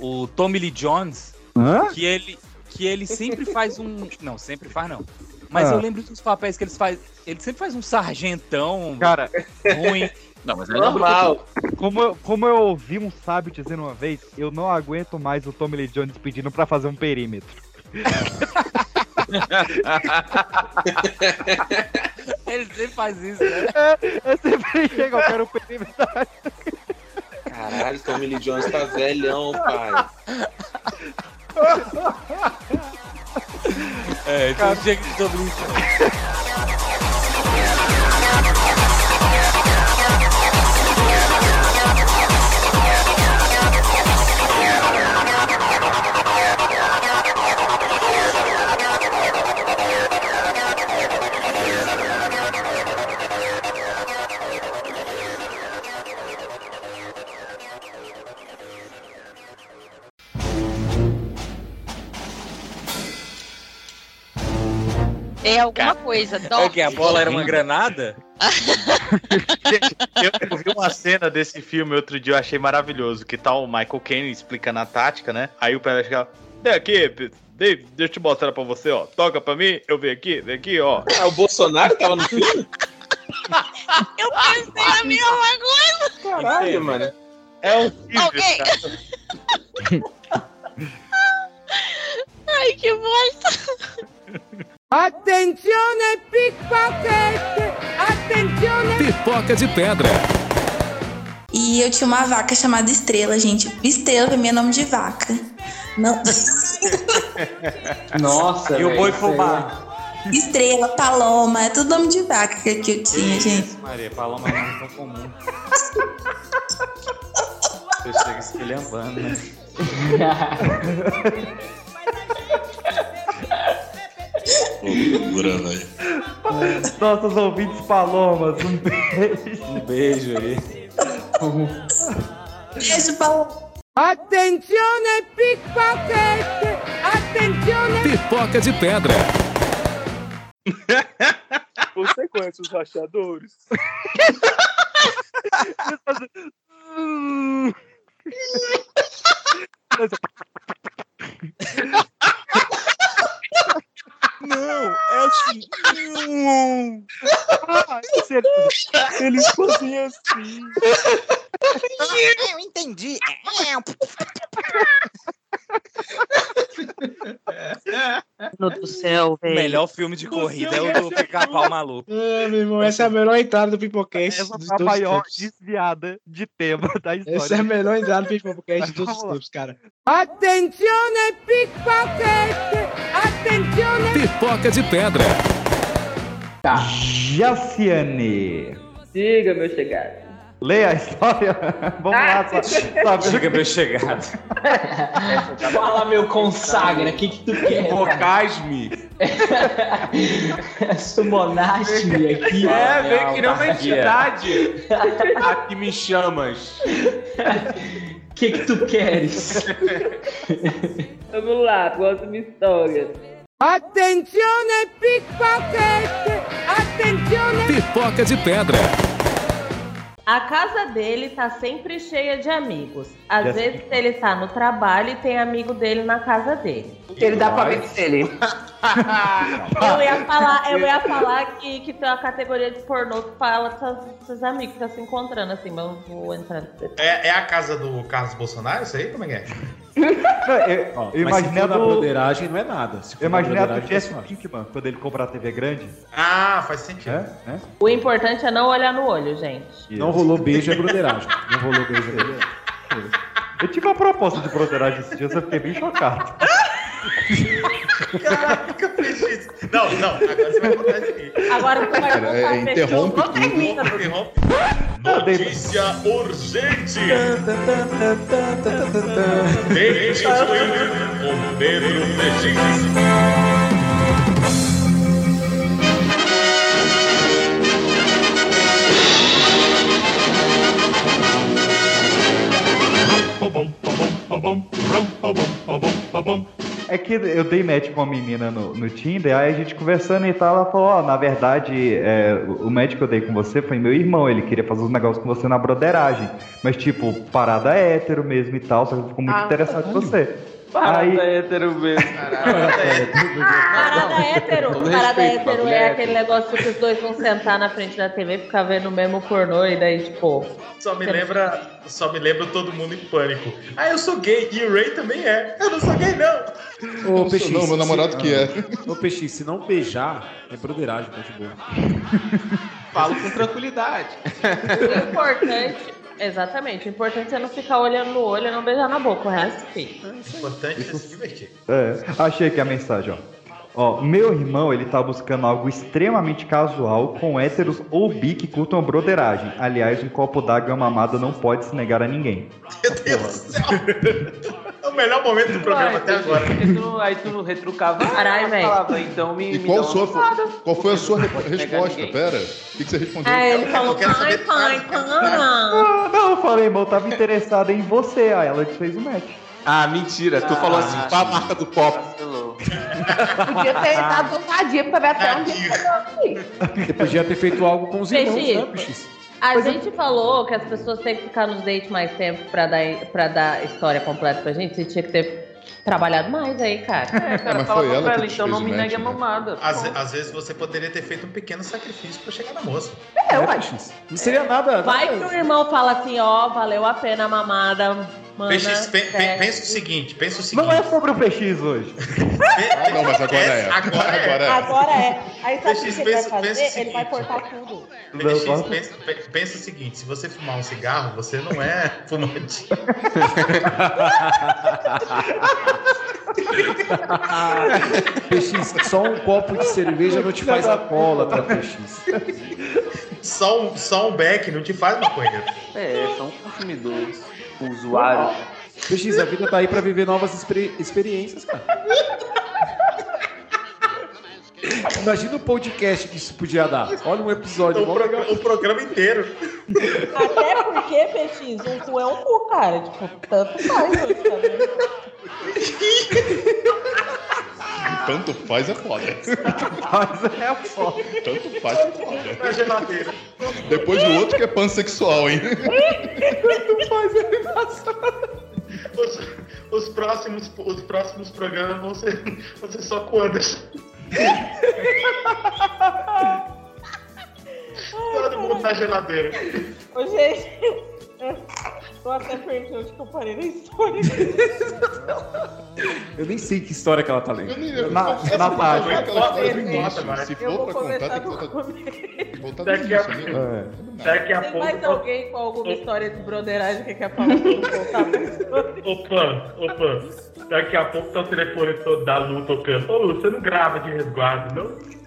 O Tommy Lee Jones, Hã? que ele que ele sempre faz um, não, sempre faz não. Mas Ah. eu lembro dos papéis que eles faz, ele sempre faz um sargentão Cara, ruim. Não, mas é Como eu, como eu ouvi um sábio dizendo uma vez, eu não aguento mais o Tommy Lee Jones pedindo pra fazer um perímetro. Ele sempre faz isso, né? É, eu sempre chego, eu quero um perímetro. Caralho, Tommy Lee Jones tá velhão, pai. É, Cara. então chega de Tommy Lee Jones. É alguma coisa, É dó. que a bola era uma granada? Eu vi uma cena desse filme outro dia, eu achei maravilhoso. Que tal o Michael Caine explicando a tática, né? Aí o Pelé chega lá, vem aqui, P- Dave, deixa eu te mostrar pra você, ó. Toca pra mim, eu venho aqui, vem aqui, ó. Ah, o Bolsonaro tava no filme? Eu pensei na mesma coisa. Caralho, mano. É um horrível, Alguém. cara. Ai, que bosta. Attenzione pickpocket! Attenzione! Pipoca de pedra. E eu tinha uma vaca chamada Estrela, gente. Estrela pra mim é nome de vaca. Não. Nossa, E o velho, é- boi isso fubá. Estrela, Paloma, é tudo nome de vaca que que eu tinha, gente. Maria, Paloma não é tão comum. Eu chego esculhambando, né? Loucura, velho. Nossos ouvintes palomas, um beijo. Um beijo aí. Beijo, Paulo. Attenzione pickpocket! Attenzione! Pipoca de pedra. Você conhece os rachadores? "Uh." Não, é assim. Eles fazem assim. Eu entendi. É. É. Mano do céu, O melhor filme de corrida é o do Pica-Pau Maluco. É, meu irmão, essa é a melhor entrada do Pipocast. Essa dos foi tá a todos os maior tempos. é Desviada de tema da história. Essa é a melhor entrada do Pipocast de todos os tempos, cara. Attenzione pickpocket! Attenzione! Pipoca de pedra. Tá. Jaciane, Diga, meu chegado. leia a história. Vamos lá, só, só- Chega meu chegado. Fala, meu consagra, o que, que tu quer? Invocasme. Sumonaste-me aqui. É, né, vem criar uma Barraqueira. entidade. Aqui me chamas. O que, que tu queres? Vamos lá, próxima história. Attenzione pickpocket! Attenzione! Pipoca de pedra. A casa dele tá sempre cheia de amigos. Às Yes. vezes ele tá no trabalho e tem amigo dele na casa dele. Ele dá pra ver dele. Eu ia falar, eu ia falar que, que tem uma categoria de pornô que fala seus, seus amigos que tá se encontrando assim, mas eu vou entrar nesse detalhe. É, é a casa do Carlos Bolsonaro, isso aí? Como é que é? Eu imaginei a na do- broderagem não é nada. Se for Eu imaginei a na do broderagem, Jesse Pinkman, quando ele comprar a TV grande. Ah, faz sentido. É? É? O importante é não olhar no olho, gente. Não rolou beijo é broderagem. Não rolou beijo é broderagem. Eu tive uma proposta de broderagem esses dias, eu fiquei bem chocado. Caraca, Brigitte. Não, não, agora você vai contar de mim. Agora tu vai Cara, contar é, fechou, interrompe não tudo. termina. Interrompe. Tá Notícia urgente. David Wheeler, o Pedro Brigitte. É que eu dei match com uma menina no, no Tinder, aí a gente conversando e tal, ela falou, ó, na verdade, é, o o match que eu dei com você foi meu irmão, ele queria fazer uns negócios com você na broderagem. Mas, tipo, parada hétero mesmo e tal, só que ele ficou muito Ah, interessado em você. Parada hétero mesmo, Ah, Parada hétero. Todo Parada respeito, hétero Pablo, é né? aquele negócio que os dois vão sentar na frente da TV e ficar vendo o mesmo pornô e daí, tipo. Só É. me lembra, só me lembra todo mundo em pânico. Ah, eu sou gay e o Ray também é. Eu não sou gay não. Ô, Não, Peixe, não, meu se- namorado que é. Ô, Peixe, se não beijar, é broderagem, tá de boa. Falo com tranquilidade. O importante. Exatamente. O importante é não ficar olhando no olho e não beijar na boca. O resto, é filho. O importante é se divertir. É, achei aqui a mensagem, ó. Ó, meu irmão, ele tá buscando algo extremamente casual, com héteros ou bi que curtam a broderagem. Aliás, um copo d'água e uma mamada não pode se negar a ninguém. É o melhor momento do programa até agora. Aí tu não retrucava. Caralho, velho. Falava, então me. E me dá qual, uma sua, passada. qual foi a sua re- pode pegar resposta? ninguém. Pera, o que, que você respondeu? Aí Ah, ele falou, Eu quero pai, saber pai, pai. Ah, não, eu falei, irmão, eu tava interessado em você. Aí ela desfez o match. Ah, mentira. Tu Ah, falou assim, pá, a marca do copo. Podia ter Ah, dado ousadia pra ver até onde ele Você podia ter feito algo com os irmãos, Peixe. né, Peixe? A gente falou que as pessoas têm que ficar nos dates mais tempo pra dar, pra dar história completa pra gente. Você tinha que ter trabalhado mais aí, cara. É, cara, mas fala foi pra ela ela, então não me negue a mamada. Às, às vezes você poderia ter feito um pequeno sacrifício pra chegar na moça. É, uai. Não seria nada. Vai que o irmão fala assim, ó, valeu a pena a mamada, mana. Peixe, pe- pe- é. pensa o seguinte, pensa o seguinte. Não é sobre o PX hoje. Ah, não, mas agora é. Agora é. Agora é. Aí sabe o que Peixe, ele vai pensa- pensa o fazer? Ele seguinte. vai cortar tudo. Peixe, Não, não. pensa, pe- pensa o seguinte, se você fumar um cigarro, você não é fumante. Peixe, só um copo de cerveja não te faz apólatra, Peixe. só, um, só um beck não te faz maconha. É, um são consumidores, usuários. Peixe, a vida tá aí pra viver novas experi- experiências, cara. Imagina o podcast que isso podia dar. Olha um episódio. mó legal. O programa inteiro. Até porque, Peixinhos, um cu é um cu, cara. Tipo, tanto faz. Tanto faz é foda. Mas é foda. Tanto faz é foda. Na geladeira. Depois do outro que é pansexual, hein? Tanto faz é os, os próximos, os próximos programas vão ser, vão ser só com o Anderson. Todo mundo na geladeira. Ô, gente, eu tô até perdida onde que eu parei na história. Eu nem sei que história que ela tá lendo. Essa página. foi Ah, aquela história do Eu início. Se eu for vou pra contar, começar tem que do voltar- começo. tem que voltar do Daqui a- É. início, né? Daqui a Tem pouco. mais alguém com alguma história de broderagem que quer falar pra eu contar pra história? Opa, opa. Daqui a pouco tá o telefone todo da Lu tocando. Ô Lu, você não grava de resguardo, não?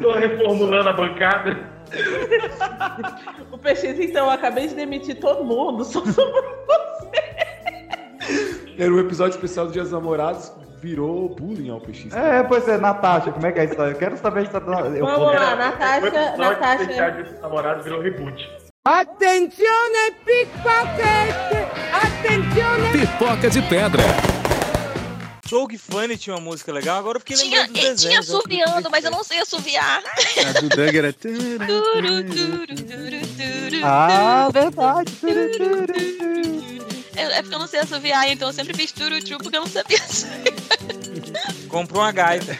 Tô reformulando a bancada. O Peixinhos, então, eu acabei de demitir todo mundo, só sobrou Era um episódio especial do Dia dos Namorados, virou bullying ao Peixe. É, pois é, Natasha, como é que é isso? aí? Eu quero saber se tá. Eu Vamos né? lá, O Natasha, episódio Natasha. especial de namorado virou reboot. Attenzione pickpocket! Attenzione! Pipoca de pedra. Doug Funny tinha uma música legal, agora eu fiquei Tinha, lembrando dos e- desenhos. tinha ó. assoviando, mas eu não sei assoviar. A do Doug é era... Turu, turu, turu, turu, Ah, verdade. turu. É é porque eu não sei assoviar, então eu sempre fiz turu, turu, porque eu não sabia assoviar. Comprou uma gaita.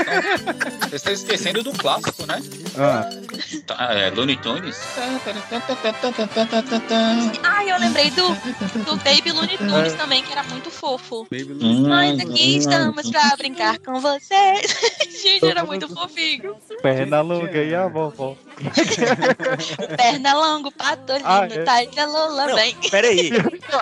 Vocês estão Tá esquecendo do clássico, né? Ah. Tá, é, Looney Tunes. Ah, eu lembrei do, do Baby Looney É. Tunes também, que era muito fofo. Hum, Nós aqui estamos pra brincar com vocês. Gente, era muito fofinho. hum, Perna longa e a vovó. Perna longa, pato lindo, Ah, é. tá de lola, Não, vem. peraí.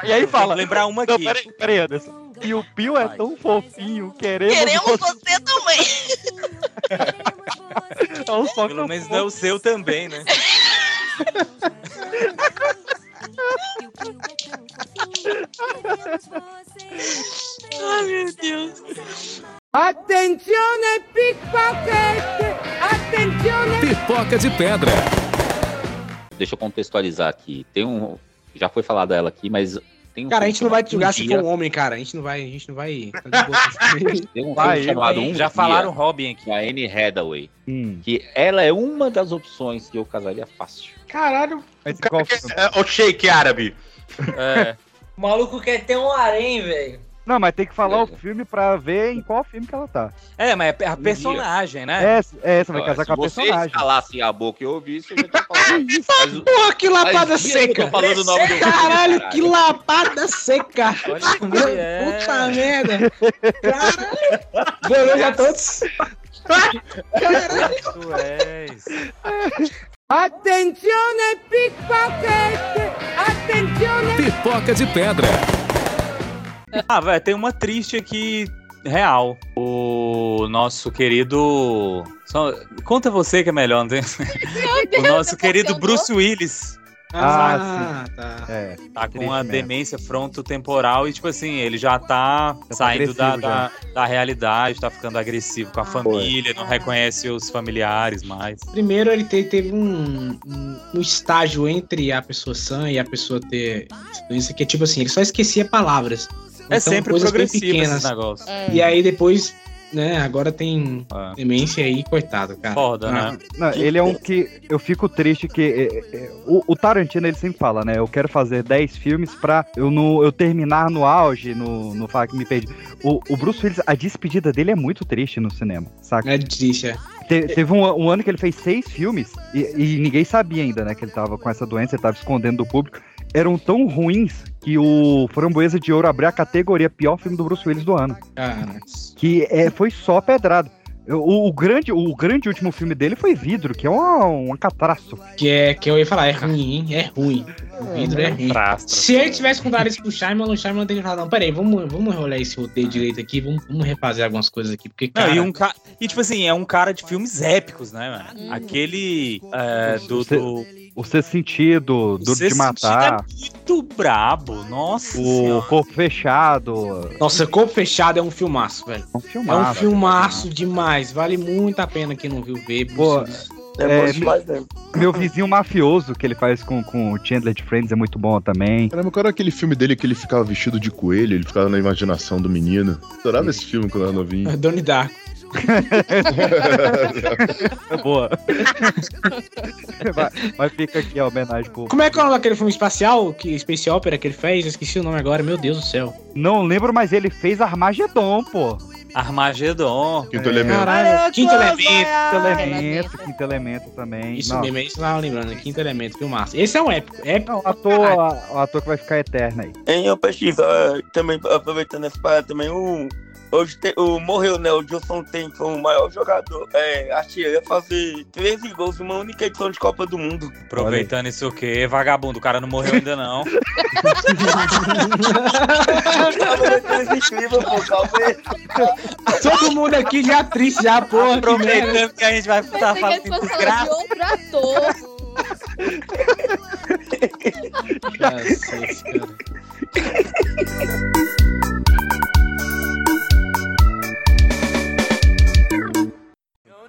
E aí fala. Lembrar uma aqui. Peraí, peraí, Anderson. E o Pio é tão fofinho, queremos. Queremos você. você também. Pelo menos não é o seu também, né? Oh mio Dio! Attenzione pickpocket! Attenzione! Pipoca de pedra. Deixa eu contextualizar aqui. Tem um. Já foi falado ela aqui, mas tem um. Cara, a gente não vai te julgar se dia, for um homem, cara. A gente não vai. A gente não vai. Tem um Vai, filme chamado vai. um Já Dia, falaram Robin aqui. A Anne Hathaway. Hum. Que ela é uma das opções que eu casaria fácil. Caralho. o shake árabe. É. O maluco quer ter um harém, velho. Não, mas tem que falar o filme pra ver em qual filme que ela tá. É, mas é Um a personagem, né? É, é, você vai casar se com a vocês personagem. falassem a boca e eu ouvisse, eu ia estar Essa porra, que lapada faz dias que eu tô seca! falando o nome do filme, Caralho, caralho. que lapada seca! é. Puta merda! Caralho! Boa noite a todos! Tu É és. Attenzione pickpocket! Attenzione! Pipoca de pedra. Ah, velho, tem uma triste aqui real. O nosso querido. Só- Conta você que é melhor, não tem? O tá nosso querido Bruce Willis. Ah, tá. É. Tá com Triste uma mesmo. demência frontotemporal e, tipo assim, ele já tá saindo da, agressivo da, da realidade, tá ficando agressivo com a família, não reconhece os familiares mais. Primeiro, ele te- teve um, um- um estágio entre a pessoa sã e a pessoa ter doença, que é tipo assim, ele só esquecia palavras. É Então, sempre coisas bem progressivo pequenas. esse negócio. Ah. E aí depois, né, agora tem demência aí, coitado, cara. Foda, Ah. né? Não, ele é um que eu fico triste que é, é, o, o Tarantino ele sempre fala, né? Eu quero fazer 10 filmes pra eu não eu terminar no auge, no, no falar que me perdi. O, o Bruce Willis, a despedida dele é muito triste no cinema, saca? É triste, é. Te- teve um, um ano que ele fez seis filmes e, e ninguém sabia ainda, né? Que ele tava com essa doença, ele tava escondendo do público. Eram tão ruins que o Framboesa de Ouro abriu a categoria pior filme do Bruce Willis do ano. Cara. Que é, foi só pedrado. O, o grande, o grande último filme dele foi Vidro, que é uma, uma catástrofe. Que é que eu ia falar, é ruim, hein? É ruim. O vidro é ruim. Se ele tivesse contado isso pro Shyamalan, o Shyamalan teria falado, não, peraí, vamos, vamos olhar esse roteiro direito aqui, vamos, vamos refazer algumas coisas aqui, porque, Não, cara... e, um ca... e tipo assim, é um cara de filmes épicos, né, mano? Aquele é, do, do O Ser Sentido, Duro Sexto é de Matar, muito brabo, nossa. o Corpo Fechado. Nossa, Corpo Fechado é um filmaço, velho. É um É um filmaço. filmaço demais, vale muito a pena quem não viu ver. Pô, Bruce é, Willis. me- Meu vizinho mafioso que ele faz com, com o Chandler de Friends é muito bom também. Caramba, qual era aquele filme dele que ele ficava vestido de coelho, ele ficava na imaginação do menino? Adorava esse filme quando eu era novinho. Donnie Darko. É Boa. Vai- Mas fica aqui a homenagem pro. Como é que é o nome daquele filme espacial, que Space Opera que ele fez? Eu esqueci o nome agora, meu Deus do céu. Não lembro, mas ele fez Armagedon, pô. Armagedon. Quinto Elemento. É, Caralho, quinto elemento. Quinto elemento, quinto elemento também. Isso Não, mesmo, é isso que eu tava lembrando, né? quinto elemento, filmaço. Esse é um épico, épico. o ator, a- o ator que vai ficar eterno aí. Hein, ô Peixe, ó, é, também aproveitando essa parada também, o, hoje te- o morreu, né? O Gilson tem foi o maior jogador, é, artilheiro, ia fazer 13 gols numa única edição de Copa do Mundo. Aproveitando isso o quê? Vagabundo, o cara não morreu ainda não. Todo mundo aqui já né? triste, já, porra. que merda. Aproveitando que a gente vai estar falando assim, de desgraça. outro ator. Cacete, cara. You're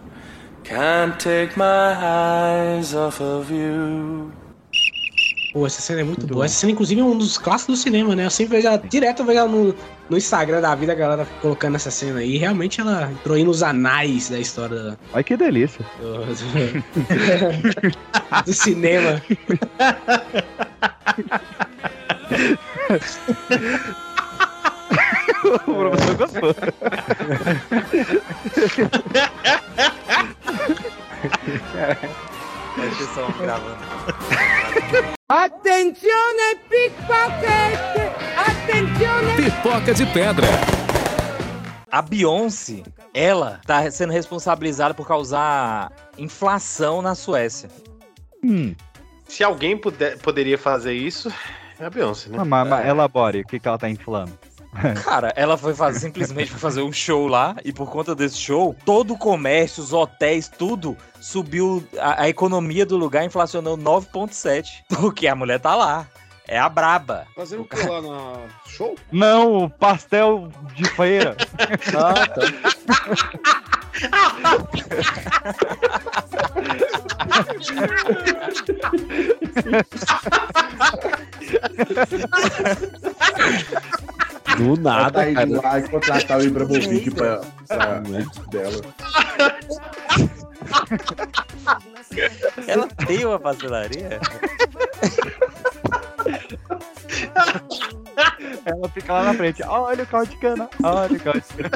Can't take my eyes off of you. Pô, essa cena é muito, boa. Essa cena, inclusive, é um dos clássicos do cinema, né? Eu sempre vejo ela direto, eu vejo ela no, no Instagram da vida, a galera colocando essa cena aí. Realmente ela entrou aí nos anais da história da- Ai que delícia. do, do- do cinema. o professor gostou. pessoal gravando. Attenzione pickpocket! Attenzione! Pipoca de pedra. A Beyoncé, ela tá sendo responsabilizada por causar inflação na Suécia. Hum. Se alguém puder, poderia fazer isso, é a Beyoncé, né? Ah, Não, mas, mas elabore, o que, que ela tá inflando? é Cara, ela foi fazer, simplesmente foi fazer um show lá e por conta desse show, todo o comércio, os hotéis, tudo subiu. A, a economia do lugar inflacionou 9,7. Porque a mulher tá lá. É a braba. Fazendo o que lá na show? Não, pastel de feira. Ah, Ah, tá. Do nada, Ela tá indo cara. lá e contratar o Ibrahimovic pra, pra dela. Ela tem uma pastelaria? Ela fica lá na frente. Olha o caldo de cana. Olha o caldo de cana.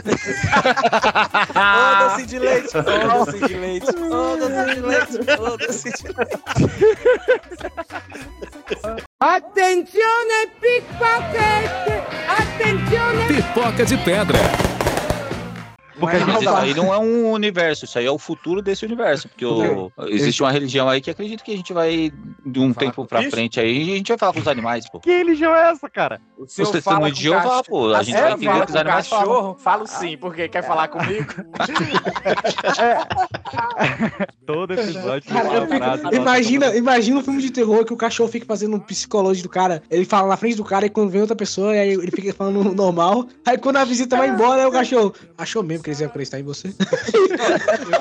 Ah, Foda-se de leite, foda-se de leite, Hum. foda-se de leite, foda-se de Attenzione pickpocket! Attenzione! Pipoca de pedra. Porque mas isso aí não é um universo, isso aí é o futuro desse universo. Porque o- existe uma religião aí que acredita que a gente vai, de um tempo pra isso? frente aí, a gente vai falar com os animais, pô. Que religião é essa, cara? Os testemunhos de Jeová, pô. Ah, A gente vai entender o que os animais falam. Falo sim, porque quer É. falar comigo? Todo episódio. Cara, tem uma eu fico- frase, nossa, tá Imagina, imagina um filme de terror que o cachorro fica fazendo um psicológico do cara. Ele fala na frente do cara e quando vem outra pessoa, aí ele fica falando normal. Aí quando a visita vai embora, aí o cachorro. Achou mesmo que eles iam acreditar em você?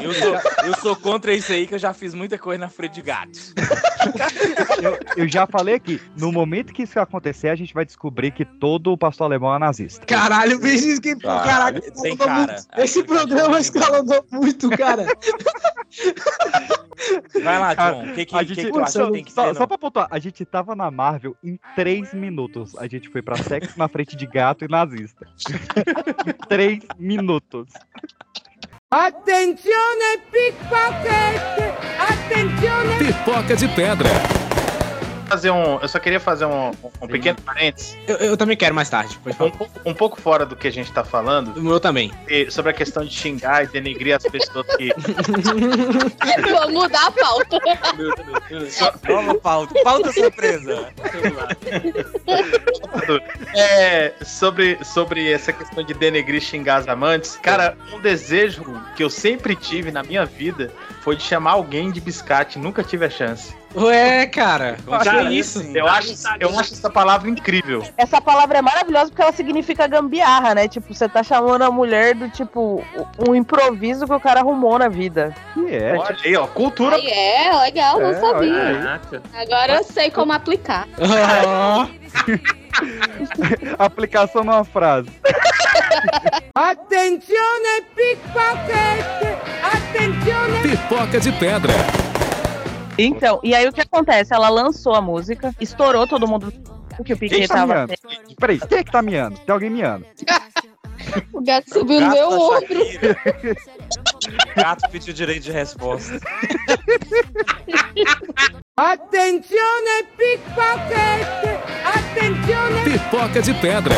Eu sou, eu sou contra isso aí, que eu já fiz muita coisa na frente de gatos. Eu já falei aqui, no momento que isso acontecer, a gente vai descobrir que todo o pastor alemão é nazista. Caralho, bicho, que caraca, Caralho, tem escalou cara. muito. Esse programa escalou muito, cara. leite. Vai lá, Cara, John. O que, que, a que gente- tu acha que tem que só, ter? só pra pontuar, a gente tava na Marvel em três minutos. A gente foi pra sexo na frente de gato e nazista. em três minutos. Attenzione pickpocket! Attenzione! Pipoca de pedra. Fazer um, eu só queria fazer um, um pequeno parênteses. Eu, eu também quero mais tarde. Um, pouco- um pouco fora do que a gente tá falando. O meu também. Sobre a questão de xingar e denegrir as pessoas que. Vou mudar a pauta. Nova pauta. Pauta surpresa. É, sobre, sobre essa questão de denegrir e xingar as amantes, cara, um desejo que eu sempre tive na minha vida foi de chamar alguém de biscate, nunca tive a chance. Ué, cara, Cara, que é isso? Eu acho, eu acho essa palavra incrível. Essa palavra é maravilhosa porque ela significa gambiarra, né? Tipo, você tá chamando a mulher do tipo um improviso que o cara arrumou na vida. Que é? Olha aí, ó, cultura. Aí é, legal, não É, sabia. olha Agora eu sei como aplicar. Aplicação numa frase. Attenzione pickpocket! Attenzione! Pipoca de pedra. Então, e aí o que acontece? Ela lançou a música, estourou todo mundo que o Quem Piquet tá tava. miando? Peraí, quem é que tá miando? Tem alguém miando? O gato subiu no meu ombro. Gato pediu direito de resposta. Attenzione pickpocket! Attenzione! Pipoca de pedra.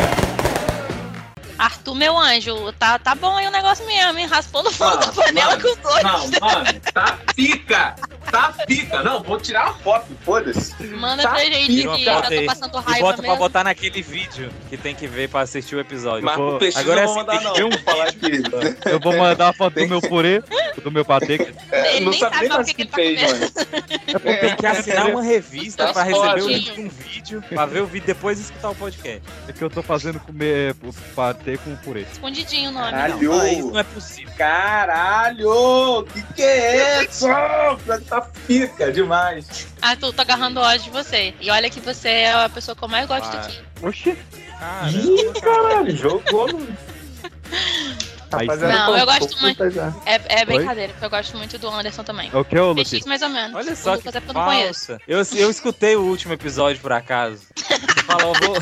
Arthur, meu anjo, tá, tá bom aí o negócio mesmo, hein? Raspou no fundo da panela com os dois. Não, mano, tá pica! Tá pica! Não, vou tirar uma foto, foda-se. Manda tá pra gente pica, que cara. eu tô passando e raiva bota pra mesmo. botar naquele vídeo que tem que ver pra assistir o episódio. Mas Pô, não precisa agora é assim, mandar, tem que não. ver um Vou falar que. Eu vou mandar a foto do meu purê, do meu patê. É, não sabe nem mais o que, tá fez, mano. Pô, É tem que assinar uma revista Dois pra receber o potes. link de um vídeo, pra ver o vídeo e depois escutar o podcast. É que eu tô fazendo comer pu- patê um com purê. Escondidinho o nome. Caralho! não. não é possível. Caralho! Que que é isso? Tá pica demais. Arthur, tô agarrando ódio de você. E olha que você é a pessoa que eu mais gosto Ah. aqui. Oxi! Ih, caralho, jogou no. Rapaziada, Não, pô, eu pô, gosto muito. puta já. É, é Oi? brincadeira, porque eu gosto muito do Anderson também. É o que, ô, Lucy? PX mais ou menos. Olha o só que Lucas é porque eu não conheço. falsa. Eu, eu escutei o último episódio, por acaso. Falou, vou...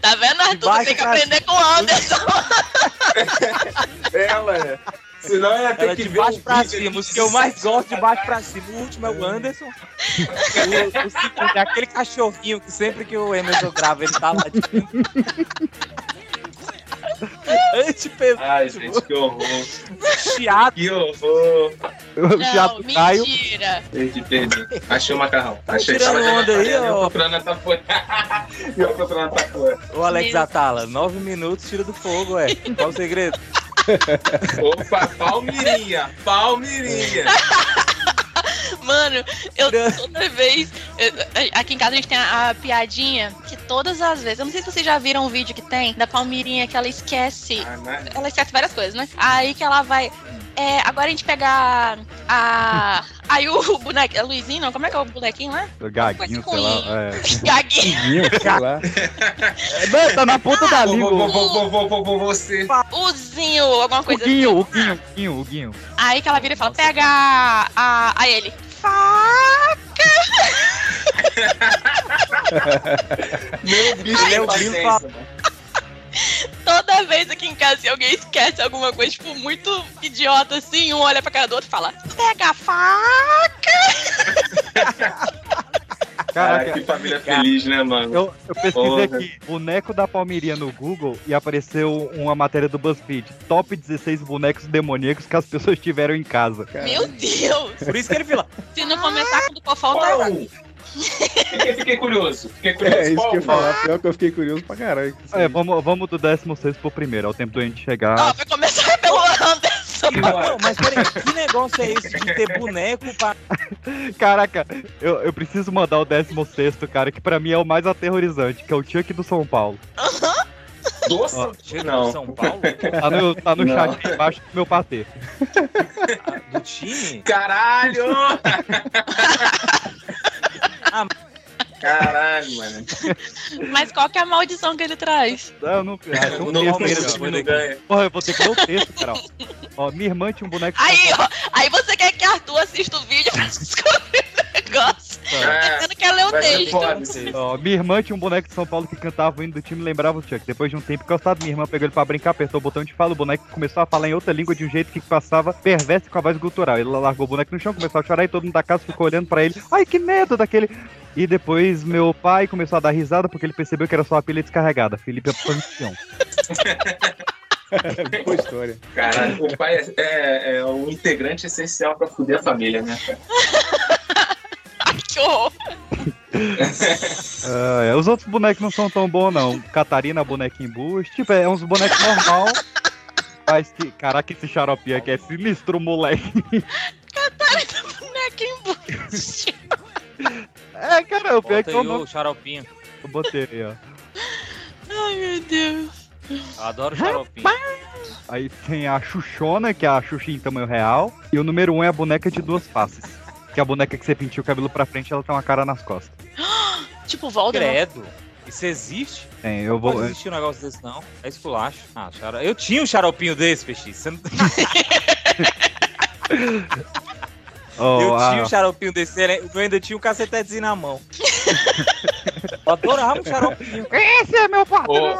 Tá vendo, Arthur? Você Baixa tem que pra- aprender com o Anderson. Ela é. Senão ia ter Ela que de ver baixo um pra vídeo cima. aqui Os de que eu mais sete gosto de baixo pra cima. O último é o Anderson. o, o segundo é aquele cachorrinho que sempre que o Emerson grava, ele tá lá de Antipesado. Ai, gente, que horror. Chiado. Que horror. O Thiago Caio. mentira. Perdi, perdi. Achei o macarrão. Achei Tá tirando tava onda aí, eu ó. procurando essa folha. eu procurando essa folha. Ô, Alex Meu- Atala, nove minutos, tira do fogo, ué. Qual o segredo? Opa, Palmirinha, Palmirinha. Mano, eu toda vez. eu- aqui em casa a gente tem a, a piadinha que todas as vezes. Eu não sei se vocês já viram um vídeo que tem da Palmirinha que ela esquece. Ela esquece várias coisas, né? Aí que ela vai. é, agora a gente pega a. a- aí o bonequinho. É Luizinho, não? Como é que é o bonequinho lá? Gaguinho, sei lá. É. Gaguinho. Gaguinho, sei lá. É, Não, tá na ponta da língua. Ah, Vou, vou, vou, vou, vou, vou, você. Uzinho, alguma O coisa assim. Guinho, o Guinho, o Guinho, o Guinho. Aí que ela vira e fala: pega a. a, a ele. Faca! Meu bicho, Ai, é meu paciência, Toda vez aqui em casa, se alguém esquece alguma coisa, tipo, muito idiota assim, um olha pra cara do outro e fala: Pega a faca! Caraca, que família feliz, né, mano? Eu, eu pesquisei Porra. aqui, boneco da Palmeirinha no Google e apareceu uma matéria do BuzzFeed. Top 16 bonecos demoníacos que as pessoas tiveram em casa. Meu Deus! Por isso que ele fila. Se não começar com o Cofal, tá errado. Fiquei, fiquei curioso. Fiquei curioso. É, isso que eu ia falar. Pior que eu fiquei curioso pra caralho. É, vamos, vamos do 16 pro primeiro, ao tempo da gente chegar. Vai começar pelo Anderson. Não, mas peraí, que negócio é esse de ter boneco pra. Caraca, eu, eu preciso mandar o 16, cara, que pra mim é o mais aterrorizante, que é o Chuck do São Paulo. Doce? Ó, Não. São Paulo? Tá no, tá no Não. chat aqui embaixo do meu patê. Do time? Caralho! Caralho, mano. Ah, Mas qual que é a maldição que ele traz? Não, eu não. Ah, tem um Não, texto Palmeiras, aqui, ó. time não ganha. Porra, eu vou ter que ler o texto, cara. ó. Ó, minha irmã tinha um boneco. Aí, ó, aí você quer que Arthur assista o vídeo pra descobrir o negócio. É, Você não quer ler o texto. Ó, minha irmã tinha um boneco de São Paulo que cantava o hino do time e lembrava o Chuck. Depois de um tempo encostado, minha irmã pegou ele pra brincar, apertou o botão de fala, o boneco começou a falar em outra língua de um jeito que passava perverso e com a voz gutural. Ele largou o boneco no chão, começou a chorar e todo mundo da casa ficou olhando pra ele. Ai, que medo daquele... E depois meu pai começou a dar risada porque ele percebeu que era só a pilha descarregada. Felipe é panteão. Boa história. Caralho, o pai é, é, é um integrante essencial pra fuder a família, né? cara? Que horror. Ah, é, os outros bonecos não são tão bons, não. Catarina, boneca em boost. Tipo, é uns bonecos normal. Mas que. Caraca, esse xarope aqui é sinistro, moleque. Catarina boneca em buste. É, cara, o pior é Bota que aí eu não. o xaropinho. Eu botei aí, ó. Ai, meu Deus. Eu adoro xaropinho. Aí tem a Xuxona, que é a Xuxa em tamanho real. E o número um é a boneca de duas faces. Que é a boneca que você pintiu o cabelo pra frente ela tem uma cara nas costas. Tipo, Voldemort. Credo. Isso existe? Tem, eu Não vou. existe um negócio desse, não. É esculacho. Ah, xara... Eu tinha um xaropinho desse, peixe. Você não... Ó, eu a- tinha um xaropinho desse, né? eu ainda tinha um cacetezinho na mão. Eu adorava um xaropinho. Esse é meu patrão!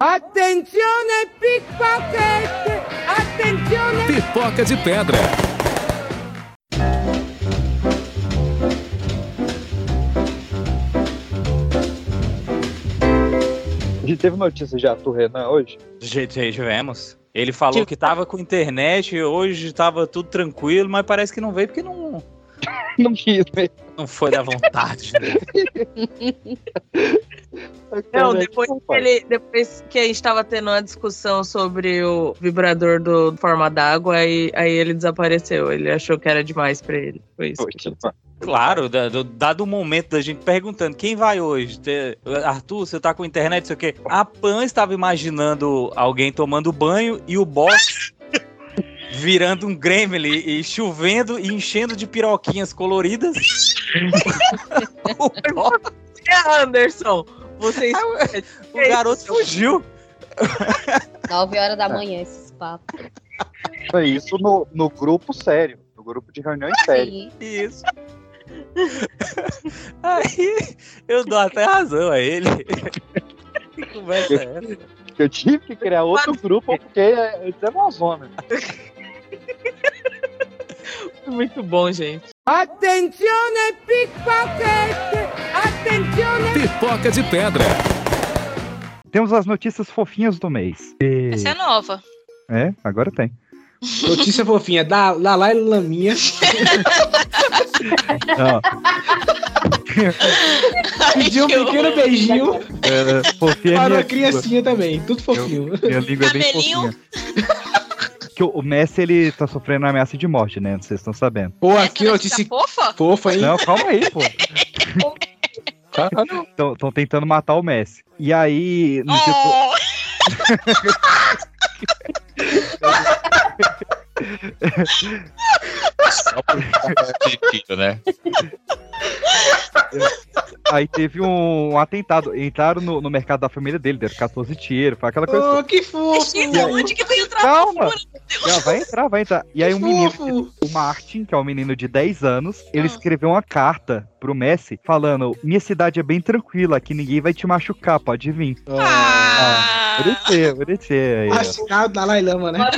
Attenzione pickpocket! Attenzione! Pipoca de pedra. A gente teve notícia de Arthur Renan hoje? Gente, tivemos. Ele falou que tava com internet, hoje tava tudo tranquilo, mas parece que não veio porque não. Não quis, né? Não foi da vontade. né? Não, depois que, ele, depois que a gente tava tendo uma discussão sobre o vibrador do forma d'água, aí, aí ele desapareceu. Ele achou que era demais pra ele. Foi isso. Claro, da- do- dado o momento da gente perguntando quem vai hoje, Te- Arthur, você tá com internet, não sei o quê. A Pan estava imaginando alguém tomando banho e o box virando um gremlin e chovendo e enchendo de piroquinhas coloridas. É, Anderson! Vocês. o garoto fugiu. 9 horas Tá. da manhã, esses papos. É Isso no, no grupo sério. No grupo de reuniões sério. Isso. Aí eu dou até razão a ele. Que conversa é essa? que eu tive que criar outro grupo porque é, isso é uma zona. Muito bom, gente. Attenzione pickpocket! Attenzione! Pipoca de pedra. Temos as notícias fofinhas do mês. E- Essa é nova. É, agora tem. Notícia fofinha, da Lala e Laminha. Ó, Pediu um pequeno beijinho é, fofinha é para minha uma criancinha também. Tudo fofinho. língua. Minha língua é bem fofinha. Que o- o Messi, ele tá sofrendo uma ameaça de morte, né? Vocês estão sabendo. Pô, aqui notícia fofa? fofa, hein? Não, calma aí, pô. Estão tentando matar o Messi. E aí. No dia Oh! Só por sentido, né? É, Aí teve um, atentado. Entraram no, no mercado da família dele, deram 14 tiros, foi aquela coisa. Oh, toda. que fofo! onde que veio Calma! Já vai entrar, vai entrar. E aí um menino, fofo! o Martin, que é um menino de 10 anos, Ah. ele escreveu uma carta pro Messi falando: Minha cidade é bem tranquila, aqui ninguém vai te machucar, pode vir. Ah, bonitinho, bonitinho. aí, ó. Assinado Dalai Lama, né?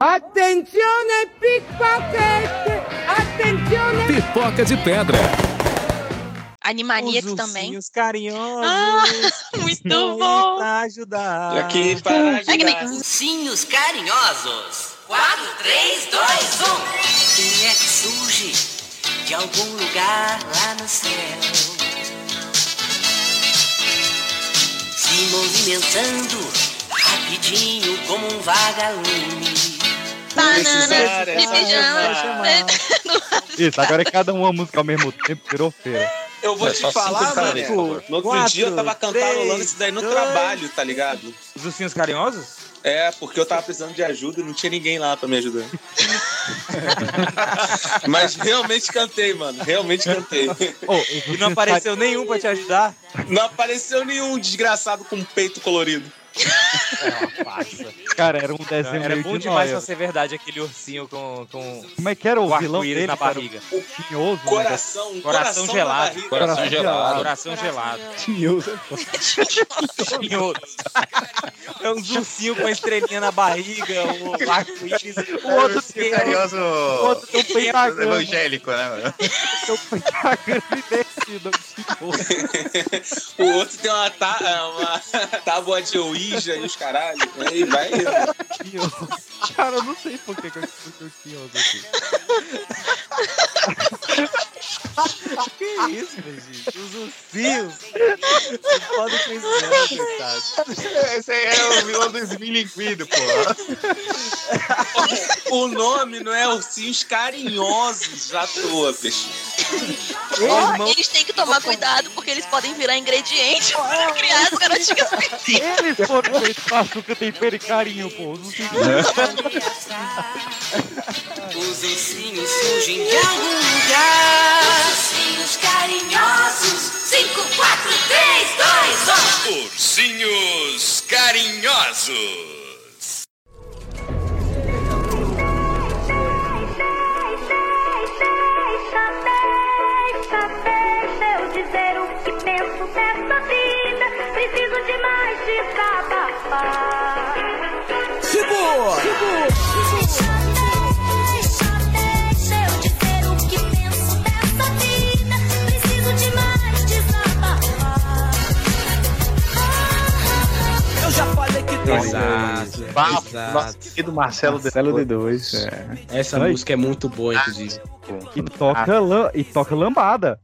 Attenzione pickpocket! Attenzione! Pipoca de pedra. Animaniacs também. Ah, Os carinhosos. é muito bom. Pra ajudar. Aqui, para É que nem ajudar. ursinhos carinhosos. 4, 3, 2, 1. Quem é que surge de algum lugar lá no céu? Se movimentando rapidinho como um vagalume. Bananas, Necessária, beijão. Isso, agora é cada uma música ao mesmo tempo, virou feira. Eu vou É, só te cinco falar, mano. caras, No outro Quatro, dia eu tava cantarolando isso daí no três, trabalho, tá ligado? Os ursinhos carinhosos? É, porque eu tava precisando de ajuda e não tinha ninguém lá pra me ajudar. Mas realmente cantei, mano. Realmente cantei. e não apareceu nenhum pra te ajudar? Não apareceu nenhum desgraçado com um peito colorido. Cara, era um desenho Era meio bom de demais nóia. pra ser verdade aquele ursinho com. com... Como é que era o Com vilão arco-íris dele? na cara? barriga. O Tinhoso, né? Coração, coração gelado. Coração gelado. Coração gelado. um. Tinhoso. Tinhoso. É um ursinho com uma estrelinha na barriga, o arco-íris. O outro tem É, carinhoso. O outro tem um pentagrama. um evangélico, né, mano? O outro tem uma, tá, uma tábua de Ouija e os caralho. Aí vai. Cara, eu não sei por que que eu escutei o Tinhoso aqui. que isso, meu gente? Os ursinhos. Vocês podem pensar, coitado. É Esse aí é o vilão do Smilinguido, pô. O nome não é ursinhos carinhosos já à toa, peixe. Ó, Eles têm que tomar cuidado porque eles podem virar ingrediente para criar as garotinhas. Eles foram feitos com açúcar, tempero e carinho, pô. Não sei É. Os ursinhos surgem de algum lugar. Ursinhos carinhosos! 5, 4, 3, 2, 1! Ursinhos carinhosos. Deixa eu dizer o que penso dessa vida. Preciso de mais desabafar. Segura! Deixa eu dizer o que penso dessa vida. Preciso de mais desabafar. Eu já falei que Exato. Bafo. Nosso querido Marcelo, Marcelo D2. D2. É. Essa música é muito boa, inclusive. E Ah, toca, lan- e toca lambada.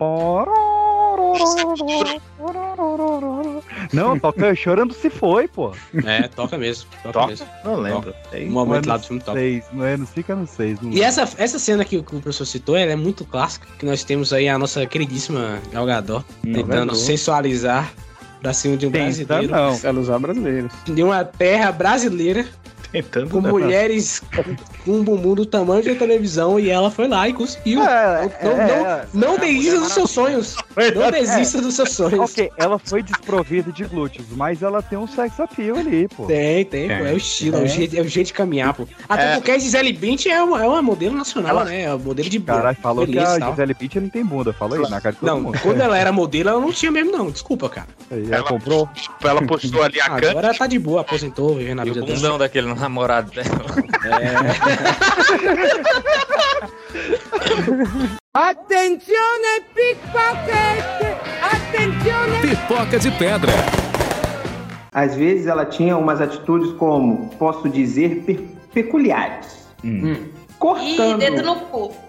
Não, toca chorando se foi, pô. É, toca mesmo. Toca, mesmo. Não lembro. Um momento lá do filme Não toca. sei, não é, não fica, não sei. não E essa, essa cena que o, que o professor citou, ela é muito clássica, que nós temos aí a nossa queridíssima Gal Gadot tentando Gadot. sensualizar pra cima de um brasileiro. não. Sensualizar brasileiro. De uma terra é brasileira. tentando. né, Com não. mulheres com um bumbum do tamanho de uma televisão e ela foi lá e conseguiu. não não, é, não, não desista dos seus sonhos. Não desista dos seus sonhos. Ok, ela foi desprovida de glúteos, mas ela tem um sex appeal ali, pô. Tem, tem, pô. É o estilo, é, o jeito, é o jeito de caminhar, pô. Até É. porque a Gisele Bündchen é uma, é uma modelo nacional, Ela- né? É uma modelo de Caralho, falou que beleza e a tal. Gisele Bündchen não tem bunda. Fala aí, na cara de todo Não, mundo. quando ela era modelo, ela não tinha mesmo, não. Desculpa, cara. Aí, Ela comprou. Ela postou ali a Agora ela tá de boa, aposentou, vivendo a E o vida dela. bundão daquele namorado dela. É. Attenzione pickpocket! Attenzione! Pipoca de pedra. Às vezes ela tinha umas atitudes como, posso dizer, pe- peculiares. Hum. Hum. Ih, Cortando. dedo no cu.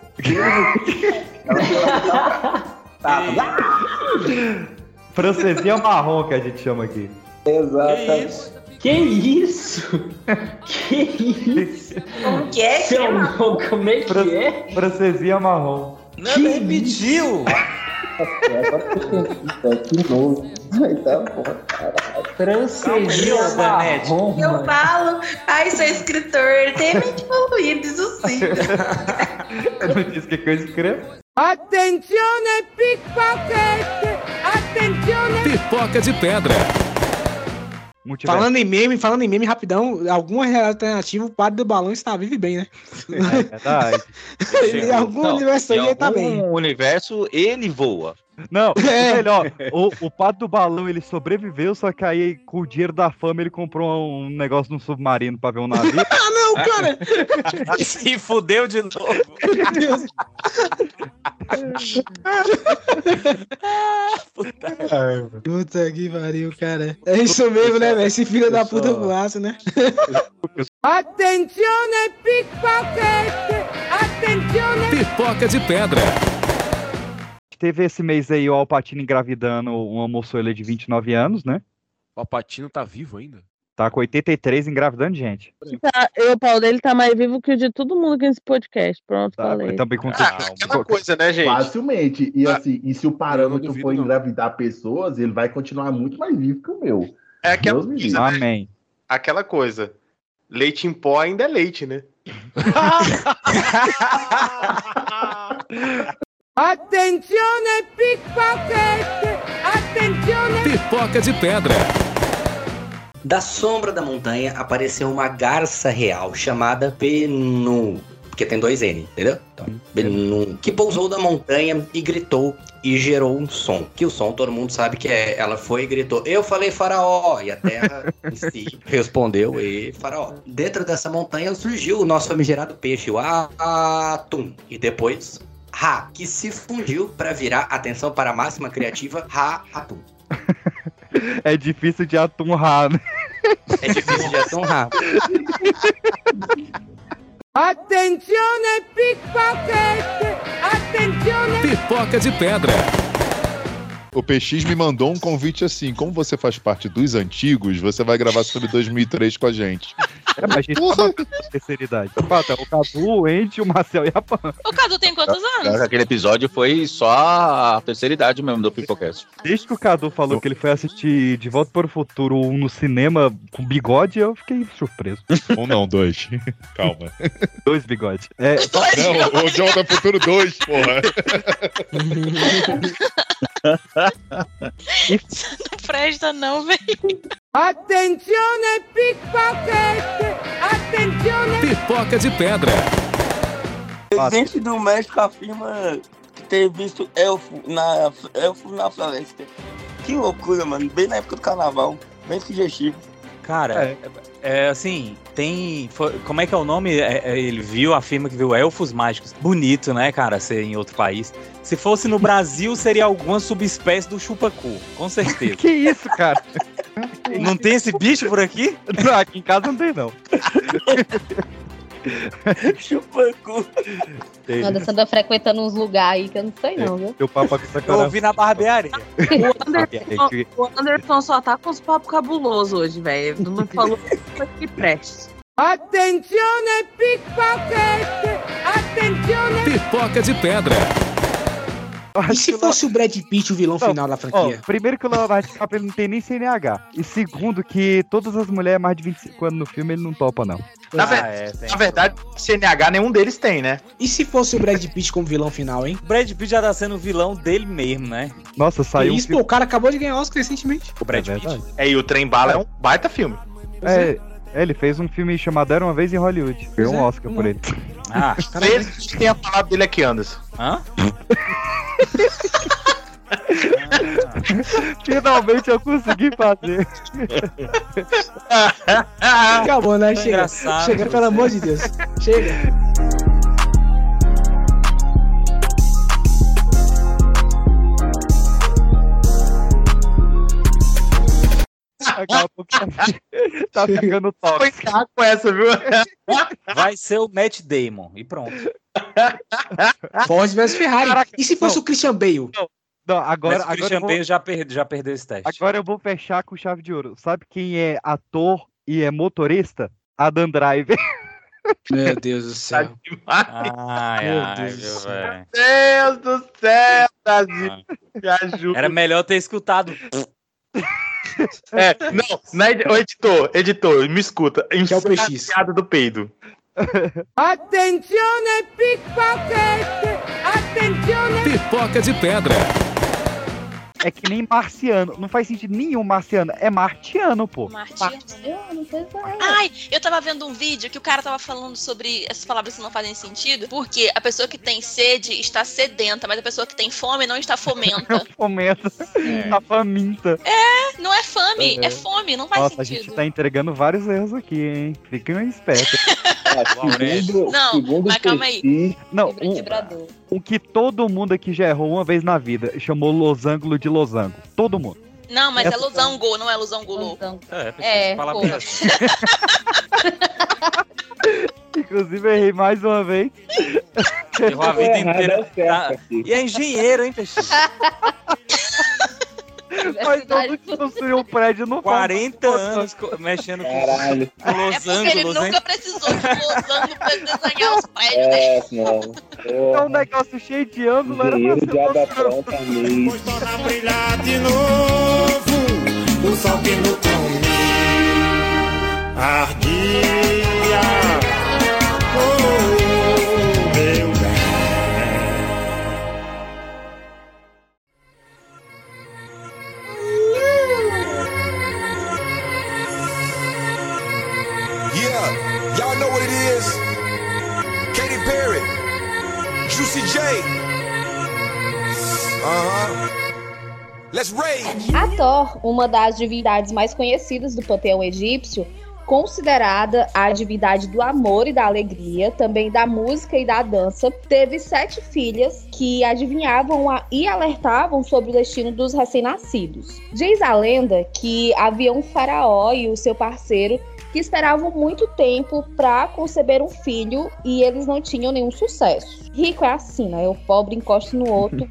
Francesinha marrom que a gente chama aqui. Exatamente. Que isso? Que isso? Como que é? Que Seu é uma- nome, como é que é? Francesinha marrom. Não, é que repetiu! Que novo. Então, porra, caralho. Francesinha Eu falo, ai, sou escritor, tem mente poluída, isso sim. Eu não disse o que que eu escrevo. Attenzione pickpocket! Attenzione! Pipoca de pedra. é Falando em meme, falando em meme, rapidão, alguma alternativa, o padre do balão está vivo e bem, né? É verdade. em algum Então, universo aí ele tá algum bem. universo ele voa. Não, É. o melhor, o, o pato do balão ele sobreviveu, só que aí com o dinheiro da fama ele comprou um negócio num submarino pra ver um navio. ah, não, cara! Se fudeu de novo. Meu Deus. Puta que pariu, cara. É isso mesmo, né, velho? Esse filho da puta voasse, né? Attenzione pickpocket! Attenzione! Pipoca de pedra. Teve esse mês aí o Alpatino engravidando uma moçoila de 29 anos, né? O Alpatino tá vivo ainda? Tá com 83 engravidando gente. Tá, eu, o pau dele tá mais vivo que o de todo mundo aqui nesse podcast. Pronto, Tá, falei. Também com É Aquela coisa, né, gente? Facilmente. E assim, e se o parâmetro for engravidar pessoas, ele vai continuar muito mais vivo que o meu. É aquela Deus me coisa, livre. né? Amém. Aquela coisa. Leite em pó ainda é leite, né? Attenzione pickpocket! Attenzione! Pipoca de pedra. Da sombra da montanha apareceu uma garça real chamada Benu. Porque tem dois N, entendeu? Então, Benu. Que pousou da montanha e gritou e gerou um som. Que o som todo mundo sabe que é. Ela foi e gritou: Eu falei faraó! E a terra em si respondeu: E faraó. Dentro dessa montanha surgiu o nosso famigerado peixe, o Atum. E depois. Ra, que se fundiu para virar atenção para a máxima criativa Ra Atum. É difícil de atumar, né? Eh, É difícil de atumar. Attenzione pickpocket! Attenzione! Pipoca de pedra. O PX me mandou um convite assim: como você faz parte dos antigos, você vai gravar sobre 2003 com a gente. É, mas a gente tava na terceira idade. Pata, o Cabu, o Ente, o Marcel e a Pan. O Cadu tem quantos anos? Aquele episódio foi só a terceira idade mesmo do Pipocast. Desde que o Cadu falou que ele foi assistir De Volta para o Futuro um no cinema com bigode, eu fiquei surpreso. Um não, dois. Calma. Dois bigodes. É, Não, o John da Futuro 2, porra. Não presta, não, velho. Attenzione pickpocket! Attenzione! Pipoca de pedra. Presidente do México afirma que ter visto elfo na, elfo na floresta. Que loucura, mano. Bem na época do carnaval. Bem sugestivo. Cara, é. é, assim, tem. foi- como é que é o nome? É, é, ele viu, afirma que viu elfos mágicos. Bonito, né, cara, ser em outro país. Se fosse no Brasil, seria alguma subespécie do chupacu, com certeza. que isso, cara? Não tem esse bicho por aqui? Não, aqui em casa não tem, não. Chupacu. Anda, você anda tá frequentando uns lugares aí que eu não sei não, viu? Teu papo aqui tá Eu ouvi na barbearia. O Ah, Anderson, o Anderson só tá com os papos cabulosos hoje, velho. Não falou que preste. Attenzione pickpocket! Attenzione! Pipoca de pedra. E se fosse o Brad Pitt o vilão final da franquia? Ó, primeiro que o Leonardo DiCaprio ele não tem nem CNH. E segundo que todas as mulheres mais de 25 anos no filme ele não topa, não. Na, ver- na verdade, CNH nenhum deles tem, né? E se fosse o Brad Pitt como vilão final, hein? O Brad Pitt já tá sendo o vilão dele mesmo, né? Nossa, saiu E um isso, pô, o cara acabou de ganhar Oscar recentemente. O Brad Pitt. É, e o Trem Bala é um baita filme. É, é, ele fez um filme chamado Era Uma Vez em Hollywood. Ganhou um é. Oscar por ele. Ah, Talvez a gente tenha falado dele aqui, Anderson. Hã? Finalmente eu consegui fazer. Acabou, né? Chega. engraçado, Chega, pelo amor de Deus. Chega. Acabou que tá, tá ficando top. Foi com essa, viu? Vai ser o Matt Damon. E pronto. Ford versus Ferrari. e se fosse o Christian Bale? Não, agora, Mas o agora Christian eu vou- Bale já, perde- já perdeu esse teste. Agora eu vou fechar com chave de ouro. Sabe quem é ator e é motorista? Adam Driver. Meu Deus do céu. Ah. Ai, Meu ai, Deus do meu céu. velho. Deus do céu, Brasil. Ah. Me ajuda. Era melhor ter escutado. É, não, na edi- ô, editor, editor, me escuta. Que é o PX. piada do peido. Attenzione pickpocket! Attenzione! Pipoca de pedra. É que nem marciano. Não faz sentido nenhum marciano. É martiano, pô. Martiano. é Ai, eu tava vendo um vídeo que o cara tava falando sobre essas palavras que não fazem sentido, porque a pessoa que tem sede está sedenta, mas a pessoa que tem fome não está fomenta. Fomenta. Tá faminta. é, não é fame, é fome, não faz Uhum. Nossa, a sentido. gente tá entregando vários erros aqui, hein? Fiquem espertos. É, Segundo- Não, segundo mas calma aí. aí. Não, É um, o que todo mundo aqui já errou uma vez na vida chamou losango de losango. Todo mundo. Não, mas é Essa- losango, não é losango louco. É, pô. Inclusive, eu errei mais uma vez. Errou a vida inteira. Tá- E é engenheiro, hein, Peixe? Mas todo que construiu um prédio não 40 anos co- mexendo com Caralho. Los É Porque ele Angeles, hein? nunca precisou de losango pra desenhar os pés. mano. Então, É um negócio cheio de ângulo. Era pra ser tá losango. Pois torna a brilhar de novo o sol que no cume ardia. Oh, meu bem. Yeah, y'all know what it is. Katy Perry, Juicy J. Uh-huh. Let's rage. Ator, uma das divindades mais conhecidas do panteão egípcio, considerada a divindade do amor e da alegria, também da música e da dança, teve sete filhas que adivinhavam a- e alertavam sobre o destino dos recém-nascidos. Diz a lenda que havia um faraó e o seu parceiro que esperavam muito tempo para conceber um filho e eles não tinham nenhum sucesso. Rico é assim, né? O pobre encosta no outro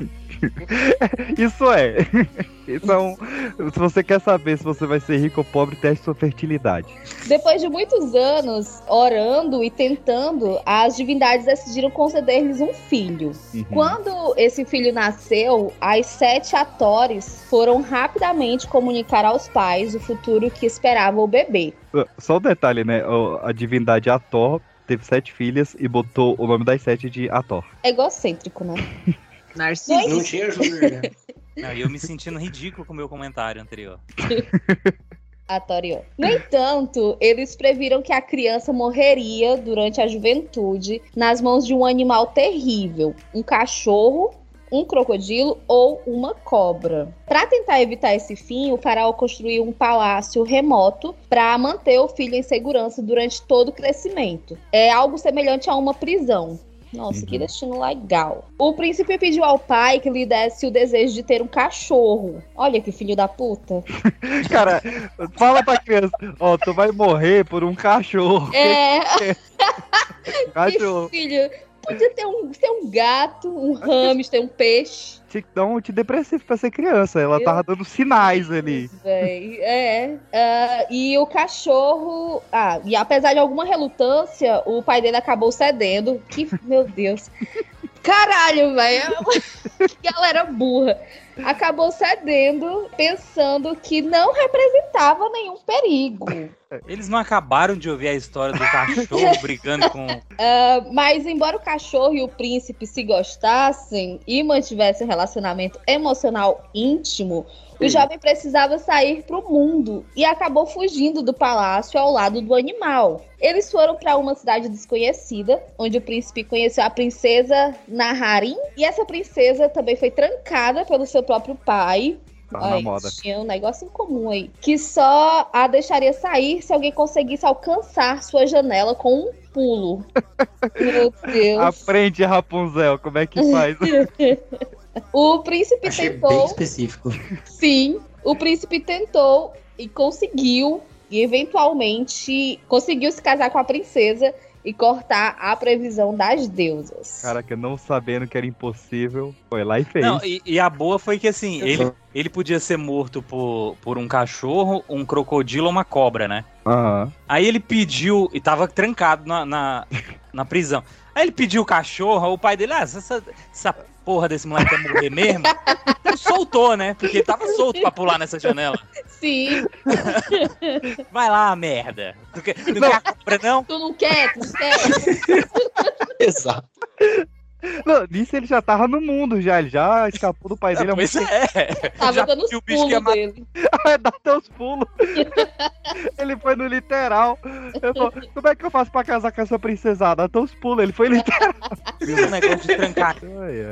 Isso é. Isso é um... Se você quer saber se você vai ser rico ou pobre, teste sua fertilidade. Depois de muitos anos orando e tentando, as divindades decidiram conceder-lhes um filho. Uhum. Quando esse filho nasceu, as sete atores foram rapidamente comunicar aos pais o futuro que esperava o bebê. Só um detalhe, né? O- A divindade Ator teve sete filhas e botou o nome das sete de Ator. É Egocêntrico, né? Narciso. Não tinha né? Júnior, Não, e eu me sentindo ridículo com o meu comentário anterior. Atoriou. No entanto, eles previram que a criança morreria durante a juventude nas mãos de um animal terrível, um cachorro, um crocodilo ou uma cobra. Para tentar evitar esse fim, o faraó construiu um palácio remoto para manter o filho em segurança durante todo o crescimento. É algo semelhante a uma prisão. Nossa, que destino legal. O príncipe pediu ao pai que lhe desse o desejo de ter um cachorro. Olha que filho da puta. Cara, fala pra criança, ó, tu vai morrer por um cachorro. É. Cachorro. Que filho. Podia ter um, ter um gato, um hamster, um peixe, Tinha que dar um antidepressivo pra ser criança. Ela Eu- tava dando sinais ali. velho. É. Ah, e o cachorro. Ah, e apesar de alguma relutância, o pai dele acabou cedendo. Que, meu Deus. Caralho, velho. Galera burra. Acabou cedendo, pensando que não representava nenhum perigo. Eles não acabaram de ouvir a história do cachorro brigando com. Ah, mas, embora o cachorro e o príncipe se gostassem e mantivessem um relacionamento emocional íntimo, o jovem precisava sair para o mundo e acabou fugindo do palácio ao lado do animal. Eles foram para uma cidade desconhecida, onde o príncipe conheceu a princesa Naharin. E essa princesa também foi trancada pelo seu próprio pai. Tá Olha, na moda. Tinha um negócio em comum aí. Que só a deixaria sair se alguém conseguisse alcançar sua janela com um pulo. Meu Deus. Aprende, Rapunzel, como é que faz? O príncipe Bem tentou. específico. Sim, o príncipe tentou e conseguiu, e eventualmente conseguiu se casar com a princesa e cortar a previsão das deusas. Caraca, não sabendo que era impossível, foi lá e fez. Não, e, e a boa foi que assim, ele, ele podia ser morto por, por um cachorro, um crocodilo ou uma cobra, né? Aham. Aí ele pediu, e tava trancado na, na, na prisão. Aí ele pediu o cachorro, o pai dele, ah, essa- essa, essa porra desse moleque quer morrer mesmo? Soltou, né? Porque tava solto pra pular nessa janela. Sim. Vai lá, merda. Tu quer, não, quer a cobra, não? Tu não quer, tu não quer. Exato. Não, nisso ele já tava no mundo, já. Ele já escapou do pai dele. há Ah, Pois muito tempo. é. Tava Já dando viu os o bicho que pulos ia matar. dele. Ah, Dá até os pulos. ele foi no literal. Eu falo, como é que eu faço pra casar com essa princesada? Dá até os pulos. Ele foi literal. Viu o negócio de trancar?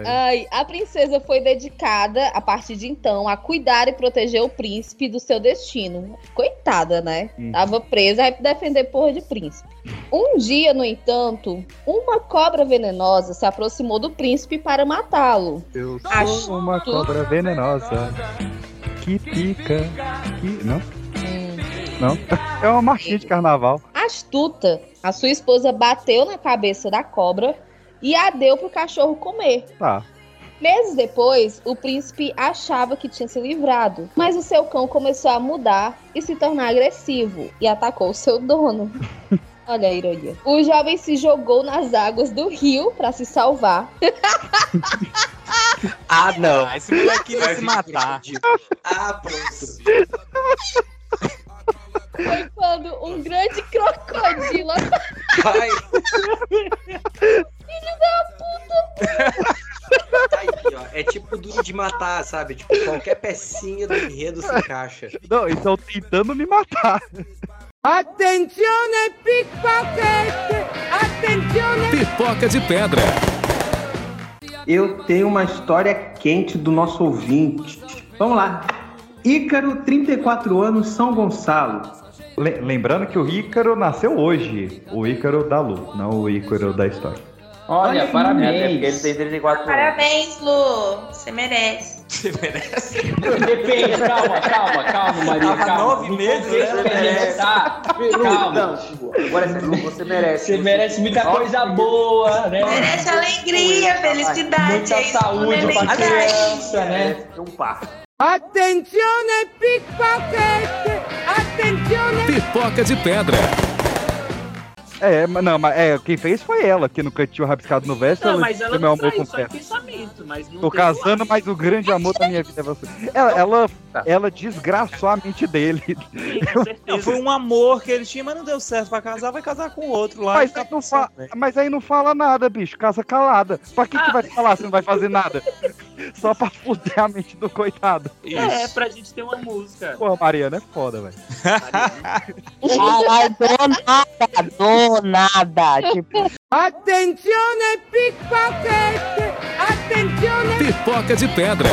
Ai, a princesa foi dedicada, a partir de então, a cuidar e proteger o príncipe do seu destino. Coitada, né? Uhum. Tava presa aí pra defender porra de príncipe. Um dia, no entanto, uma cobra venenosa se aproximou do príncipe para matá-lo. Eu sou Acho uma tudo. cobra venenosa que pica. Que... Não? Não? É uma marchinha de carnaval. Astuta, a sua esposa bateu na cabeça da cobra e a deu pro cachorro comer. Tá. Meses depois, o príncipe achava que tinha se livrado, mas o seu cão começou a mudar e se tornar agressivo e atacou o seu dono. Olha a ironia. O jovem se jogou nas águas do rio para se salvar. Ah, não. esse moleque vai se matar. Ah, pronto. Foi quando um grande crocodilo. Vai. Filho da puta! Tá aí, ó. É tipo duro de matar, sabe? Tipo, qualquer pecinha do enredo se encaixa. Não, então tentando me matar. Attenzione pickpocket! Attenzione! Pipoca de pedra. Eu tenho uma história quente do nosso ouvinte. Vamos lá. Ícaro, 34 anos, São Gonçalo. Le- lembrando que o Ícaro nasceu hoje. O Ícaro da Lu, não o Ícaro da história. Olha, Olha, parabéns. até porque ele tem 34 Parabéns, Lu. Você merece. Você merece. Depende, calma, calma, calma, Maria. Tava calma. nove Não meses, compensa né? Tá. Lu, experimentar. tá- Calma. Agora é você merece. Você merece muita coisa boa, né? Merece alegria, felicidade. Muita é isso, saúde né, pra felicidade. criança, né? Um par. Attenzione pickpocket! Attenzione! Pipoca de pedra. É, mas não, mas é, quem fez foi ela, que no cantinho rabiscado no verso. Não, mas disse, ela meu não amor traiu, só é confessa. pensamento, mas não Tô teve lá. casando, mas o grande amor da minha vida é você. Ela, ela, ela desgraçou a mente dele. Tá. Não, foi um amor que ele tinha, mas não deu certo pra casar, vai casar com outro lá. tá Mas, aí não fa- mas aí não fala nada, bicho. Casa calada. Pra que, Ah. que vai falar se não vai fazer nada? Só pra fuder a mente do coitado. É, pra gente ter uma música. Porra, Mariana é foda, velho. Caralho, do nada, do nada. Tipo... Attenzione pickpocket! Attenzione! Pipoca de pedra.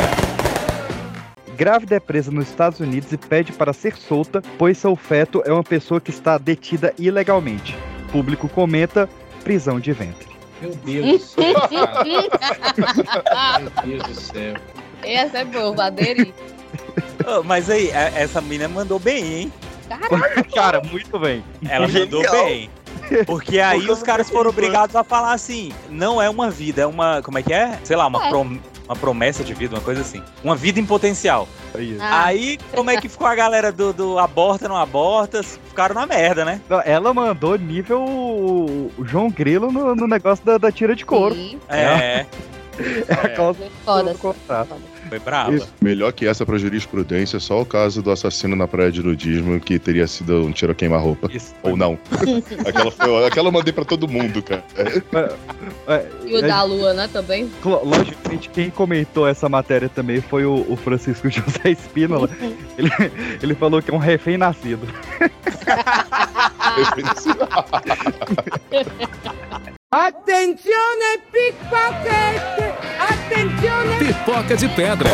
Grávida é presa nos Estados Unidos e pede para ser solta, pois seu feto é uma pessoa que está detida ilegalmente. Público comenta prisão de ventre. Meu Deus do céu. cara. Meu Deus do céu. Essa é boa, vou aderir. Ô, mas aí, a- essa menina mandou bem, hein? Cara, muito bem. Ela mandou Genial. bem. Porque aí os caras foram obrigados a falar assim: não é uma vida, é uma. Como é que é? Sei lá, uma É. prom- uma promessa de vida, uma coisa assim. Uma vida em potencial. É Ah. Aí, como é que ficou a galera do, do aborta, não aborta? Ficaram na merda, né? Não, ela mandou nível o João Grilo no, no negócio da, da tira de couro. Sim. É. É a causa é. Foda. do contrato. Foi brava. Isso. Melhor que essa pra jurisprudência, é só o caso do assassino na praia de nudismo, que teria sido um tiro a queima-roupa. Ou não. aquela, foi, aquela eu mandei pra todo mundo, cara. É. E o da Lua, né, também? Cl- É, Logicamente, quem comentou essa matéria também foi o, o Francisco José Espínola. ele, ele falou que é um refém nascido. Attenzione pickpocket! Attenzione! Pipoca de pedra.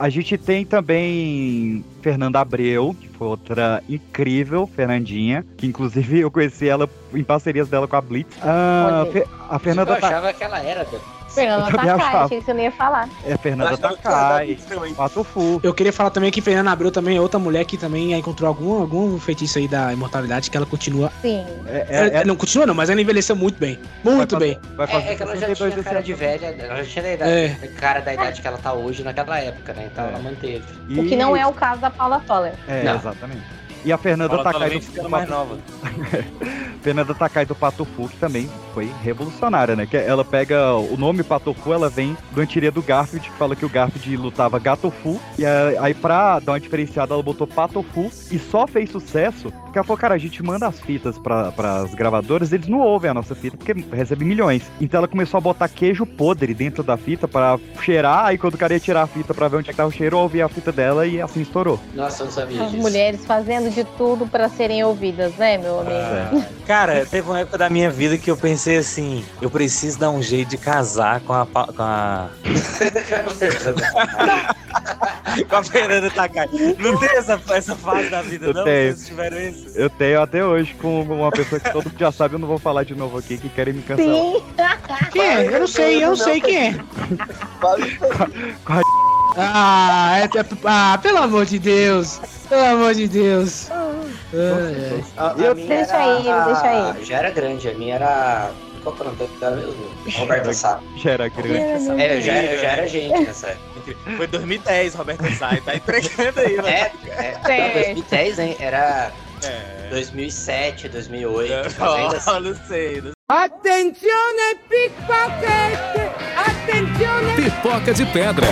A gente tem também Fernanda Abreu, que foi outra incrível Fernandinha, que inclusive eu conheci ela em parcerias dela com a Blitz. Ah, Olha aí. Fe- a Fernanda eu tá... achava que ela era, velho. Eu Fernanda também Takai, achava. tá achei que você não ia falar. É tá Fernanda Mas não, Takai, Fernanda Patofu. Eu queria falar também que Fernanda Abreu também é outra mulher que também encontrou algum, algum feitiço aí da imortalidade que ela continua. Sim. Ela- ela não continua, não, mas ela envelheceu muito bem. Muito bem. É, é que ela já tinha cara de velha, ela já tinha a idade, cara da idade que ela tá hoje naquela época, né? Então ela manteve. E- O que não é o caso da Paula Toller. É, Não. exatamente. E a Fernanda tá tá Fala, Takai talvez do- ficando do mais Pato- nova. Fernanda Takai do Patofu, que também foi revolucionária, né? Que ela pega o nome Patofu, ela vem do antiria do Garfield, que fala que o Garfield lutava Gatofu. E a- aí, pra dar uma diferenciada, ela botou Patofu e só fez sucesso porque ela falou, cara, a gente manda as fitas pra, pras gravadoras, eles não ouvem a nossa fita porque recebe milhões. Então ela começou a botar queijo podre dentro da fita pra cheirar, aí quando o cara ia tirar a fita pra ver onde é que tava o cheiro, ouvia a fita dela e assim estourou. Nossa, eu não sabia As disso. mulheres fazendo de tudo pra serem ouvidas, né, meu amigo? É. Cara, teve uma época da minha vida que eu pensei assim: eu preciso dar um jeito de casar com a. pa- Com a, com a Fernanda Takai. Não tem essa, essa fase da vida, Eu não? tenho. Vocês tiveram isso? Eu tenho até hoje com uma pessoa que todo mundo já sabe, eu não vou falar de novo aqui, que querem me cancelar. Sim. Quem é? Eu não sei, eu não sei quem é. Ah, é, é- ah, pelo amor de Deus. Pelo amor de Deus. Ah, é. Ai, ai. A, Ah, a minha Ah, Deixa era- aí, deixa aí. Ah, Já era grande, a minha era. Qual que é o nome dela mesmo? Roberto Sá. Já era grande. É, eu já, era- eu já era É. gente nessa época. Foi 2010, Roberto Sai, tá entregando aí, né? É, não, 2010, hein? Era 2007, 2008. mas ainda assim. não sei. Não... Attenzione pickpocket! Attenzione! Pipoca de pedra.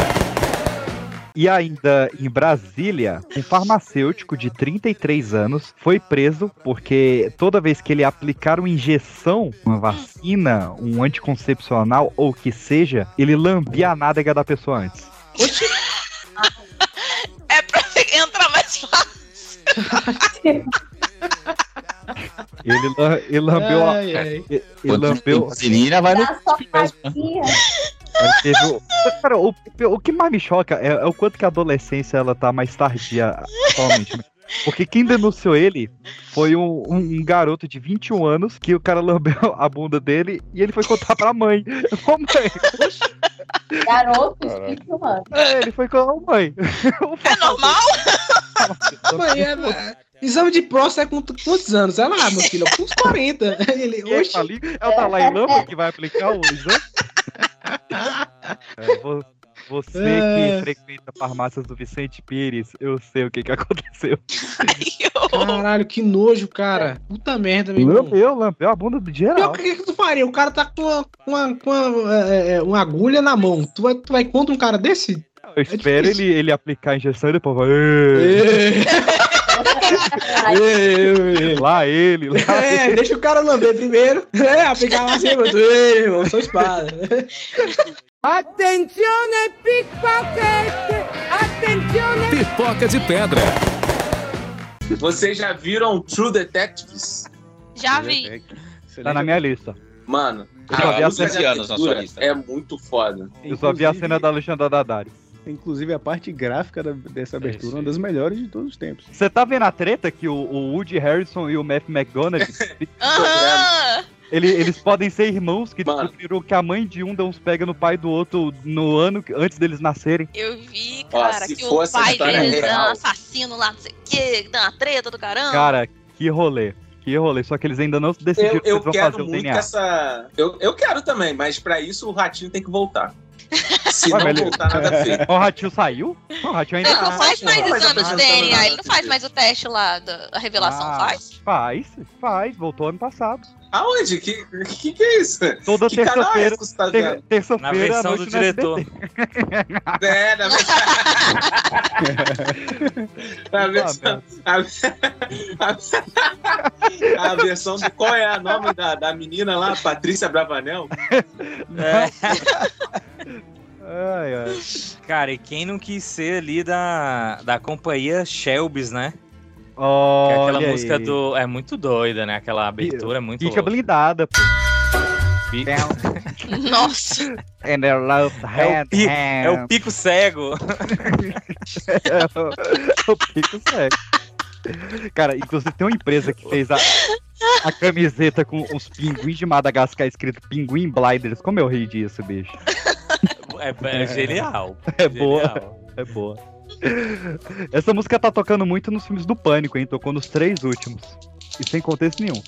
E ainda em Brasília, um farmacêutico de 33 anos foi preso porque toda vez que ele aplicar uma injeção, uma vacina, um anticoncepcional ou o que seja, ele lambia a nádega da pessoa antes. É pra entrar mais fácil. Ele, la- ele lambeu a. Ai, ai. Ele, ele lambeu. Vaselina vai no. Aí teve o- Cara, o, o que mais me choca é, é o quanto que a adolescência ela tá mais tardia atualmente. né? Porque quem denunciou ele foi um, um- um garoto de 21 anos que o cara lambeu a bunda dele e ele foi contar pra mãe. Ô mãe, Garotos, Caraca. fica, mano. é, ele foi com a mãe. É normal? Mãe, é, mano. Exame de próstata é com t- quantos anos? Ela, ah, meu filho, com uns 40. Ele, E ele oxe. tá ali, é o Dalai Lama que vai aplicar né? o exame? É, vo- você que É. frequenta farmácias do Vicente Pires, eu sei o que que aconteceu. Caralho, que nojo, cara. Puta merda, meu irmão. Lambeu, lambeu a bunda do Pior geral. que, que tu faria? O cara tá com uma, com uma, com uma, é, é, uma agulha na mão. Tu vai, tu vai contra um cara desse? é Eu espero ele, ele aplicar a injeção e depois vai. É. Lá ele, lá É, ele. deixa o cara lamber primeiro. É, aplicar lá assim, meu Deus. Ei, irmão, sou espada. Attenzione pickpocket! Attenzione! Pipoca de pedra. Vocês já viram True Detectives? Já vi. Tá na minha lista. Mano, Eu só vi a a música cena- de anos na sua abertura lista. é muito foda. Eu só vi a cena da Alexandra Daddario. Inclusive, a parte gráfica da- dessa abertura é uma das melhores de todos os tempos. Você tá vendo a treta que o, o Woody Harrison e o Matt McDonald ele- eles podem ser irmãos que descobriram que a mãe de um dá uns pega no pai do outro no ano que- antes deles nascerem. Eu vi, Ó, cara, se que o fosse a pai história deles é real. um assassino lá, não sei o que, dá uma treta do caramba. Cara, que rolê. Que rolê. Só que eles ainda não decidiram Eu, se eu eles vão fazer quero o muito DNA. essa. Eu, eu quero também, mas pra isso o ratinho tem que voltar. Se não voltar, nada assim. feito. O Ratinho saiu? Não, O Ratinho ainda Ele não tá. faz mais Não, mas exame tá de tentando DNA, nada. ele não faz mais o teste lá da a revelação, Ah, faz? Faz, faz. Voltou ano passado. Aonde? Que, que, que é isso? Toda Que canal terça-feira. é esse que você tá ter- vendo? Terça-feira. Na versão à do noite no SBT. É, na A versão, a, a- a versão de qual é a nome da, da menina lá, Patrícia Bravanel? É. Ai, ai. Cara, e quem não quis ser ali da, da companhia Shelby's, né? Que é Olha aquela música aí. do. É muito doida, né? Aquela abertura é muito. Fica blindada, pô. Nossa! And their love É o, hand, pico, hand. é o pico cego. É o pico cego. Cara, inclusive tem uma empresa que fez a, a camiseta com os pinguins de Madagascar escrito Pinguim Blinders. Como eu ri disso, bicho? É, é genial. É boa. É boa. Essa música tá tocando muito nos filmes do Pânico, hein? Tocou nos três últimos. E sem contexto nenhum.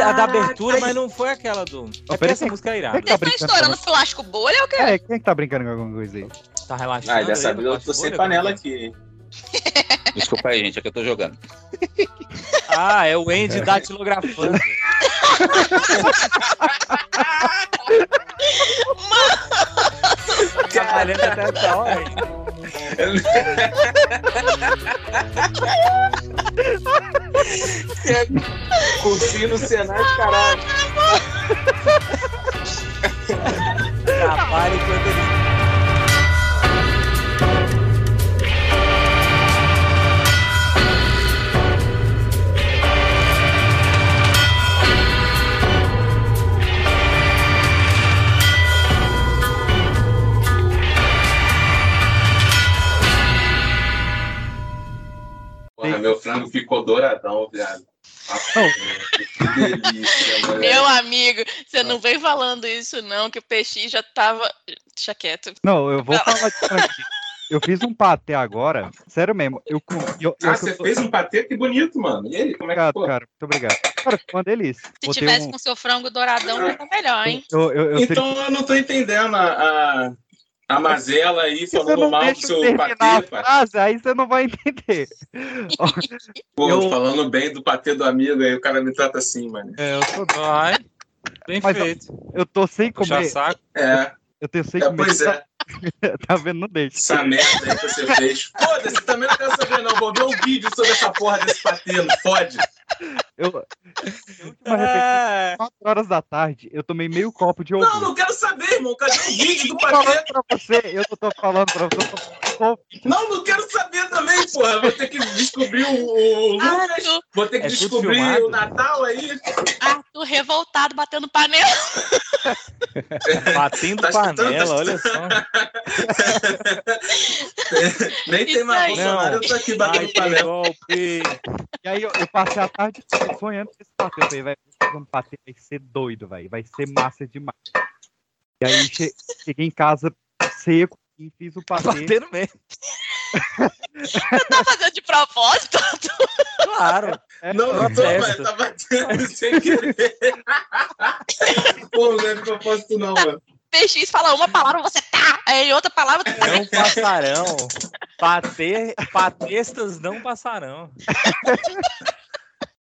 A da abertura, mas não foi aquela do. É porque peraí, essa quem- música é irada. quem é que tá Tá estourando plástico bolha ou o quê? É, quem é que tá brincando com alguma coisa aí? Tá relaxando. Ah, dessa aí, vez eu tô sem tá panela aqui, hein? Desculpa aí, gente, é que eu tô jogando. Ah, é o Andy datilografando. Trabalhando tá até essa hora. hein? Cursinho no é Senai de caralho. Trabalho enquanto ele. Porra, meu frango ficou douradão, viado. Que delícia, mano. Meu amigo, você não vem falando isso não, que o peixe já tava... Deixa quieto. Não, eu vou falar de franquia. Eu fiz um patê agora, sério mesmo. Eu, com- eu, eu, Ah, você fez um patê? Que bonito, mano. E ele, como é que Obrigado, ficou? cara. Muito obrigado. Cara, ficou uma delícia. Se Botei tivesse um- com seu frango douradão, tava melhor, hein? eu- eu- eu então eu não tô entendendo a, a, a mazela aí falando mal do deixa eu seu terminar patê, a pai. frase, aí você não vai entender. Ó, Pô, falando bem do patê do amigo aí, o cara me trata assim, mano. É, eu tô dói. Bem Mas, ó, feito. eu tô sem Puxa comer. saco. É. Eu tenho sem É, comer. pois é. tá vendo? Não deixa. Essa merda aí que você fez. Foda-se, também não quero saber, não. Vou ver um vídeo sobre essa porra desse patê, não fode. Ah, Eu, Uma É. repetição, 4 horas da tarde, eu tomei meio copo de Não, iogurte. não quero saber, irmão. Cadê o vídeo Eu do tô falando patê? pra você, eu não tô falando pra você, eu tô falando com- Não, não quero saber também, porra. Vou ter que descobrir o, o Lucas. Vou ter que É tudo descobrir filmado? o Natal aí. Arthur revoltado, batendo panela. Batendo Tá panela, olha só. Nem tem mais aí. Bolsonaro, eu tô aqui batendo Ai, panela. E aí eu, eu passei a tarde toda sonhando com esse patê. Eu falei, vai fazer um patê, vai ser doido, vai. Vai ser massa demais. E aí che- cheguei em casa seco e fiz o patê. Batendo mesmo. Você tá fazendo de propósito? Claro. é Não, não É, tô, mas tá batendo sem querer. Pô, não é de propósito, não, mano. PX fala uma palavra, você tá, aí outra palavra... Não passarão. Pater, patestas não passarão.